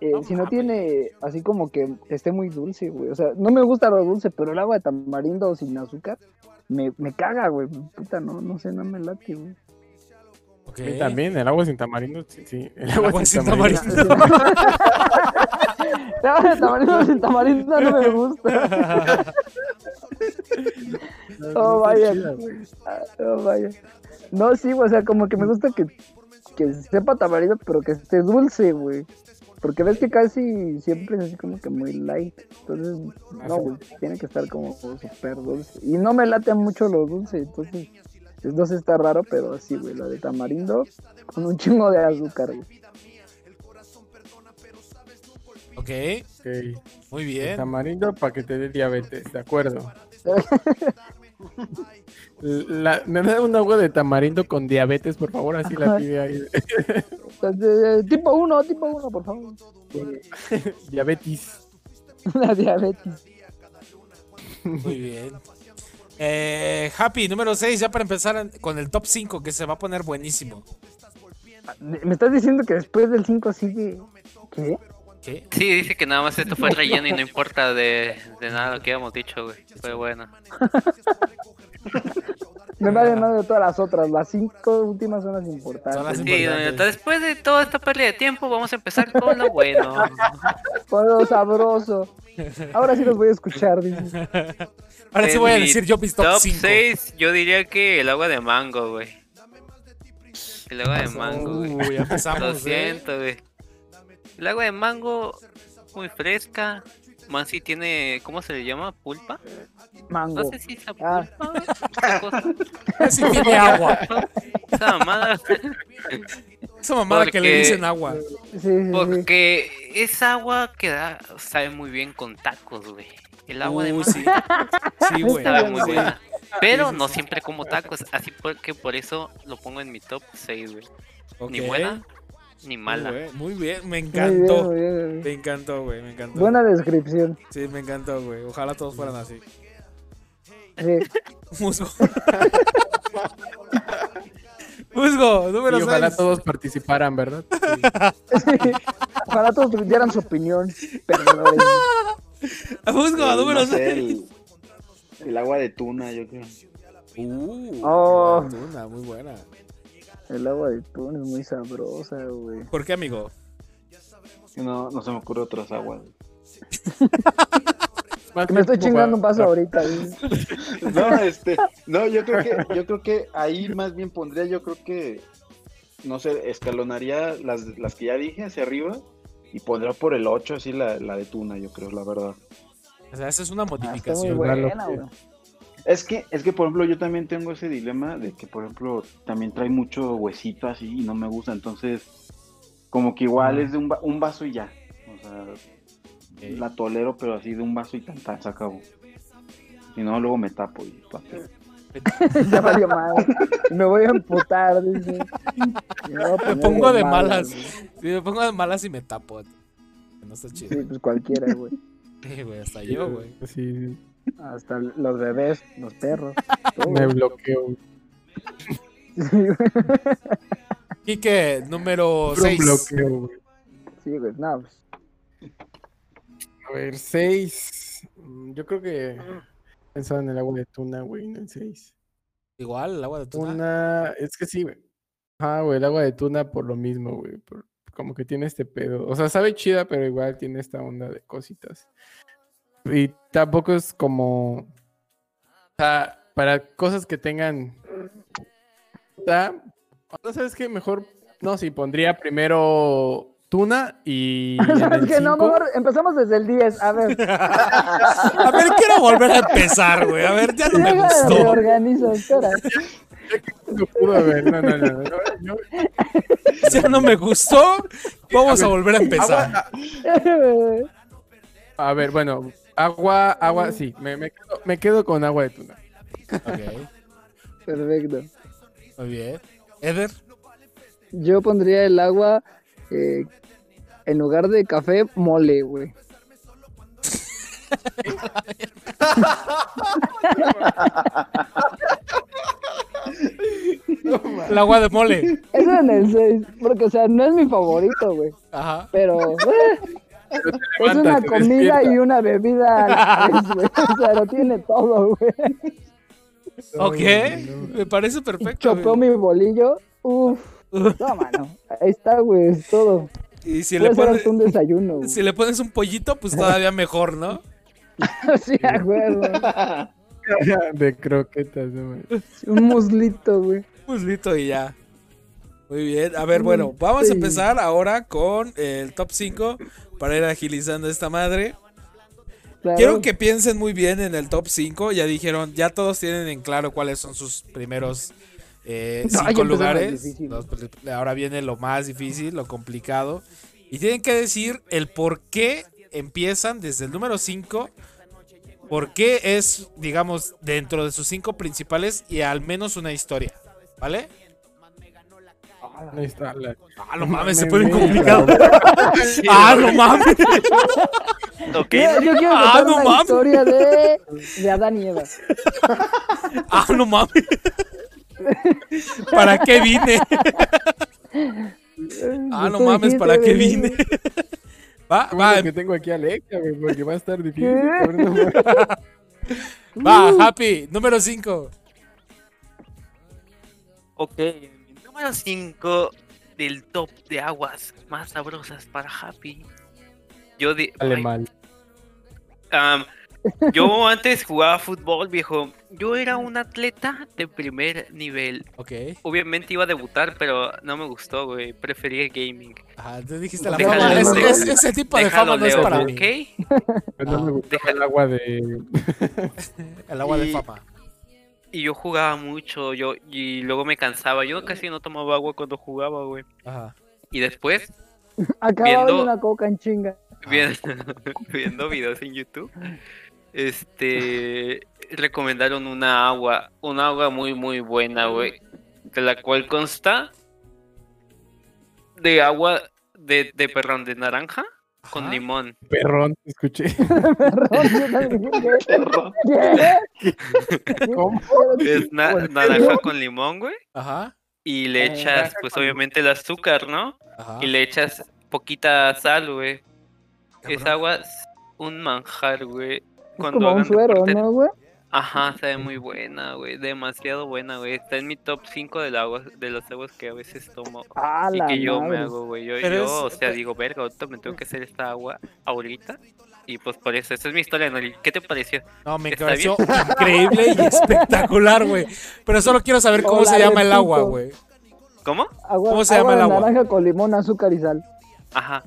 Eh, No si no mames. tiene así como que esté muy dulce, güey. O sea, no me gusta lo dulce, pero el agua de tamarindo sin azúcar me, me caga, güey. Puta, no, no sé, no me late, [laughs] güey. Ok. A mí también, el agua sin tamarindo, sí, sí. El agua, Agua sin El [laughs] agua de tamarindo sin tamarindo no me gusta. [laughs] Oh, vaya. Ah, Oh, vaya. No, sí, güey, o sea, como que me gusta que, que sepa tamarindo, pero que esté dulce, güey. Porque ves que casi siempre es así como que muy light. Entonces, no, güey, tiene que estar como súper dulce. Y no me late mucho lo dulce, entonces, pues, no sé, está raro, pero sí, güey, la de tamarindo con un chingo de azúcar, güey. Ok, Ok, muy el bien. Tamarindo para que te dé diabetes, [laughs] de acuerdo. La- me da un agua de tamarindo con diabetes, por favor, así la pide ahí. [laughs] Entonces, eh, tipo 1, tipo 1, por favor. [laughs] Diabetes. La diabetes. Muy bien. Eh, Happy, número 6, ya para empezar en- con el top 5, que se va a poner buenísimo. Me estás diciendo que después del 5 sigue. ¿Qué? ¿Qué? sí, dice que nada más esto fue relleno y no importa de, de nada lo que habíamos dicho, güey. Fue bueno. Me vale nada de todas las otras. Las 5 últimas son las Son las importantes. Sí, importantes. entonces, después de toda esta pérdida de tiempo, vamos a empezar con lo bueno. Con lo sabroso. Ahora sí los voy a escuchar. [laughs] dice. Ahora sí En voy a mi decir yo mis top Top 5. 6, yo diría que el agua de mango, güey. El agua de mango, güey. Uy, ya empezamos. Lo ¿eh? siento, güey. El agua de mango, muy fresca. Más si tiene, ¿cómo se le llama? ¿Pulpa? No Mango. sé si es la Ah. pulpa, güey. Esa cosa. Casi tiene agua. Esa mamada. Esa mamada que le Porque- dicen agua. Sí, sí, sí. Porque esa agua que da, sabe muy bien con tacos, güey. El agua de Uy, mango sí. Sí, güey. sabe muy sí. buena. Pero sí, no sí. siempre como tacos. Así porque por eso lo pongo en mi top 6, güey. Ok. Ni buena, ni Muy mala. bien, Muy bien, me Muy bien, encantó. muy bien, muy bien. Me encantó, güey, me encantó. Buena descripción. Sí, me encantó, güey. Ojalá todos fueran así. [laughs] Sí. [laughs] Musgo. Musgo, número Y 6. ojalá todos participaran, ¿verdad? Sí. Ojalá todos pues, dieran su opinión. Pero no les- Musgo, El- número no sé, 6. [laughs] El, el agua de tuna, yo creo. Uh, Oh. Una muy buena. el agua de tuna es muy sabrosa, güey. ¿Por qué, amigo? No, no se me ocurre otras aguas. más Que me estoy tiempo chingando un para- paso ahorita. güey. [laughs] [laughs] No, este, no, yo creo que, yo creo que ahí más bien pondría, yo creo que, no sé, escalonaría las, las que ya dije hacia arriba y pondría por el 8 así la, la de Tuna, yo creo, la verdad. O sea, esa es una Ah, Está muy modificación. buena, güey. Es que, es que, por ejemplo, yo también tengo ese dilema de que, por ejemplo, también trae mucho huesito así y no me gusta, entonces, como que igual es de un, va- un vaso y ya. O sea, la tolero, pero así de un vaso y tan, tan, se acabó. Si no, luego me tapo y pa' qué. Ya valió madre. Me voy a amputar, dice. Me, voy a me poner pongo de mala, malas. güey. Sí, me pongo de malas y me tapo. No está chido. Sí, pues cualquiera, güey. Sí, güey, hasta yo, güey. Sí, sí. Hasta los bebés, los perros. [laughs] todo. [laughs] me bloqueo. Sí, güey. Quique, número Me 6. bloqueo, güey. Sí, güey, no, pues. A ver, 6. Yo creo que pensaba en el agua de tuna, güey, no en 6. Igual, el agua de tuna. pues, Tuna, es que sí, güey. Ajá, güey, el agua de tuna por lo mismo, güey. por- Como que tiene este pedo. O sea, sabe chida, pero igual tiene esta onda de cositas. Y tampoco es como. O sea, para cosas que tengan. O sea, no sabes qué, mejor. No, sí, pondría primero tuna [laughs] y. [laughs] en ¿Sabes el qué? No, cinco- [laughs] mejor empezamos desde el 10. A ver, a ver, quiero volver a empezar, güey. A ver, ya no me deja, gustó. reorganizo, [laughs] espera. No pudo haber, no, no, no. no, no, yo- Ya no me gustó. Vamos a volver a empezar. Agua- a ver, bueno, agua, agua, sí, me, me quedo, me quedo con agua de tuna. Ok, Perfecto. muy bien. Eder, Yo pondría el agua eh, en lugar de café, mole, güey. el agua de [laughs] mole. Eso en el 6, porque, o sea, no es mi favorito, güey. Ajá. Pero eh, es una Levántate, comida y despierta. una bebida a la vez, güey. O sea, lo tiene todo, güey. Ok, No, no, no. me parece perfecto. Chopeó güey. mi bolillo. [laughs] Uf. No, mano. Ahí está, güey, es todo. Y si Puede le, ser pones, hasta un desayuno, [laughs] güey. si le pones un pollito, pues todavía mejor, ¿no? [laughs] Sí, a huevo. [laughs] De croquetas, no, güey. Un muslito, güey. Pues listo y ya. Muy bien. A ver, bueno, vamos a Sí. empezar ahora con el top 5 para ir agilizando esta madre. Claro. Quiero que piensen muy bien en el top 5. Ya dijeron, ya todos tienen en claro cuáles son sus primeros eh, [laughs] No, ya cinco empezamos lugares. difícil. Los- ahora viene lo más difícil, lo complicado. Y tienen que decir el por qué empiezan desde el número 5. Por qué es, digamos, dentro de sus cinco principales y al menos una historia. ¿Vale? Ahí está. la- Ah, no mames, se Me- ponen me- complicados. [laughs] Ah, no mames. Ok, Yo, yo quiero Ah, contar no una mames. [laughs] historia de, de Adán y Eva. Ah, no mames. [laughs] ¿Para qué vine? Ah, no Tú mames, dijiste, ¿para qué [laughs] güey. vine? Va, Qué va, bueno que tengo aquí a Alexa, güey, porque va a estar difícil. ¿Qué? cabrón, no, güey. va, Happy, número 5. Ok, mi número 5 del top de aguas más sabrosas para Happy. Yo di- Sale Ay, mal. am, [laughs] yo antes jugaba fútbol, viejo. Yo era un atleta de primer nivel. Ok. Obviamente iba a debutar, pero no me gustó, güey. Prefería el gaming. Ah, te dijiste la Déjalo, fama. Es- Leo. es- ese tipo de Déjalo, fama no es Leo, para mí. ¿ok? Pero Pues no Ah. me gusta Deja- el agua de. El agua de Y- fama. Y yo jugaba mucho, yo y luego me cansaba. Yo casi no tomaba agua cuando jugaba, güey. Ajá. Y después, Acababa de Viendo- una coca en chinga. [laughs] Vien- [laughs] viendo videos en YouTube, este recomendaron una agua, una agua muy muy buena, güey, de la cual consta de agua de, de perdón, de naranja con Ajá. [laughs] limón. Perrón, te escuché. Perdón, yo también dije, ¿qué? ¿Cómo? Es na- [laughs] naranja con limón, güey, Ajá. y Eh, le echas pues obviamente el azúcar, ¿no? Ajá. Ah. Y le echas poquita sal, güey. Es Cabrón. agua es un manjar, güey. Es Cuando como un hagan suero, deporte- ¿no, güey? Ajá, sabe muy buena, güey. Demasiado buena, güey. Está en mi top 5 de, la agua- de las aguas que a veces tomo. Ah, Y la que yo me madre. hago, güey. Yo, Pero yo, es- o sea, digo, verga, ahorita me tengo que hacer esta agua ahorita. Y pues por eso, esa es mi historia, Noli. ¿Qué te pareció? No, me ¿Está pareció [laughs] increíble y espectacular, güey. Pero solo quiero saber cómo Hola, se llama el Lepito. agua, güey. ¿Cómo? Agua, ¿Cómo se llama agua el de agua? naranja con limón, azúcar y sal. Ajá,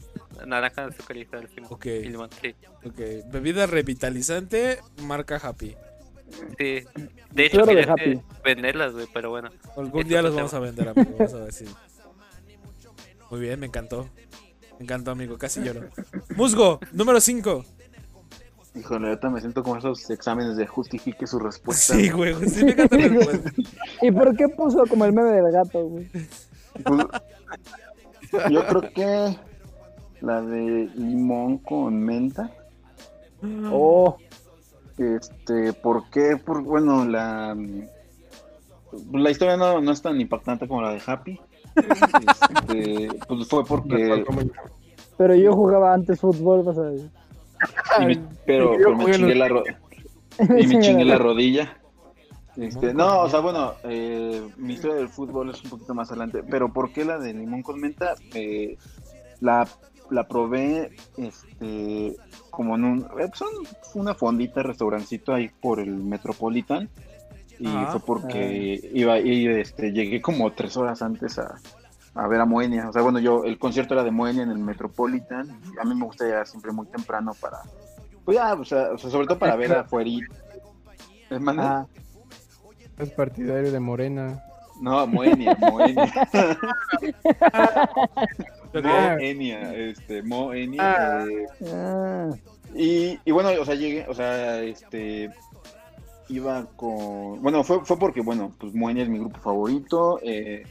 naranja azucarita al final. Ok. Y limón, sí. Ok, bebida revitalizante, marca Happy. Sí. De Yo hecho, creo que quería Happy. eh, venderlas, güey, pero bueno. Algún Es día otro los vamos a tema. vender, amigo. Vamos a decir. Muy bien, me encantó. Me encantó, amigo. Casi lloro. Musgo, número 5. Híjole, ahorita me siento como esos exámenes de justifique su respuesta. Sí, pues, güey. justifica tu [laughs] respuesta. ¿Y por qué puso como el meme del gato, güey? Pues, yo creo que la de limón con menta. Oh, Este, ¿por qué? Por, bueno, la pues, la historia no, no es tan impactante como la de Happy. Este, pues fue porque pero yo jugaba antes fútbol, vas a ver. y me- pero, Yo pero me jugué chingué los- la [laughs] ro- y me chingué la rodilla. Este, no, o sea, bueno, eh, mi historia del fútbol es un poquito más adelante, pero ¿por qué la de limón con menta? Eh, la, la probé este, como en un, eh, pues, un- una fondita, restaurancito ahí por el Metropolitan. Y Ajá. fue porque Ah. iba y este, llegué como tres horas antes a, a ver a Moenia. O sea, bueno, yo el concierto era de Moenia en el Metropolitan. y a mí me gusta llegar siempre muy temprano para... Pues ya, o sea, o sea, sobre todo para ver afuera. ¿Es más Ah, Es partidario de Morena. no, Moenia, Moenia. [laughs] Ah. Moenia, este, Moenia. Ah. eh, ah, y, y bueno, o sea, llegué, o sea, este, iba con, bueno, fue, fue porque, bueno, pues Moenia es mi grupo favorito, eh,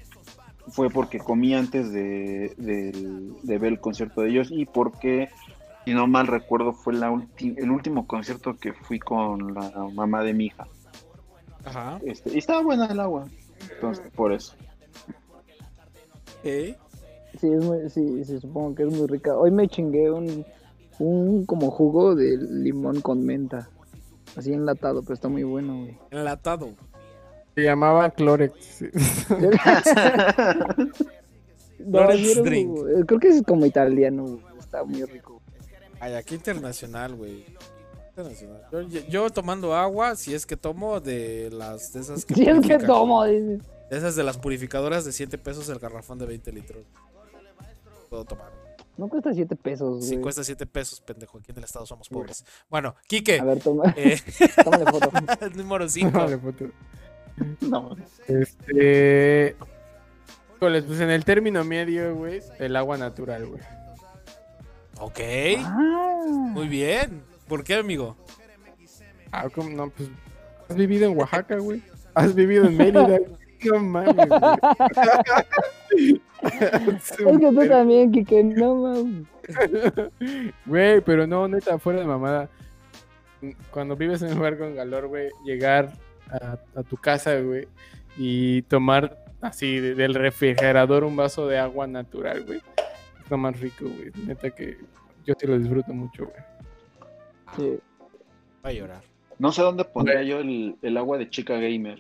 fue porque comí antes de, del- de ver el concierto de ellos y porque, si no mal recuerdo, fue la ulti- el último concierto que fui con la mamá de mi hija. Ajá. Este, y estaba buena el agua, entonces, por eso. ok. sí, es muy- sí, sí, supongo que es muy rica. Hoy me chingué un, un como jugo de limón con menta. Así enlatado, pero está muy bueno, güey. Enlatado. Se llamaba Clorex. [laughs] No, Lawrence sí era un Drink. jugo. eh, Creo que es como italiano, güey. Está muy rico. [laughs] Ay, aquí internacional, güey. Internacional. Yo, yo- yo tomando agua, si es que tomo de las de esas que Si es que purifican. tomo, dices. De esas de las purificadoras de 7 pesos el garrafón de 20 litros. Puedo tomar. No cuesta 7 pesos, Sí, güey. cuesta 7 pesos, pendejo. Aquí en el estado somos pobres. Bueno, Quique. A ver, toma, [laughs] Eh, tómale [laughs] foto. número 5. Vale, puto. No, Este. híjoles, pues en el término medio, güey, el agua natural, güey. Ok. Ah, Muy bien. ¿Por qué, amigo? Ah, ¿cómo? No, pues. Has vivido en Oaxaca, güey. Has vivido en [laughs] Mérida, güey. No mames, güey. es que tú también, Kike, no mames. Güey, pero no, neta, fuera de mamada. Cuando vives en un lugar con calor, güey, llegar a, a tu casa, güey, y tomar así de- del refrigerador un vaso de agua natural, güey. Es lo más rico, güey. Neta que yo sí lo disfruto mucho, güey. [laughs] Sí. Va a llorar. no sé dónde pondría yo el, el agua de chica gamer.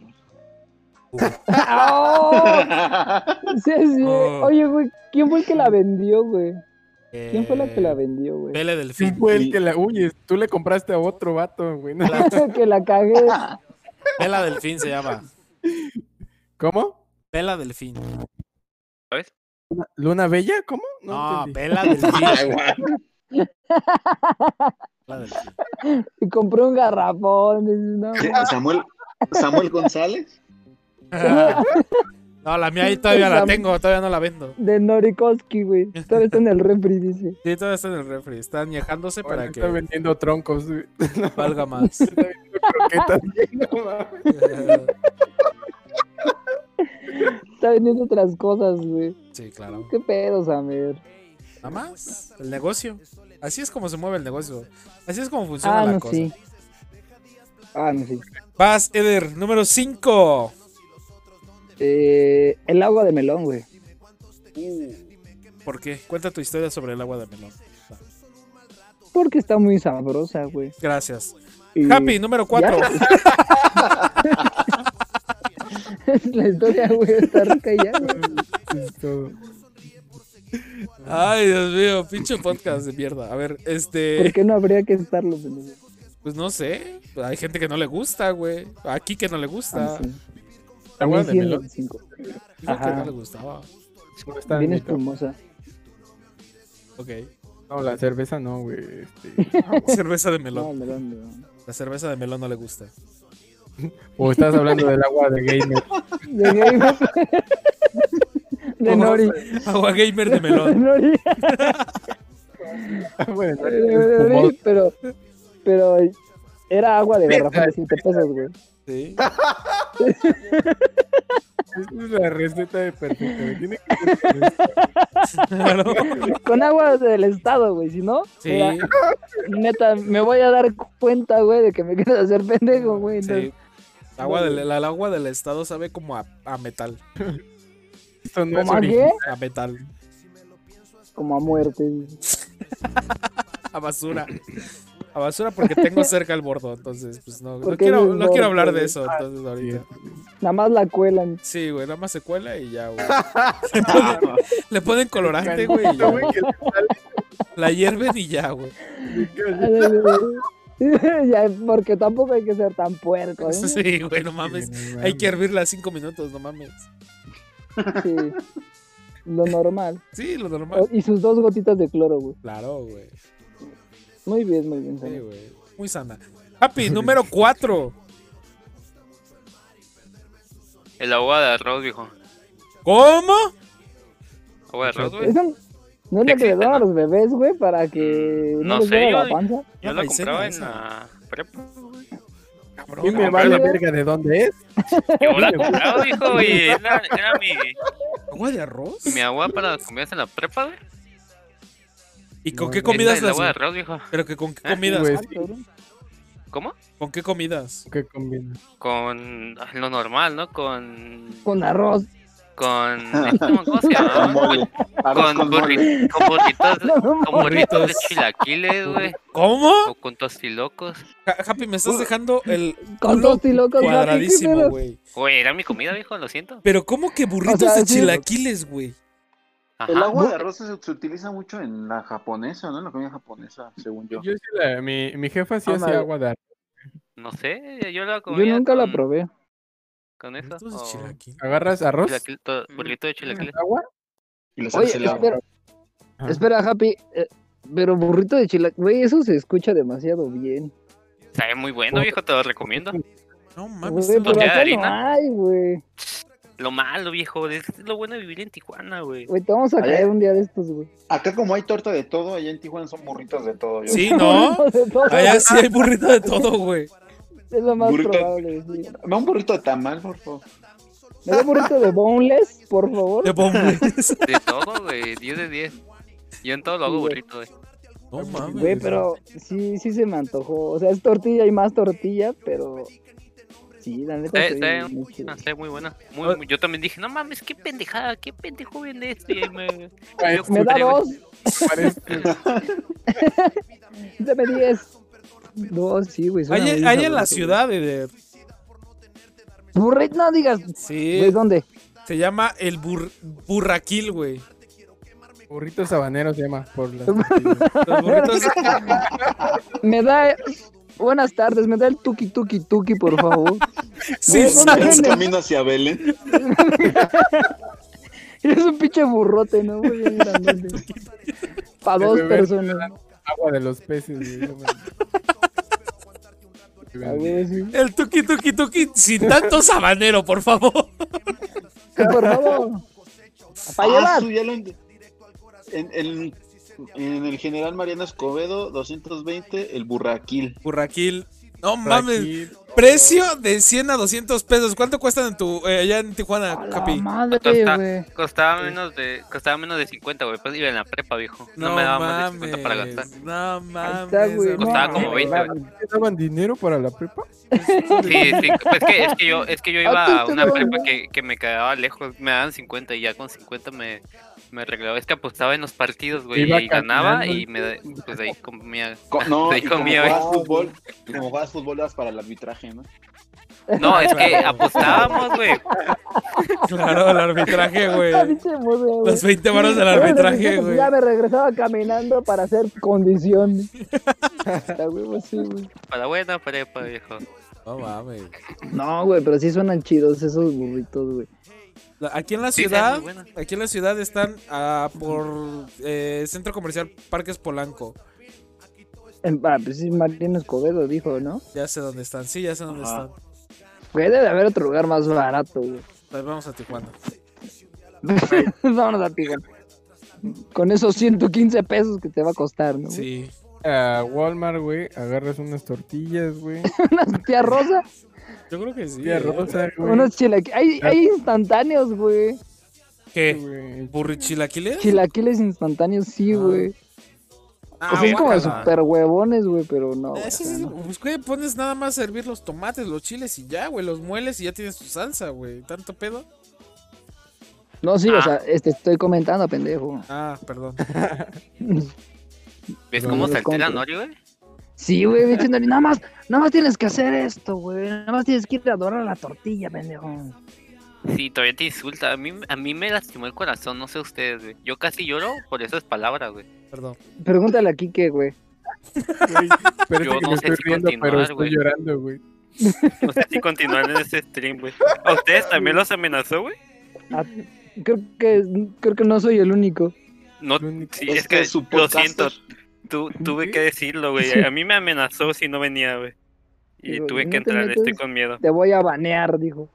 ¡Oh! Sí, sí. Oh. Oye, güey, ¿quién fue el que la vendió, güey? ¿Quién fue la Eh, que la vendió, güey? Pele Sí, Delfín. fue el y- que la... Uy, es- tú le compraste a otro vato, güey. ¿no? [laughs] que la cagué. Pela Delfín se llama. ¿Cómo? Pela Delfín. ¿Luna Bella? ¿Cómo? No, entendí. Pela [laughs] Delfín. Pela Delfín. Y compré un garrafón. dices, no, ¿Qué? ¿Samuel, Samuel González? No, la mía ahí todavía la tengo. Todavía no la vendo. de Norikoski, güey. Todavía está en el refri, dice. Sí, todavía está en el refri. Está añejándose Ahora para [laughs] está que vendiendo troncos, güey. valga más. Croquetas, güey, no mames. Está vendiendo otras cosas, güey. Sí, claro. ¿Qué pedo, Samer? Nada más. El negocio. Así es como se mueve el negocio. Así es como funciona Ah, la no, cosa. sí. Ah, no, sí. Vas, Eder, número 5. Eh, el agua de melón, güey. ¿Por qué? Cuenta tu historia sobre el agua de melón. Porque está muy sabrosa, güey. Gracias. Y- Happy, número [laughs] 4. la historia, güey, está rica y ya, güey. Es todo. Ay, Dios mío, pinche podcast de mierda. A ver, ¿Por este. qué no habría que estarlo? pendejo? Pues no sé. Hay gente que no le gusta, güey. Aquí que no le gusta. Ah, sí. ¿Te acuerdas de También Melón? 125. Dijo que Ajá. no le gustaba. Seguro está en Bien mi top. espumosa. Ok. No, la cerveza no, güey. este. [laughs] Cerveza de No, melón. melón, melón. La cerveza de melón no le gusta. O estás hablando del agua de gamer. De gamer. De Nori. [laughs] Agua gamer de De melón. Nori. [laughs] bueno, De- de Nori, Pero, pero era agua de garrafón de 7 pesos, güey. Sí. esta es la receta de perfecta. Tiene que ser [laughs] Claro. Con agua del estado, güey. Si no, Sí, mira, neta, me voy a dar cuenta, güey, de que me quieres hacer pendejo, güey. sí. entonces- Agua del, la- el agua del estado sabe como a, a metal. esto no es ¿Cómo a original. qué? A metal. Como a muerte. güey. A basura. A basura porque tengo cerca el bordo. Entonces, pues no. No Porque quiero, eres no quiero gordo, hablar de güey. eso. Entonces, ahorita. Nada más la cuelan. [laughs] Sí, güey. Nada más se cuela y ya, [laughs] güey. Ah, Le ponen colorante, güey. y ya, Canito, Este güey. güey, que La hierven y ya, güey. ya, porque tampoco hay que ser tan puerco, ¿eh? Sí. Sí, güey, no mames. [laughs] le- Hay que hervirla cinco minutos, no mames. Lo normal. Sí, lo normal. Y sus dos gotitas de cloro, güey. Claro, güey. Muy bien, muy bien. Sí, Sammy. güey. Muy sana. Happy, número cuatro. El agua de arroz, viejo. ¿Cómo? Agua de arroz, güey. Esa ¿No es la que le Existe, dan a ¿no? los bebés, güey, para que no, No les sé, duela la yo- panza? Yo La la maicena compraba en esa. la prepa. güey. Cabrón. Y me vale verga de dónde es. Yo la compraba, viejo, y era, era mi, ¿Agua de arroz? mi agua para las comidas en la prepa, güey. ¿Y con No, qué güey. comidas Esa, el las... agua de arroz, viejo. Pero que con qué Ah, comidas? güey. Ah, cabrón. ¿Cómo? ¿Con qué comidas? Que combina. Con ah, lo normal, ¿no? Con. Con arroz. [laughs] Con. ¿Cómo se Con llama? mole. Arroz Con, con mole. burri- con [laughs] burritos. No, Con burritos de Burritos. chilaquiles, güey. ¿Cómo? O con tostilocos. Ja- Happy, me estás dejando el [laughs] Con culo tostilocos, Happy, ¿qué cuadradísimo, pedo? güey. Güey, era mi comida, viejo, lo siento. Pero ¿cómo que burritos sea, de sí. chilaquiles, güey? El Ajá. agua de arroz se, se utiliza mucho en la japonesa, ¿no? En la comida japonesa, según yo. Yo sí la, mi, mi jefa sí Ah, hacía madre. agua de arroz. No sé, yo la Yo comía. nunca la con- probé. Con eso. Burritos de o chilaquiles. Mm. ¿Agarras arroz? chilaquil- to- burrito [laughs] de chilaquiles. ¿Agua? Y les Oye, hace el agua. espera, Ah. Ajá. espera, Happy. eh, pero burrito de chilaquiles, güey, eso se escucha demasiado bien. Sabe muy bueno, viejo, te lo recomiendo. No mames. Güey, esto pero tortilla acá de no harina. hay, güey. Lo malo, viejo, es lo bueno de vivir en Tijuana, güey. Güey, te vamos a A ver. caer un día de estos, güey. Acá como hay torta de todo, allá en Tijuana son burritos de todo. Yo. Sí, [laughs] ¿no? De todo, Allá sí hay burrito de todo, güey. Es lo más burrito. probable. sí. Me da un burrito de tamal, por favor. ¿Me da burrito de boneless, por favor? De bombones. [laughs] De todo, güey, 10 de 10. Yo en todo lo hago Sí, güey. burrito, güey. No mames. Güey, pero sí, sí se me antojó. O sea, es tortilla y más tortilla, pero... Sí, la neta. Sabe- sí, sabe- muy chido. ah, sabe muy buena. Muy, muy- yo también dije, no mames, qué pendejada, qué pendejo vende esto. Y ahí me, yo Me da compré, güey. dos, Parece- dame diez. Dos, sí, güey. suena Allá, muy allá en la sabroso, ciudad de... de- güey. Burrito, no digas. Sí, ¿Ves dónde? se llama el bur- burraquil, güey. Burrito sabanero se llama por [laughs] las Los burritos... Me da. Buenas tardes, me da el tuki tuki tuki, [laughs] por favor. sin ¿Dónde salsa. venden? camino hacia Belén. Es un pinche burrote, ¿no? Muy [laughs] bien grandote. Pa' dos beber, personas. agua de los peces. güey. A huevo, sí. El tuki tuki tuki sin tanto sabanero, por favor. Sí, por favor. Para Ah, llevar. su, ya lo en, en, en- en el general Mariano Escobedo, 220, el burraquil. Burraquil. No mames. Aquí, Precio de 100 a 200 pesos. ¿Cuánto cuestan en tu, eh, allá en Tijuana, A la Capi? madre, güey. Costaba menos de, costaba menos de 50, güey. Pues iba en la prepa, viejo. No, me daba más de 50 para gastar. No Ahí está, güey. mames. Costaba No, como güey, [laughs] 20, va. ¿Te daban dinero para la prepa? Sí, sí, pues es que, es que yo, es que yo iba Antes a te una daban- prepa que, que me quedaba lejos, me daban 50 y ya con 50 me, me arreglaba. Es que apostaba en los partidos, güey, Iba y ganaba caminando. y me da- pues de ahí comía. Co- no, Ahí y como comía, eh. juegas güey. fútbol, como juegas fútbol, vas para el arbitraje, ¿no? No, es que apostábamos, güey. Claro, el arbitraje, [laughs] güey. Pinche moda, güey. Los 20 varos del Ahora arbitraje, resulta que güey. Ya me regresaba caminando para hacer condición. [laughs] Hasta huevo, sí, güey. Para buena prepa, viejo. No mames. No, güey, pero sí suenan chidos esos burritos, güey. La- Aquí en la Sí, ciudad, muy buena. aquí en la ciudad están ah, por eh, centro comercial Parques Polanco. En- Ah, pues sí, Martín Escobedo dijo, ¿no? Ya sé dónde están, sí, ya sé dónde Ajá. están. Güey, debe haber otro lugar más barato, güey. [laughs] Ahí Vamos a Tijuana. Vámonos a Tijuana. Con esos 115 pesos que te va a costar, ¿no? Sí. A Walmart, güey, agarras unas tortillas, [laughs] güey. Unas [laughs] tía rosa, Yo creo que sí. Tía eh. Rosa, güey. unos chilaquiles. Hay, Ah. hay instantáneos, güey. ¿Qué? güey. ¿Burrichilaquiles? Chilaquiles instantáneos, sí, Ah, güey. Ah, Son como guácala. super huevones, güey, pero no. güey, Ese o sea, sí, no. pues, güey, pones nada más a hervir los tomates, los chiles y ya, güey. Los mueles y ya tienes tu salsa, güey. ¿Tanto pedo? No, sí, o Ah. sea, este estoy comentando, pendejo. [laughs] Ah, perdón. ¿Ves No, no cómo los salté la compro. Nori, güey? Sí, güey, diciéndole, nada más, nada más tienes que hacer esto, güey. Nada más tienes que ir a adorar la tortilla, pendejo. Sí, todavía te insulta. A mí, a mí me lastimó el corazón, no sé ustedes, güey. Yo casi lloro por esas palabras, güey. Perdón. Pregúntale a Quique, güey. Güey, espérate Yo que no me sé estoy si riendo, pero continuar, estoy güey. llorando, güey. No sé si continúan en este stream, güey. ¿A ustedes también los amenazó, güey? Ah, Creo que, creo que no soy el único. No, Lo único- sí, es que su lo podcaster- siento. tu- tuve que decirlo, güey. A mí me amenazó si no venía, güey. Y Digo, tuve no que te entrar, estoy metas. con miedo. Te voy a banear, dijo.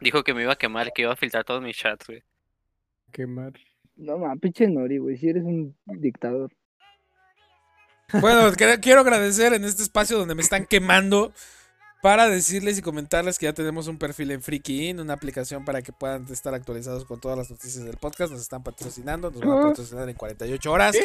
Dijo que me iba a quemar, que iba a filtrar todos mis chats, güey. Quemar. No, ma, pinche Nori, güey, si eres un dictador. Bueno, cre- quiero agradecer en este espacio donde me están quemando para decirles y comentarles que ya tenemos un perfil en Freaky Inn, una aplicación para que puedan estar actualizados con todas las noticias del podcast. Nos están patrocinando, nos van a patrocinar en 48 horas.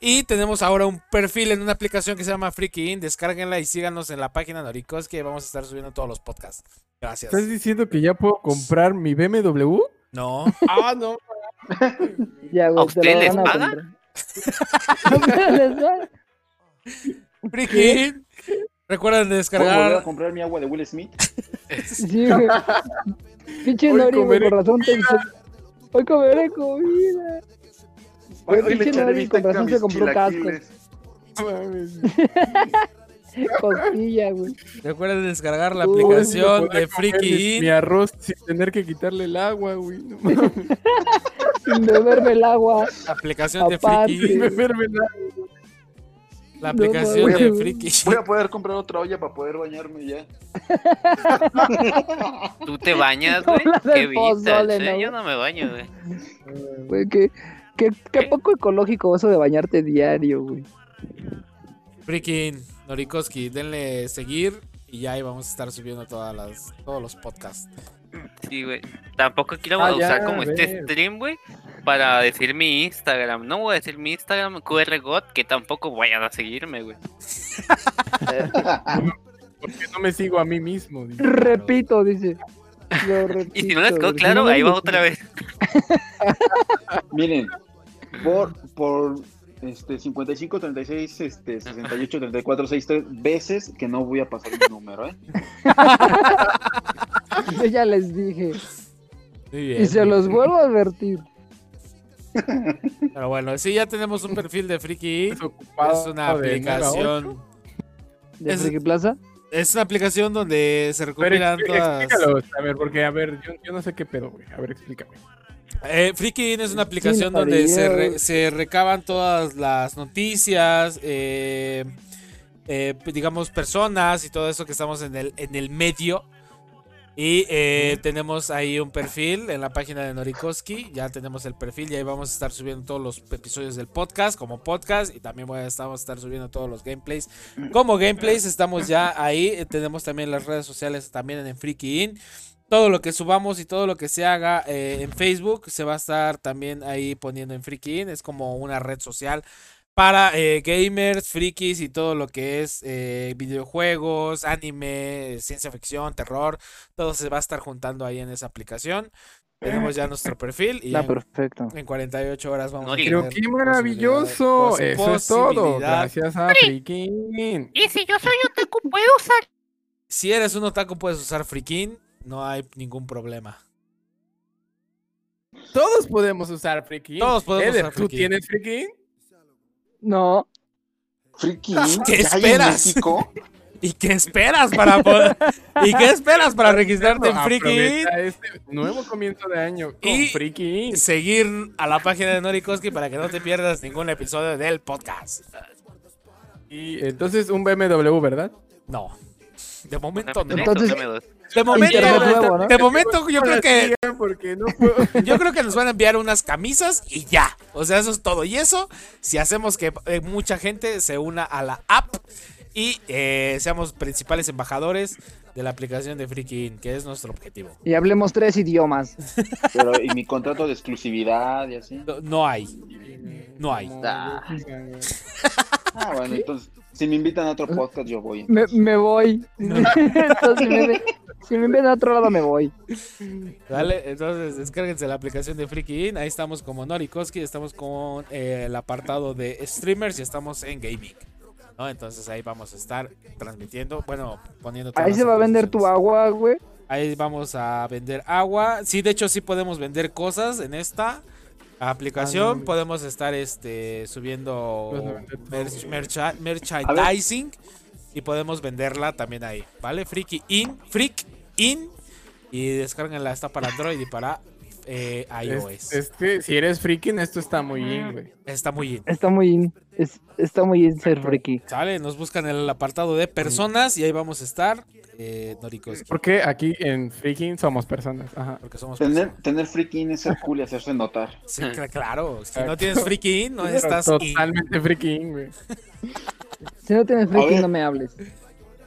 Y tenemos ahora un perfil en una aplicación que se llama Freaky Inn. Descárguenla y síganos en la página Noricos que vamos a estar subiendo todos los podcasts. Gracias. ¿Estás diciendo que ya puedo comprar mi BMW? [laughs] No, Ah, no. Ya, ¿A güey, usted te lo les van a paga? comprar. [laughs] ¿A usted les paga? Freaky Inn. Recuerden ¿Puedo volver a descargar. comprar mi agua de Will Smith? Sí, güey. Pinche Hoy Nori, güey, comeré con razón te Hoy comeré comida. [laughs] Güey, pinche Nori, con bistec a razón se mis compró cascos. chilaquiles. mames. Costilla, güey. Recuerden descargar la Uy, aplicación Podré de comer Freaky mi- Inn. Mi arroz sin tener que quitarle el agua, güey. No mames. [laughs] Sin beberme el agua. aplicación de Aparte. Friki, Beberme el agua. la No aplicación mames, de güey. Friki. Voy a poder comprar otra olla para poder bañarme ya. [laughs] ¿Tú te bañas, No güey? hablas del Qué vistas, pozole, eh? ¿no? Yo no me baño, güey. Güey, qué, qué, Eh. qué poco ecológico eso de bañarte diario, güey. Friki Norikoski, denle seguir y ya ahí vamos a estar subiendo todas las todos los podcasts. Sí, güey. Tampoco quiero Ah, ya, usar como a este ver. stream, güey, para decir mi Instagram. No voy a decir mi Instagram, QRGOT, que tampoco vayan a seguirme, güey. Porque no me sigo a mí mismo. digo. Repito, dice. Lo repito, [laughs] Y si no les quedó güey. claro, Si no [laughs] ahí va les- otra vez. [laughs] Miren, por, por este, 55, 36, este, 68, 34, 63 veces que no voy a pasar mi número, ¿eh? Yo ya les dije. Muy Y se los vuelvo a advertir. Pero bueno, sí ya tenemos un perfil de Friki. [laughs] Es una Desocupado de nueve a aplicación. ¿De Es- Friki Plaza? Es una aplicación donde se Pero recopilan expli- todas. explícalo, a ver, porque a ver, yo, yo no sé qué pedo, güey. A ver, explícame. Eh, Friki es una aplicación Sí, donde se, re- María. se recaban todas las noticias, eh, eh, p- digamos personas y todo eso que estamos en el, en el medio. Y eh, tenemos ahí un perfil en la página de Norikoski, ya tenemos el perfil y ahí vamos a estar subiendo todos los episodios del podcast como podcast y también voy a estar- vamos a estar subiendo todos los gameplays como gameplays, estamos ya ahí, eh, tenemos también las redes sociales también en Freaky In todo lo que subamos y todo lo que se haga eh, en Facebook se va a estar también ahí poniendo en Freaky Inn. Es como una red social para eh, gamers, frikis y todo lo que es eh, videojuegos, anime, ciencia ficción, terror. Todo se va a estar juntando ahí en esa aplicación. Tenemos ya nuestro perfil y Ah, en- perfecto. en 48 horas vamos a Nori. tener Pero qué maravilloso. posibilidad- Eso es todo. posibilidad. Gracias a Frikin. Y si yo soy otaku, ¿puedo usar Si eres un otaku, puedes usar frikin. No hay ningún problema. Todos podemos usar Freaking. Todos podemos Eder, usar ¿Tú Freaking. tienes Freaking? No. Friki, ¿Qué ¿qué hay en esperas? México? ¿Y qué esperas para poder- ¿Y qué [laughs] esperas para registrarte en Freaking? Aprovecha este nuevo comienzo de año con Y- Freaking. Seguir a la página de Norikoski para que no te pierdas ningún episodio del podcast. Y entonces un BMW, ¿verdad? No. De momento no. Entonces- De momento, Internet nuevo, ¿no? de momento yo creo que Porque no [laughs] puedo. yo creo que nos van a enviar unas camisas y ya. O sea, eso es todo. Y eso, si hacemos que eh, mucha gente se una a la app y eh, seamos principales embajadores de la aplicación de Freaky Inn, que es nuestro objetivo. Y hablemos tres idiomas. Pero, ¿y mi contrato de exclusividad y así? No, no hay. No hay. Ah. Ah, bueno, entonces, si me invitan a otro podcast, yo voy. Me, me voy. [laughs] Entonces, si, me, ven- si me ven a otro lado, me voy. Dale, entonces descárguense la aplicación de Freaky Inn. Ahí estamos como Norikoski, estamos con eh, el apartado de streamers y estamos en gaming. ¿no? Entonces ahí vamos a estar transmitiendo, bueno, poniendo... todas Ahí las se va a vender tu actualizaciones. agua, güey. Ahí vamos a vender agua. Sí, de hecho sí podemos vender cosas en esta aplicación. Ah, no, podemos estar este subiendo Vas a vender todo. merch- mercha- merchandising y podemos venderla también ahí, ¿vale? Freaky in, freak in y descárguenla está para Android y para eh, iOS. Es, es que si eres freaking, esto está muy bien, güey. Está muy in. Está muy in- es- está muy in ser friki. Sale, nos buscan en el apartado de personas y ahí vamos a estar eh, Norikoski, Porque aquí en freaking somos personas. Ajá. porque somos Tener, personas. tener freaking es ser cool y hacerse notar. Sí, cl- claro, si no tienes freaky in, no Pero estás in. Pues Totalmente freaking, güey. Si no tienes friki, ver. no me hables.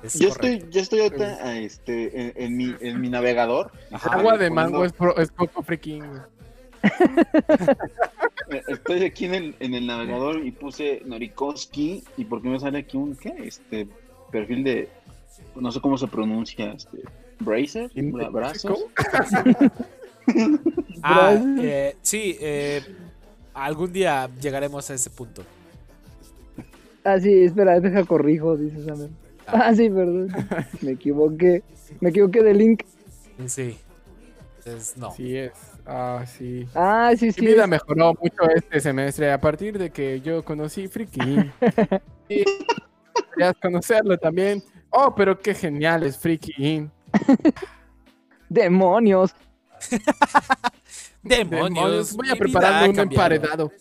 Es Yo correcto. estoy, yo estoy ahorita ah, este, en, en mi, en mi navegador. Ajá. Agua de Poniendo- mango es, pro- es poco freaking, güey. este. eh, Estoy aquí en el, en el navegador y puse Norikoski. ¿Y por qué me sale aquí un qué? Este perfil de. No sé cómo se pronuncia. Este, ¿Bracer? bra- ¿Brazos? ¿Cómo? Ah, Brasil. eh, sí, eh, algún día llegaremos a ese punto. Ah, sí, espera, deja corrijo, dice Samuel. Ah, sí, [laughs] perdón. Me equivoqué. Me equivoqué de link. Sí. Entonces, no. Sí es. Ah, sí. Ah, sí, Mi sí. vida mejoró mucho este semestre a partir de que yo [laughs] conocí Friki. Y podrías conocerlo también. Oh, pero qué genial es Friki. Demonios. Demonios. voy a mi vida prepararme ha un cambiado. emparedado.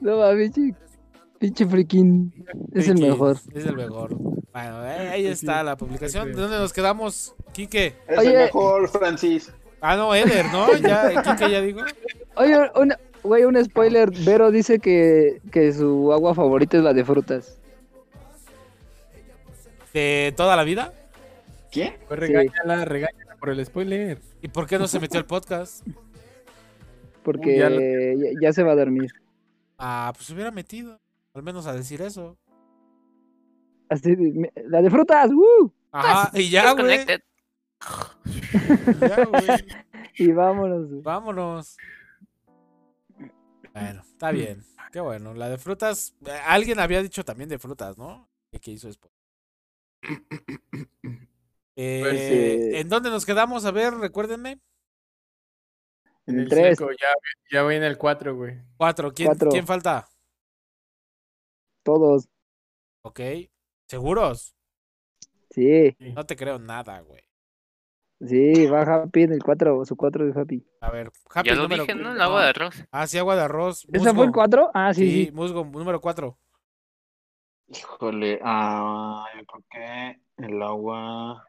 No mames, pinche- pinche friquín. Es el Sí, mejor. Es el mejor. Bueno, eh, ahí está la publicación. ¿De dónde nos quedamos? Quique. Es Oye. el mejor, Francis. Ah, no, Eder, ¿no? Ya, eh, Quique ya digo. Oye, un, güey, un spoiler. Vero dice que, que su agua favorita es la de frutas. De toda la vida. ¿Quién? Pues regáñala, regáñala por el spoiler. ¿Y por qué no se metió al podcast? Porque Uy, ya ya, lo- ya se va a dormir. Ah, pues se hubiera metido. Al menos a decir eso. Así de- me- la de frutas, ¡uh! ¡woo! Ajá, y ya, güey. Disconnected. Ya, güey. Y vámonos. [clears throat] güey. Vámonos. Bueno, está bien. Qué bueno. La de frutas. eh, Alguien había dicho también de frutas, ¿no? Que- Que hizo después. Eh, Pues, Pues, eh, ¿En dónde nos quedamos? A ver, recuérdenme. En el Tres. 5, ya, ya voy en el 4, güey. Cuatro. ¿Quién, Cuatro. ¿quién falta? Todos. Ok. ¿Seguros? Sí, No te creo nada, güey. sí, va Happy en el 4, su 4 de Happy. A ver, Happy Ya lo número dije, ¿no? El cu- agua de arroz. Ah, sí, agua de arroz. ¿Esa fue el 4? Ah, sí, Sí, sí. musgo, número cuatro. Híjole, ah, yo creo que el agua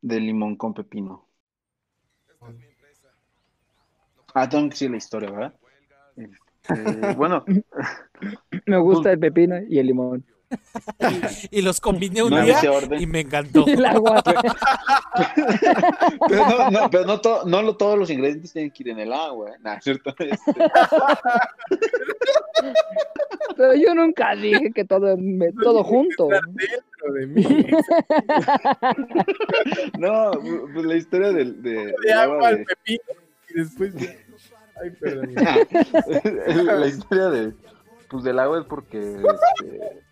de limón con pepino. Ah, tengo que decir la historia, ¿verdad? Este, bueno, Me gusta el pepino y el limón. Y los combiné un no en día ese orden. eh. y me encantó. [laughs] El agua. [laughs] Pero no, no, pero no, to- no lo- todos los ingredientes tienen que ir en el agua, ¿eh? Nah, [laughs] ¿cierto? Este, Pero yo nunca dije que todo, me- todo junto. Pero de mí. [laughs] no, pues la historia del, de, De del agua agua al de, pepino. Y después. Ay, perdón. güey. Ah, la historia de, pues, del agua es porque este,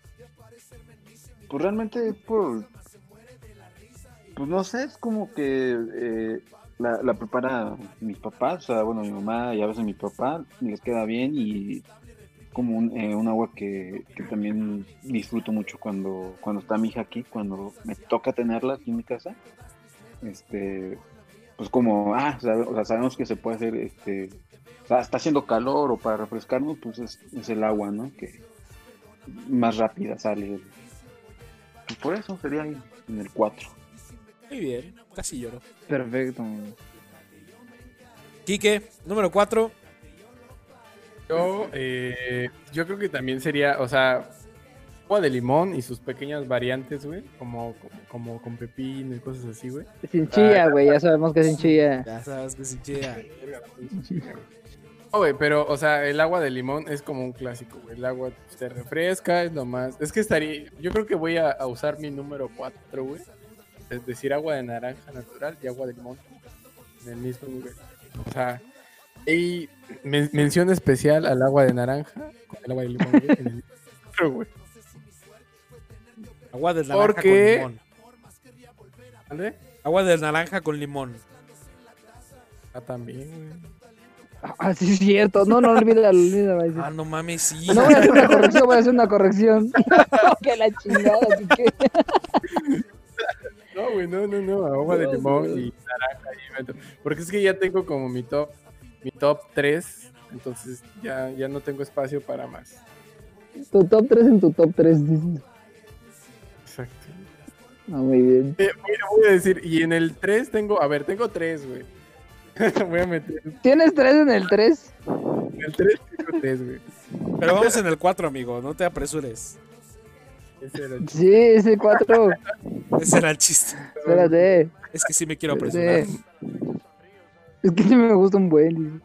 pues realmente por pues no sé es como que eh, la, la prepara mis papás o sea bueno mi mamá y a veces mi papá y les queda bien y como un, eh, un agua que, que también disfruto mucho cuando cuando está mi hija aquí cuando me toca tenerla aquí en mi casa este pues como ah sabe- o sea, sabemos que se puede hacer este o sea, está haciendo calor o para refrescarnos pues es, es el agua no que más rápida sale pues por eso sería ahí en el 4 Muy bien, casi lloro. perfecto Quique, número 4. Yo, eh, yo creo que también sería, o sea, agua de limón y sus pequeñas variantes, güey, como, como con pepino y cosas así, güey. Sin chía, güey, ya sabemos que es sin chía. Ya sabes que sí, chea. No, güey, pero, o sea, el agua de limón es como un clásico, güey. El agua te refresca, es lo más. Es que estaría. Yo creo que voy a, a usar mi número 4, güey. Es decir, agua de naranja natural y agua de limón. En el mismo nivel. O sea, y men- mención especial al agua de naranja con el agua de limón, güey. en el mismo número, güey. Agua de naranja ¿Por qué? con limón. ¿Vale? Agua de naranja con limón. Ah, también, güey. Ah, sí, es cierto. No, no, olvídalo, olvídalo. ahí sí. Ah, no mames, sí. No voy a hacer una corrección, voy a hacer una corrección. [laughs] que la chingada, así que. No, güey, no, no, no. Agua de Dios, limón Dios. y naranja. y evento. Porque es que ya tengo como mi top, mi top 3. Entonces ya, ya no tengo espacio para más. Tu top 3 en tu top 3. Exacto. Ah, muy bien. Eh, voy, voy a decir, y en el 3 tengo, a ver, tengo 3, güey. [laughs] voy a meter, ¿Tienes 3 en el 3? en el 3 tengo 3, güey. Pero vamos en el 4, amigo, no te apresures. Ese era el Sí, ese 4. Ese era el chiste. Espérate. Es que sí me quiero apresurar. espérate. Es que sí me gusta un buen.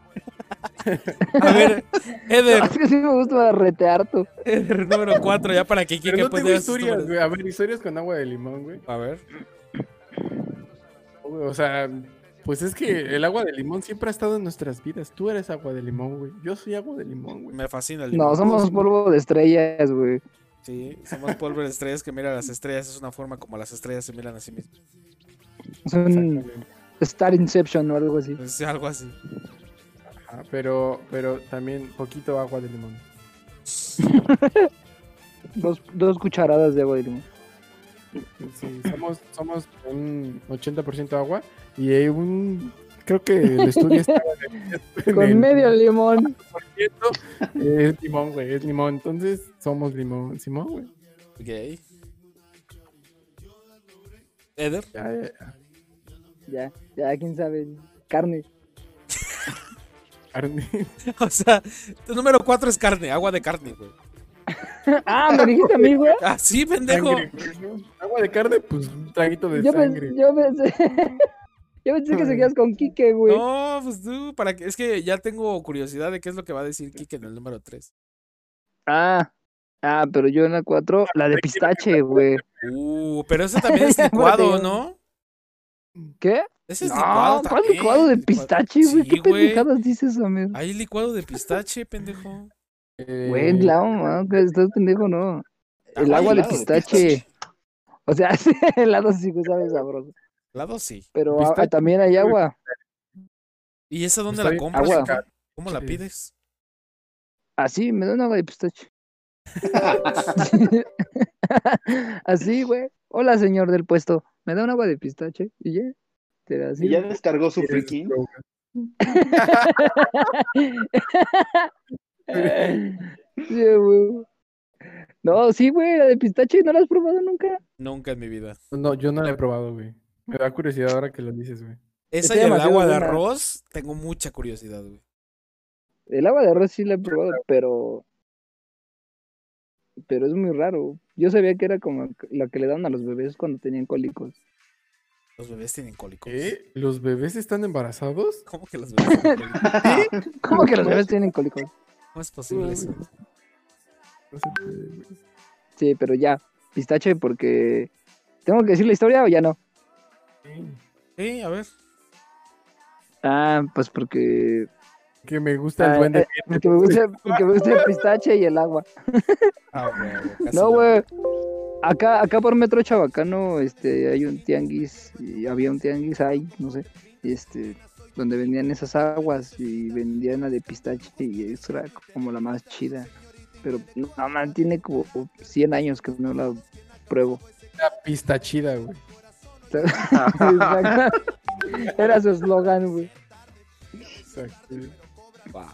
A ver, Eder, Es que sí me gusta retear tú. Eder número 4, ya para que Quique Pero no pueda tengo hacer sus historias, números. güey. A ver, historias con agua de limón, güey. A ver. No, güey, O sea, pues es que el agua de limón siempre ha estado en nuestras vidas. Tú eres agua de limón, güey. Yo soy agua de limón, güey. Me fascina el No, limón. somos polvo de estrellas, güey. Sí, somos polvo de estrellas que mira a las estrellas. Es una forma como las estrellas se miran a sí mismas. Es Mm. un Star Inception o algo así. Es Pues, algo así. Ajá, Ah, pero, pero también poquito agua de limón. Dos, dos cucharadas de agua de limón. [laughs] Sí, somos, somos un 80% agua y hay un... Creo que el estudio está... en [laughs] el- Con medio limón. cierto, es limón, güey, es limón. Entonces somos limón, Simón, güey. Ok. Eder, [laughs] Ya, ya, ya. [laughs] Ya, ya, quién sabe. Carne. Carne. o sea, tu número 4 es carne, agua de carne, güey. Ah, me dijiste a mí, güey. Ah, sí, pendejo. Sangre, güey. Agua de carne, pues un traguito de Yo, pens- sangre. yo pensé. [laughs] yo pensé que seguías con Quique, güey. No, pues tú, para que, es que ya tengo curiosidad de qué es lo que va a decir Kike en el número 3. Ah. Ah, pero yo en la 4, la de pistache, güey. Uh, pero ese también [laughs] es licuado, ¿no? ¿Qué? Ese Este es No, licuado ¿cuál también. licuado de pistache, güey? Sí, ¿Qué pendejadas dices, Amir? Hay licuado de pistache, pendejo. Eh, Güey, la mamá, que estás pendejo, no. El Ah, agua de helado de pistache. O sea, [laughs] sí, helado sí que sabe sabroso. Lado sí. Pero ah, Pistache. también hay agua. ¿Y esa dónde Está la bien. compras? Agua. ¿Cómo- ¿Cómo la Sí. pides? Así, me da pues, un agua de pistache. [laughs] Así, güey. Hola, señor del puesto. Me da un agua de pistache. Y ya. Te da así. y ya descargó su eres friki droga. [laughs] Sí, güey. No, sí, güey, la de pistache, ¿no la has probado nunca? Nunca en mi vida. No, yo no la he probado, güey. Me da curiosidad ahora que lo dices, güey. Esa Está y el demasiado agua de buena. arroz, tengo mucha curiosidad, güey. El agua de arroz sí la he probado, pero. Pero es muy raro. Yo sabía que era como la que le daban a los bebés cuando tenían cólicos. Los bebés tienen cólicos. ¿Eh? ¿Qué? ¿Los bebés están embarazados? ¿Cómo que los bebés tienen cólicos? [laughs] ¿Cómo que los bebés tienen cólicos? ¿Cómo es posible eso? No se puede, güey. Sí, pero ya, pistache, porque. ¿Tengo que decir la historia o ya no? Sí, a ver. Ah, pues porque. Que me gusta el Ah, duende. eh, porque, [laughs] me gusta, porque me gusta el pistache y el agua. Ah, güey, casi lloro. No, güey. Acá, acá por Metro Chabacano, este, hay un tianguis, y había un tianguis ahí, no sé, este, donde vendían esas aguas y vendían la de pistache y eso era como la más chida. Pero no man, tiene como 100 años que no la pruebo. Una pista chida, güey. Exacto. era su eslogan, güey. Exacto. Wow,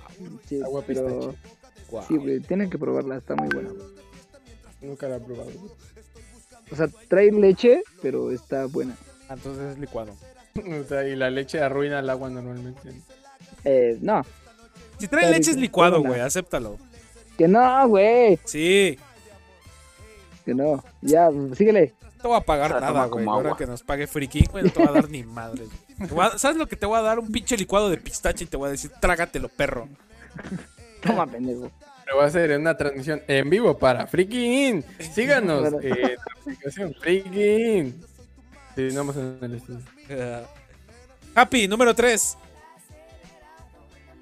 Sí, Agua pero- pistache. wow. Sí, güey, tienen que probarla, está muy buena. Nunca la he probado. [laughs] güey. O sea, trae leche, pero está buena. Ah, Entonces es licuado. O sea, y la leche arruina el agua normalmente. Eh, no, Si trae Está leche es rico, licuado, buena. güey, acéptalo. que no, güey, Sí, que no. Ya, síguele. no te voy a pagar O sea, nada, toma güey. como Ahora agua. que nos pague friki, güey, no te voy a dar ni madre. güey. Te voy a- ¿Sabes lo que te voy a dar? Un pinche licuado de pistache y te voy a decir, trágatelo, perro. [laughs] Toma, pendejo. Lo va a hacer en una transmisión en vivo para Freaking. Síganos eh, en la aplicación Freaking. Sí, no vamos en el estudio. Eh, Happy, número 3.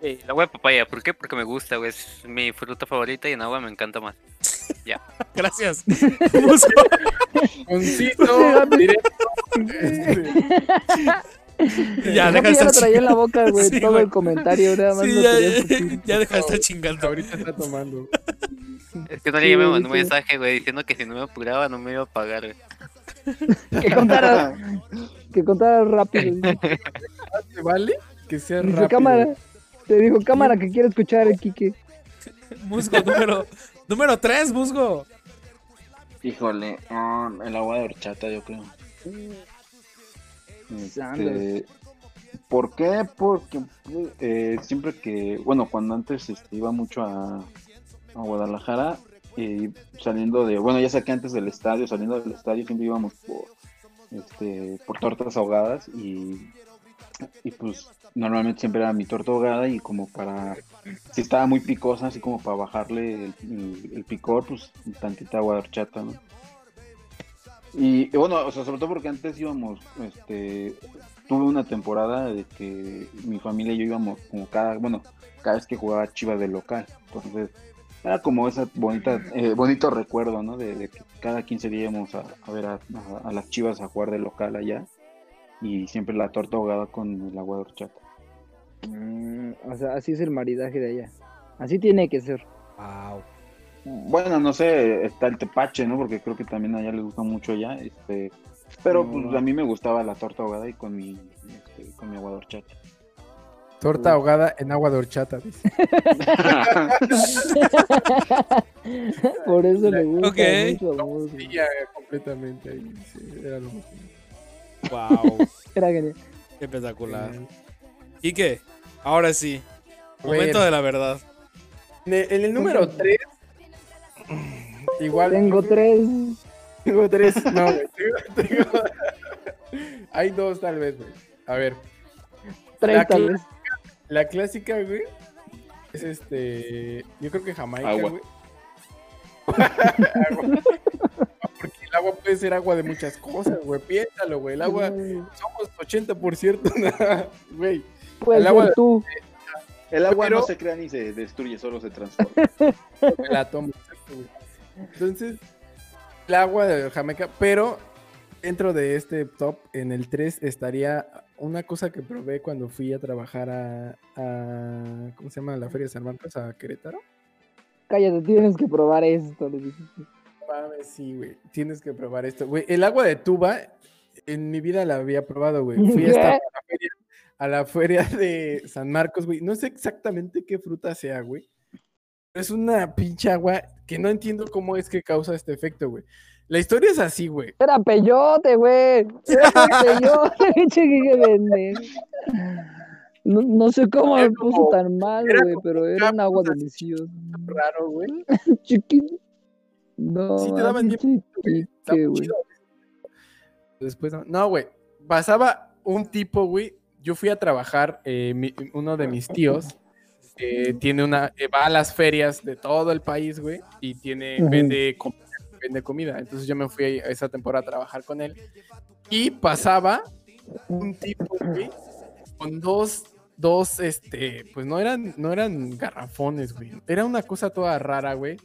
Eh, el agua de papaya, ¿por qué? Porque me gusta, güey. Es mi fruta favorita y en agua me encanta más. [laughs] Gracias. Busco- [laughs] Concito directo. Este, [laughs] ya, deja Creo de que ya estar lo traía en la chingando. [laughs] boca, güey, Sí, todo güey. el comentario, nada más Sí, lo ya, quería escupir. ya deja de estar chingando. pues, ahorita está tomando. Es que no le Sí, llevé un sí. mensaje, güey, diciendo que si no me apuraba no me iba a pagar, güey. Que contara, que contara [laughs] rápido. ¿Te vale? Que sea Dice rápido. cámara. Te dijo cámara que quiere escuchar el Kike. Musgo, número, número 3, Musgo. [laughs] Híjole, ah, el agua de horchata, yo creo. Este, Sanders. ¿Por qué? Porque eh, siempre que, bueno, cuando antes este, iba mucho a, a Guadalajara, eh, saliendo de, bueno, ya sé que antes del estadio, saliendo del estadio siempre íbamos por, este, por tortas ahogadas y, y pues normalmente siempre era mi torta ahogada y como para, si estaba muy picosa, así como para bajarle el, el- el picor, pues tantita agua de horchata, ¿no? Y y bueno, o sea, sobre todo porque antes íbamos, este, tuve una temporada de que mi familia y yo íbamos como cada, bueno, cada vez que jugaba Chivas de local. Entonces, era como esa bonita, eh, bonito recuerdo, ¿no? De, de que cada 15 días íbamos a, a ver a, a- a las Chivas a jugar de local allá. Y siempre la torta ahogada con el agua de horchata. Mm, o sea, así es el maridaje de allá. Así tiene que [laughs] ser. Wow. Bueno, no sé, está el tepache, ¿no? Porque creo que también allá les gusta mucho allá, este, pero pues a mí me gustaba la torta ahogada y con mi, este, con mi agua de horchata. Torta ahogada en agua de horchata, dice. Por eso le gusta Ok. mucho a Gus, Sí, güey. ya, completamente. ahí, sí, era lo mismo. Wow. Era genial. Qué espectacular. ¿Y qué? Ahora sí. Momento Bueno. de la [laughs] verdad. En el, en el número 3. Igual. Tengo tres. Tengo tres. No, güey. Tengo, [laughs] tengo- Hay dos, tal vez, güey. A ver. Tres La tal cl- vez. La clásica, güey. Es este. Yo creo que Jamaica, Agua. güey. [laughs] Agua. Porque el agua puede ser agua de muchas cosas, güey. Piénsalo, güey. El agua. Pues, Somos 80%, por cierto, [laughs] güey. Puedes El agua ser tú. [laughs] El agua Pero- no se crea ni se destruye, solo se [laughs] transforma. Me la tomo. exacto, güey. Entonces, el agua de Jamaica, pero dentro de este top, en el 3 estaría una cosa que probé cuando fui a trabajar a, a- ¿cómo se llama? La Feria de San Marcos, a Querétaro. Cállate, tienes que probar esto. le dije. Mames, sí, güey. Tienes que probar esto, güey. El agua de tuba, en mi vida la había probado, güey. Fui hasta ¿Qué? la feria- a la feria de San Marcos, güey. No sé exactamente qué fruta sea, güey. pero Es una pinche agua que no entiendo cómo es que causa este efecto, güey. La historia es así, güey. Era peyote, güey. [laughs] Era peyote, [laughs] pinche Kike vender. No, no sé cómo Era me puso como- tan mal, era güey, como pero era un agua capos así, deliciosa. Raro, güey. [laughs] Chiquito. No, Sí te daban mames, güey. Está chiquique, muy güey. chido, güey. Después, no- no, güey. Pasaba un tipo, güey. Yo fui a trabajar, eh, mi- uno de mis tíos eh, tiene una, eh, va a las ferias de todo el país, güey, y tiene, Ujú. vende, com- vende comida. Entonces yo me fui a esa temporada a trabajar con él. Y pasaba un tipo, güey, con dos, dos, este, pues no eran, no eran garrafones, güey. Era una cosa toda rara, güey.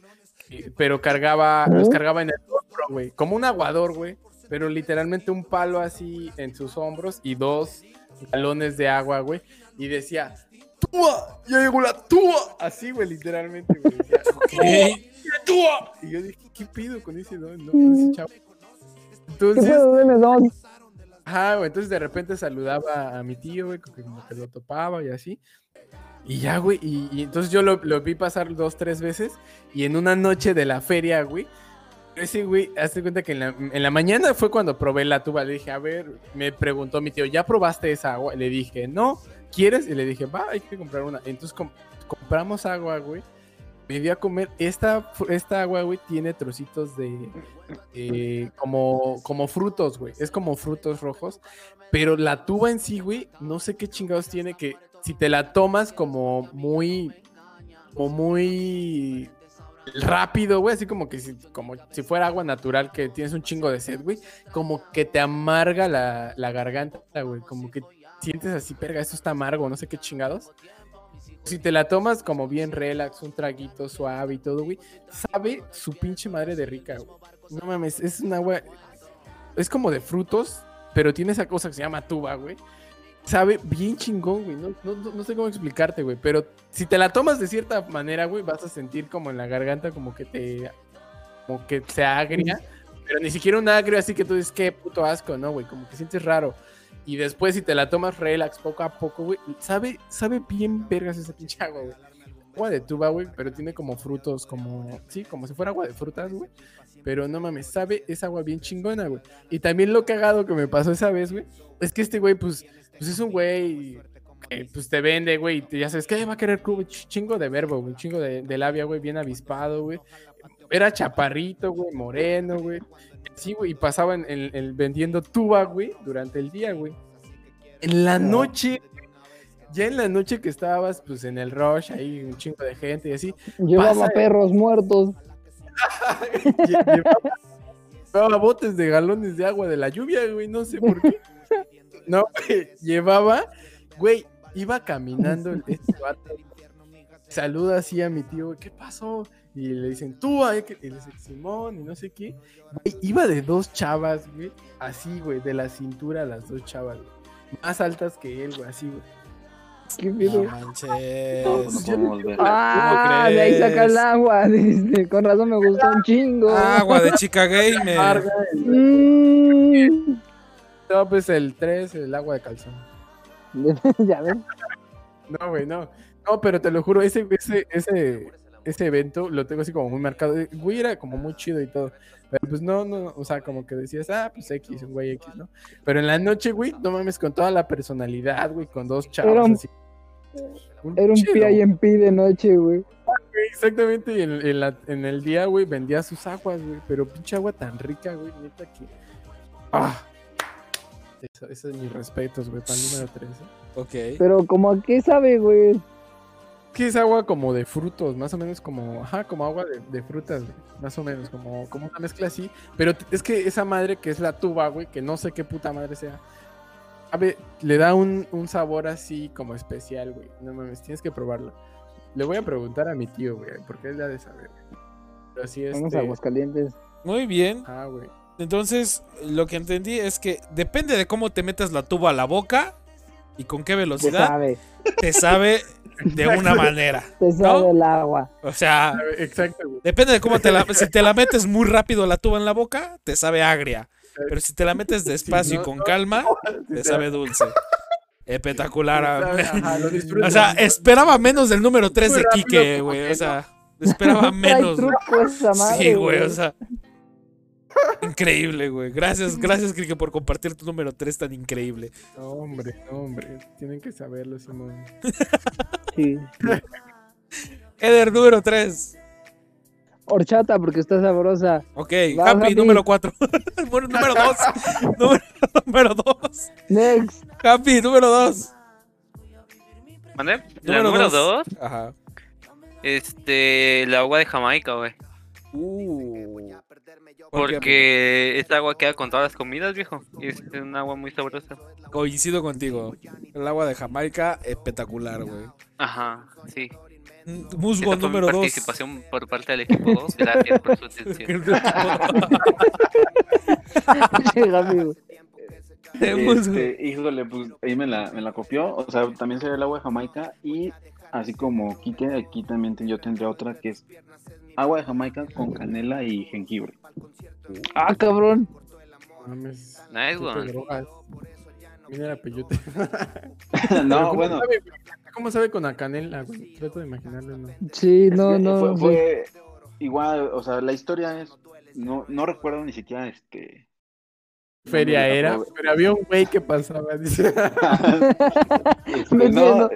que- Pero cargaba, los cargaba en el hombro, güey. Como un aguador, güey. Pero literalmente un palo así en sus hombros y dos galones de agua, güey. Y decía, ¡Túa! Ya llegó la túa. Así, güey, literalmente, güey. Decía, Ok. "Túa". Y yo dije, ¿qué pido con ese, don, no, con ese chavo? ¿Qué Entonces, puedo verme, don? Ajá, güey, entonces de repente saludaba a mi tío, güey, como que- como que lo topaba y así. Y ya, güey, y, y entonces yo lo, lo vi pasar dos, tres veces. Y en una noche de la feria, güey, ese güey, hazte cuenta que en la, en la mañana fue cuando probé la tuba. Le dije, a ver, me preguntó mi tío, ¿ya probaste esa agua? Le dije, no, ¿quieres? Y le dije, va, hay que comprar una. Entonces com- compramos agua, güey. Me dio a comer. Esta, fr- esta agua, güey, tiene trocitos de. eh, como, como frutos, güey. Es como frutos rojos. Pero la tuba en sí, güey, no sé qué chingados tiene que. Si te la tomas como muy. Como muy. Rápido, güey, así como que si, como si fuera agua natural que tienes un chingo de sed, güey, como que te amarga la, la garganta, güey, como que sientes así, perga, esto está amargo, no sé qué chingados. Si te la tomas como bien relax, un traguito suave y todo, güey, sabe su pinche madre de rica, güey. No mames, es un agua, es como de frutos, pero tiene esa cosa que se llama tuba, güey. Sabe bien chingón, güey. No, no- no- no sé cómo explicarte, güey. Pero si te la tomas de cierta manera, güey, vas a sentir como en la garganta como que te... Como que se agria. Pero ni siquiera un agrio así que tú dices, qué puto asco, ¿no, güey? Como que sientes raro. Y después si te la tomas relax poco a poco, güey, sabe, sabe bien vergas ese pinche agua, güey. Agua de tuba, güey, pero tiene como frutos, como... Sí, como si fuera agua de frutas, güey. Pero no mames, sabe esa agua bien chingona, güey. Y también lo cagado que me pasó esa vez, güey, es que este güey, pues, pues es un güey que pues te vende, güey, y te- ya sabes que va a querer cubo, ch- chingo de verbo, güey, chingo de, de labia, güey, bien avispado, güey. Era chaparrito, güey, moreno, güey. Sí, güey, y pasaba en, en- en- vendiendo tuba, güey, durante el día, güey. En la noche, ya en la noche que estabas, pues en el rush, ahí un chingo de gente y así, Llevaba Pasa- perros muertos. Lle- llevaba, llevaba botes de galones de agua de la lluvia, güey, no sé por qué. No, güey, llevaba, güey, iba caminando el- este vato. Saluda así a mi tío, güey, ¿qué pasó? Y le dicen, tú, ay, que-" y le dicen, Simón, y no sé qué. Güey, iba de dos chavas, güey, así, güey, de la cintura a las dos chavas, güey. Más altas que él, güey, así, güey. ¿Qué No pedo? Todos nos manches. podemos ver. Ah, ¿Cómo de ahí saca crees? el agua. [laughs] dice, Con razón me gustó un chingo. Agua de [laughs] chica gamer. Larga, el- Mm. [laughs] No, pues el 3, el agua de calzón. ya ves. No, güey, no. No, pero te lo juro, ese, ese, ese, ese evento lo tengo así como muy marcado. Eh, Güey, era como muy chido y todo. Pero pues no, no, o sea, como que decías, ah, pues X, un güey X, ¿no? Pero en la noche, güey, no mames, con toda la personalidad, güey, con dos chavos Era un- así. Era un chido, PIMP de noche, güey. güey, Exactamente, y en, en la- en el día, güey, vendía sus aguas, güey, pero pinche agua tan rica, güey, neta que... ¡Ah! Eso, eso es mis respetos, güey, para el número ¿eh? 3. Ok. Pero como a qué sabe, güey. que es agua como de frutos, más o menos como, ajá, como agua de, de frutas, güey, más o menos, como, como una mezcla así. Pero t- es que esa madre que es la tuba, güey, que no sé qué puta madre sea, sabe, le da un, un sabor así como especial, güey. No mames, tienes que probarla. Le voy a preguntar a mi tío, güey, porque él la de saber. güey. Pero así Este, es. Vamos a Aguascalientes. Muy bien. Ah, güey. Entonces, lo que entendí es que depende de cómo te metas la tuba a la boca y con qué Te velocidad, sabe. te sabe de una manera. Te sabe ¿No? el agua. O sea, Exacto, güey. depende de cómo te la... Si te la metes muy rápido la tuba en la boca, te sabe agria. Pero si te la metes despacio no, y con no, calma, te Sí, sabe dulce. Espectacular. sabe, ah. [laughs] ajá, lo O disfrutas. sea, esperaba menos del número 3 Muy de rápido, Quique, como güey. que O sea, [laughs] esperaba Trae menos. güey. truco esa madre. Sí, güey, o sea. Increíble, güey. Gracias, gracias, Quique, por compartir tu número 3 tan increíble. No, hombre, no, hombre. Tienen que saberlo, Simón. Sí. Eder, número 3. Horchata porque está sabrosa. Ok, Va, Happy, Happy. número 4. [laughs] bueno, número 2. número, número 2. Next. [laughs] Happy, número 2. ¿Mande? La Número número dos. 2, Ajá. este, el agua de Jamaica, güey. Uh. Porque esta agua queda con todas las comidas, viejo. Y es un agua muy sabrosa. Coincido contigo. El agua de Jamaica, espectacular, güey. Ajá, sí. Mm, Musgo, Esta fue mi [laughs] número 2. participación por parte del equipo 2. Gracias por su atención. Pinche Javi, güey. [laughs] Este, híjole, pues ahí me la, me la copió. O sea, también sería el agua de Jamaica. Y así como Kike, aquí también te- yo tendría otra que es agua de Jamaica con canela y jengibre. [laughs] Ah, cabrón. Mames. Nice tipo de one. drogas. Mira la peyote. [laughs] Pero no, ¿cómo bueno, sabe, güey? ¿Cómo sabe con la canela, güey? Trato de imaginarlo, ¿no? Sí, no, fue- no. fue, sí. fue igual, o sea, la historia es. No, no recuerdo ni siquiera este. Feria no, era, no, no. pero había un güey que pasaba, dice. Este, Me no, entiendo.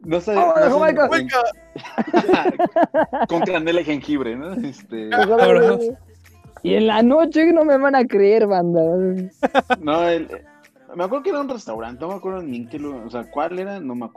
no sé. Agua de Jamaica. [laughs] con canela y jengibre, ¿no? Este, Cabrón. Y en la noche no me van a creer, banda. no, el- me acuerdo que era un restaurante, no me acuerdo ni en qué lugar, o sea, cuál era, no me acuerdo.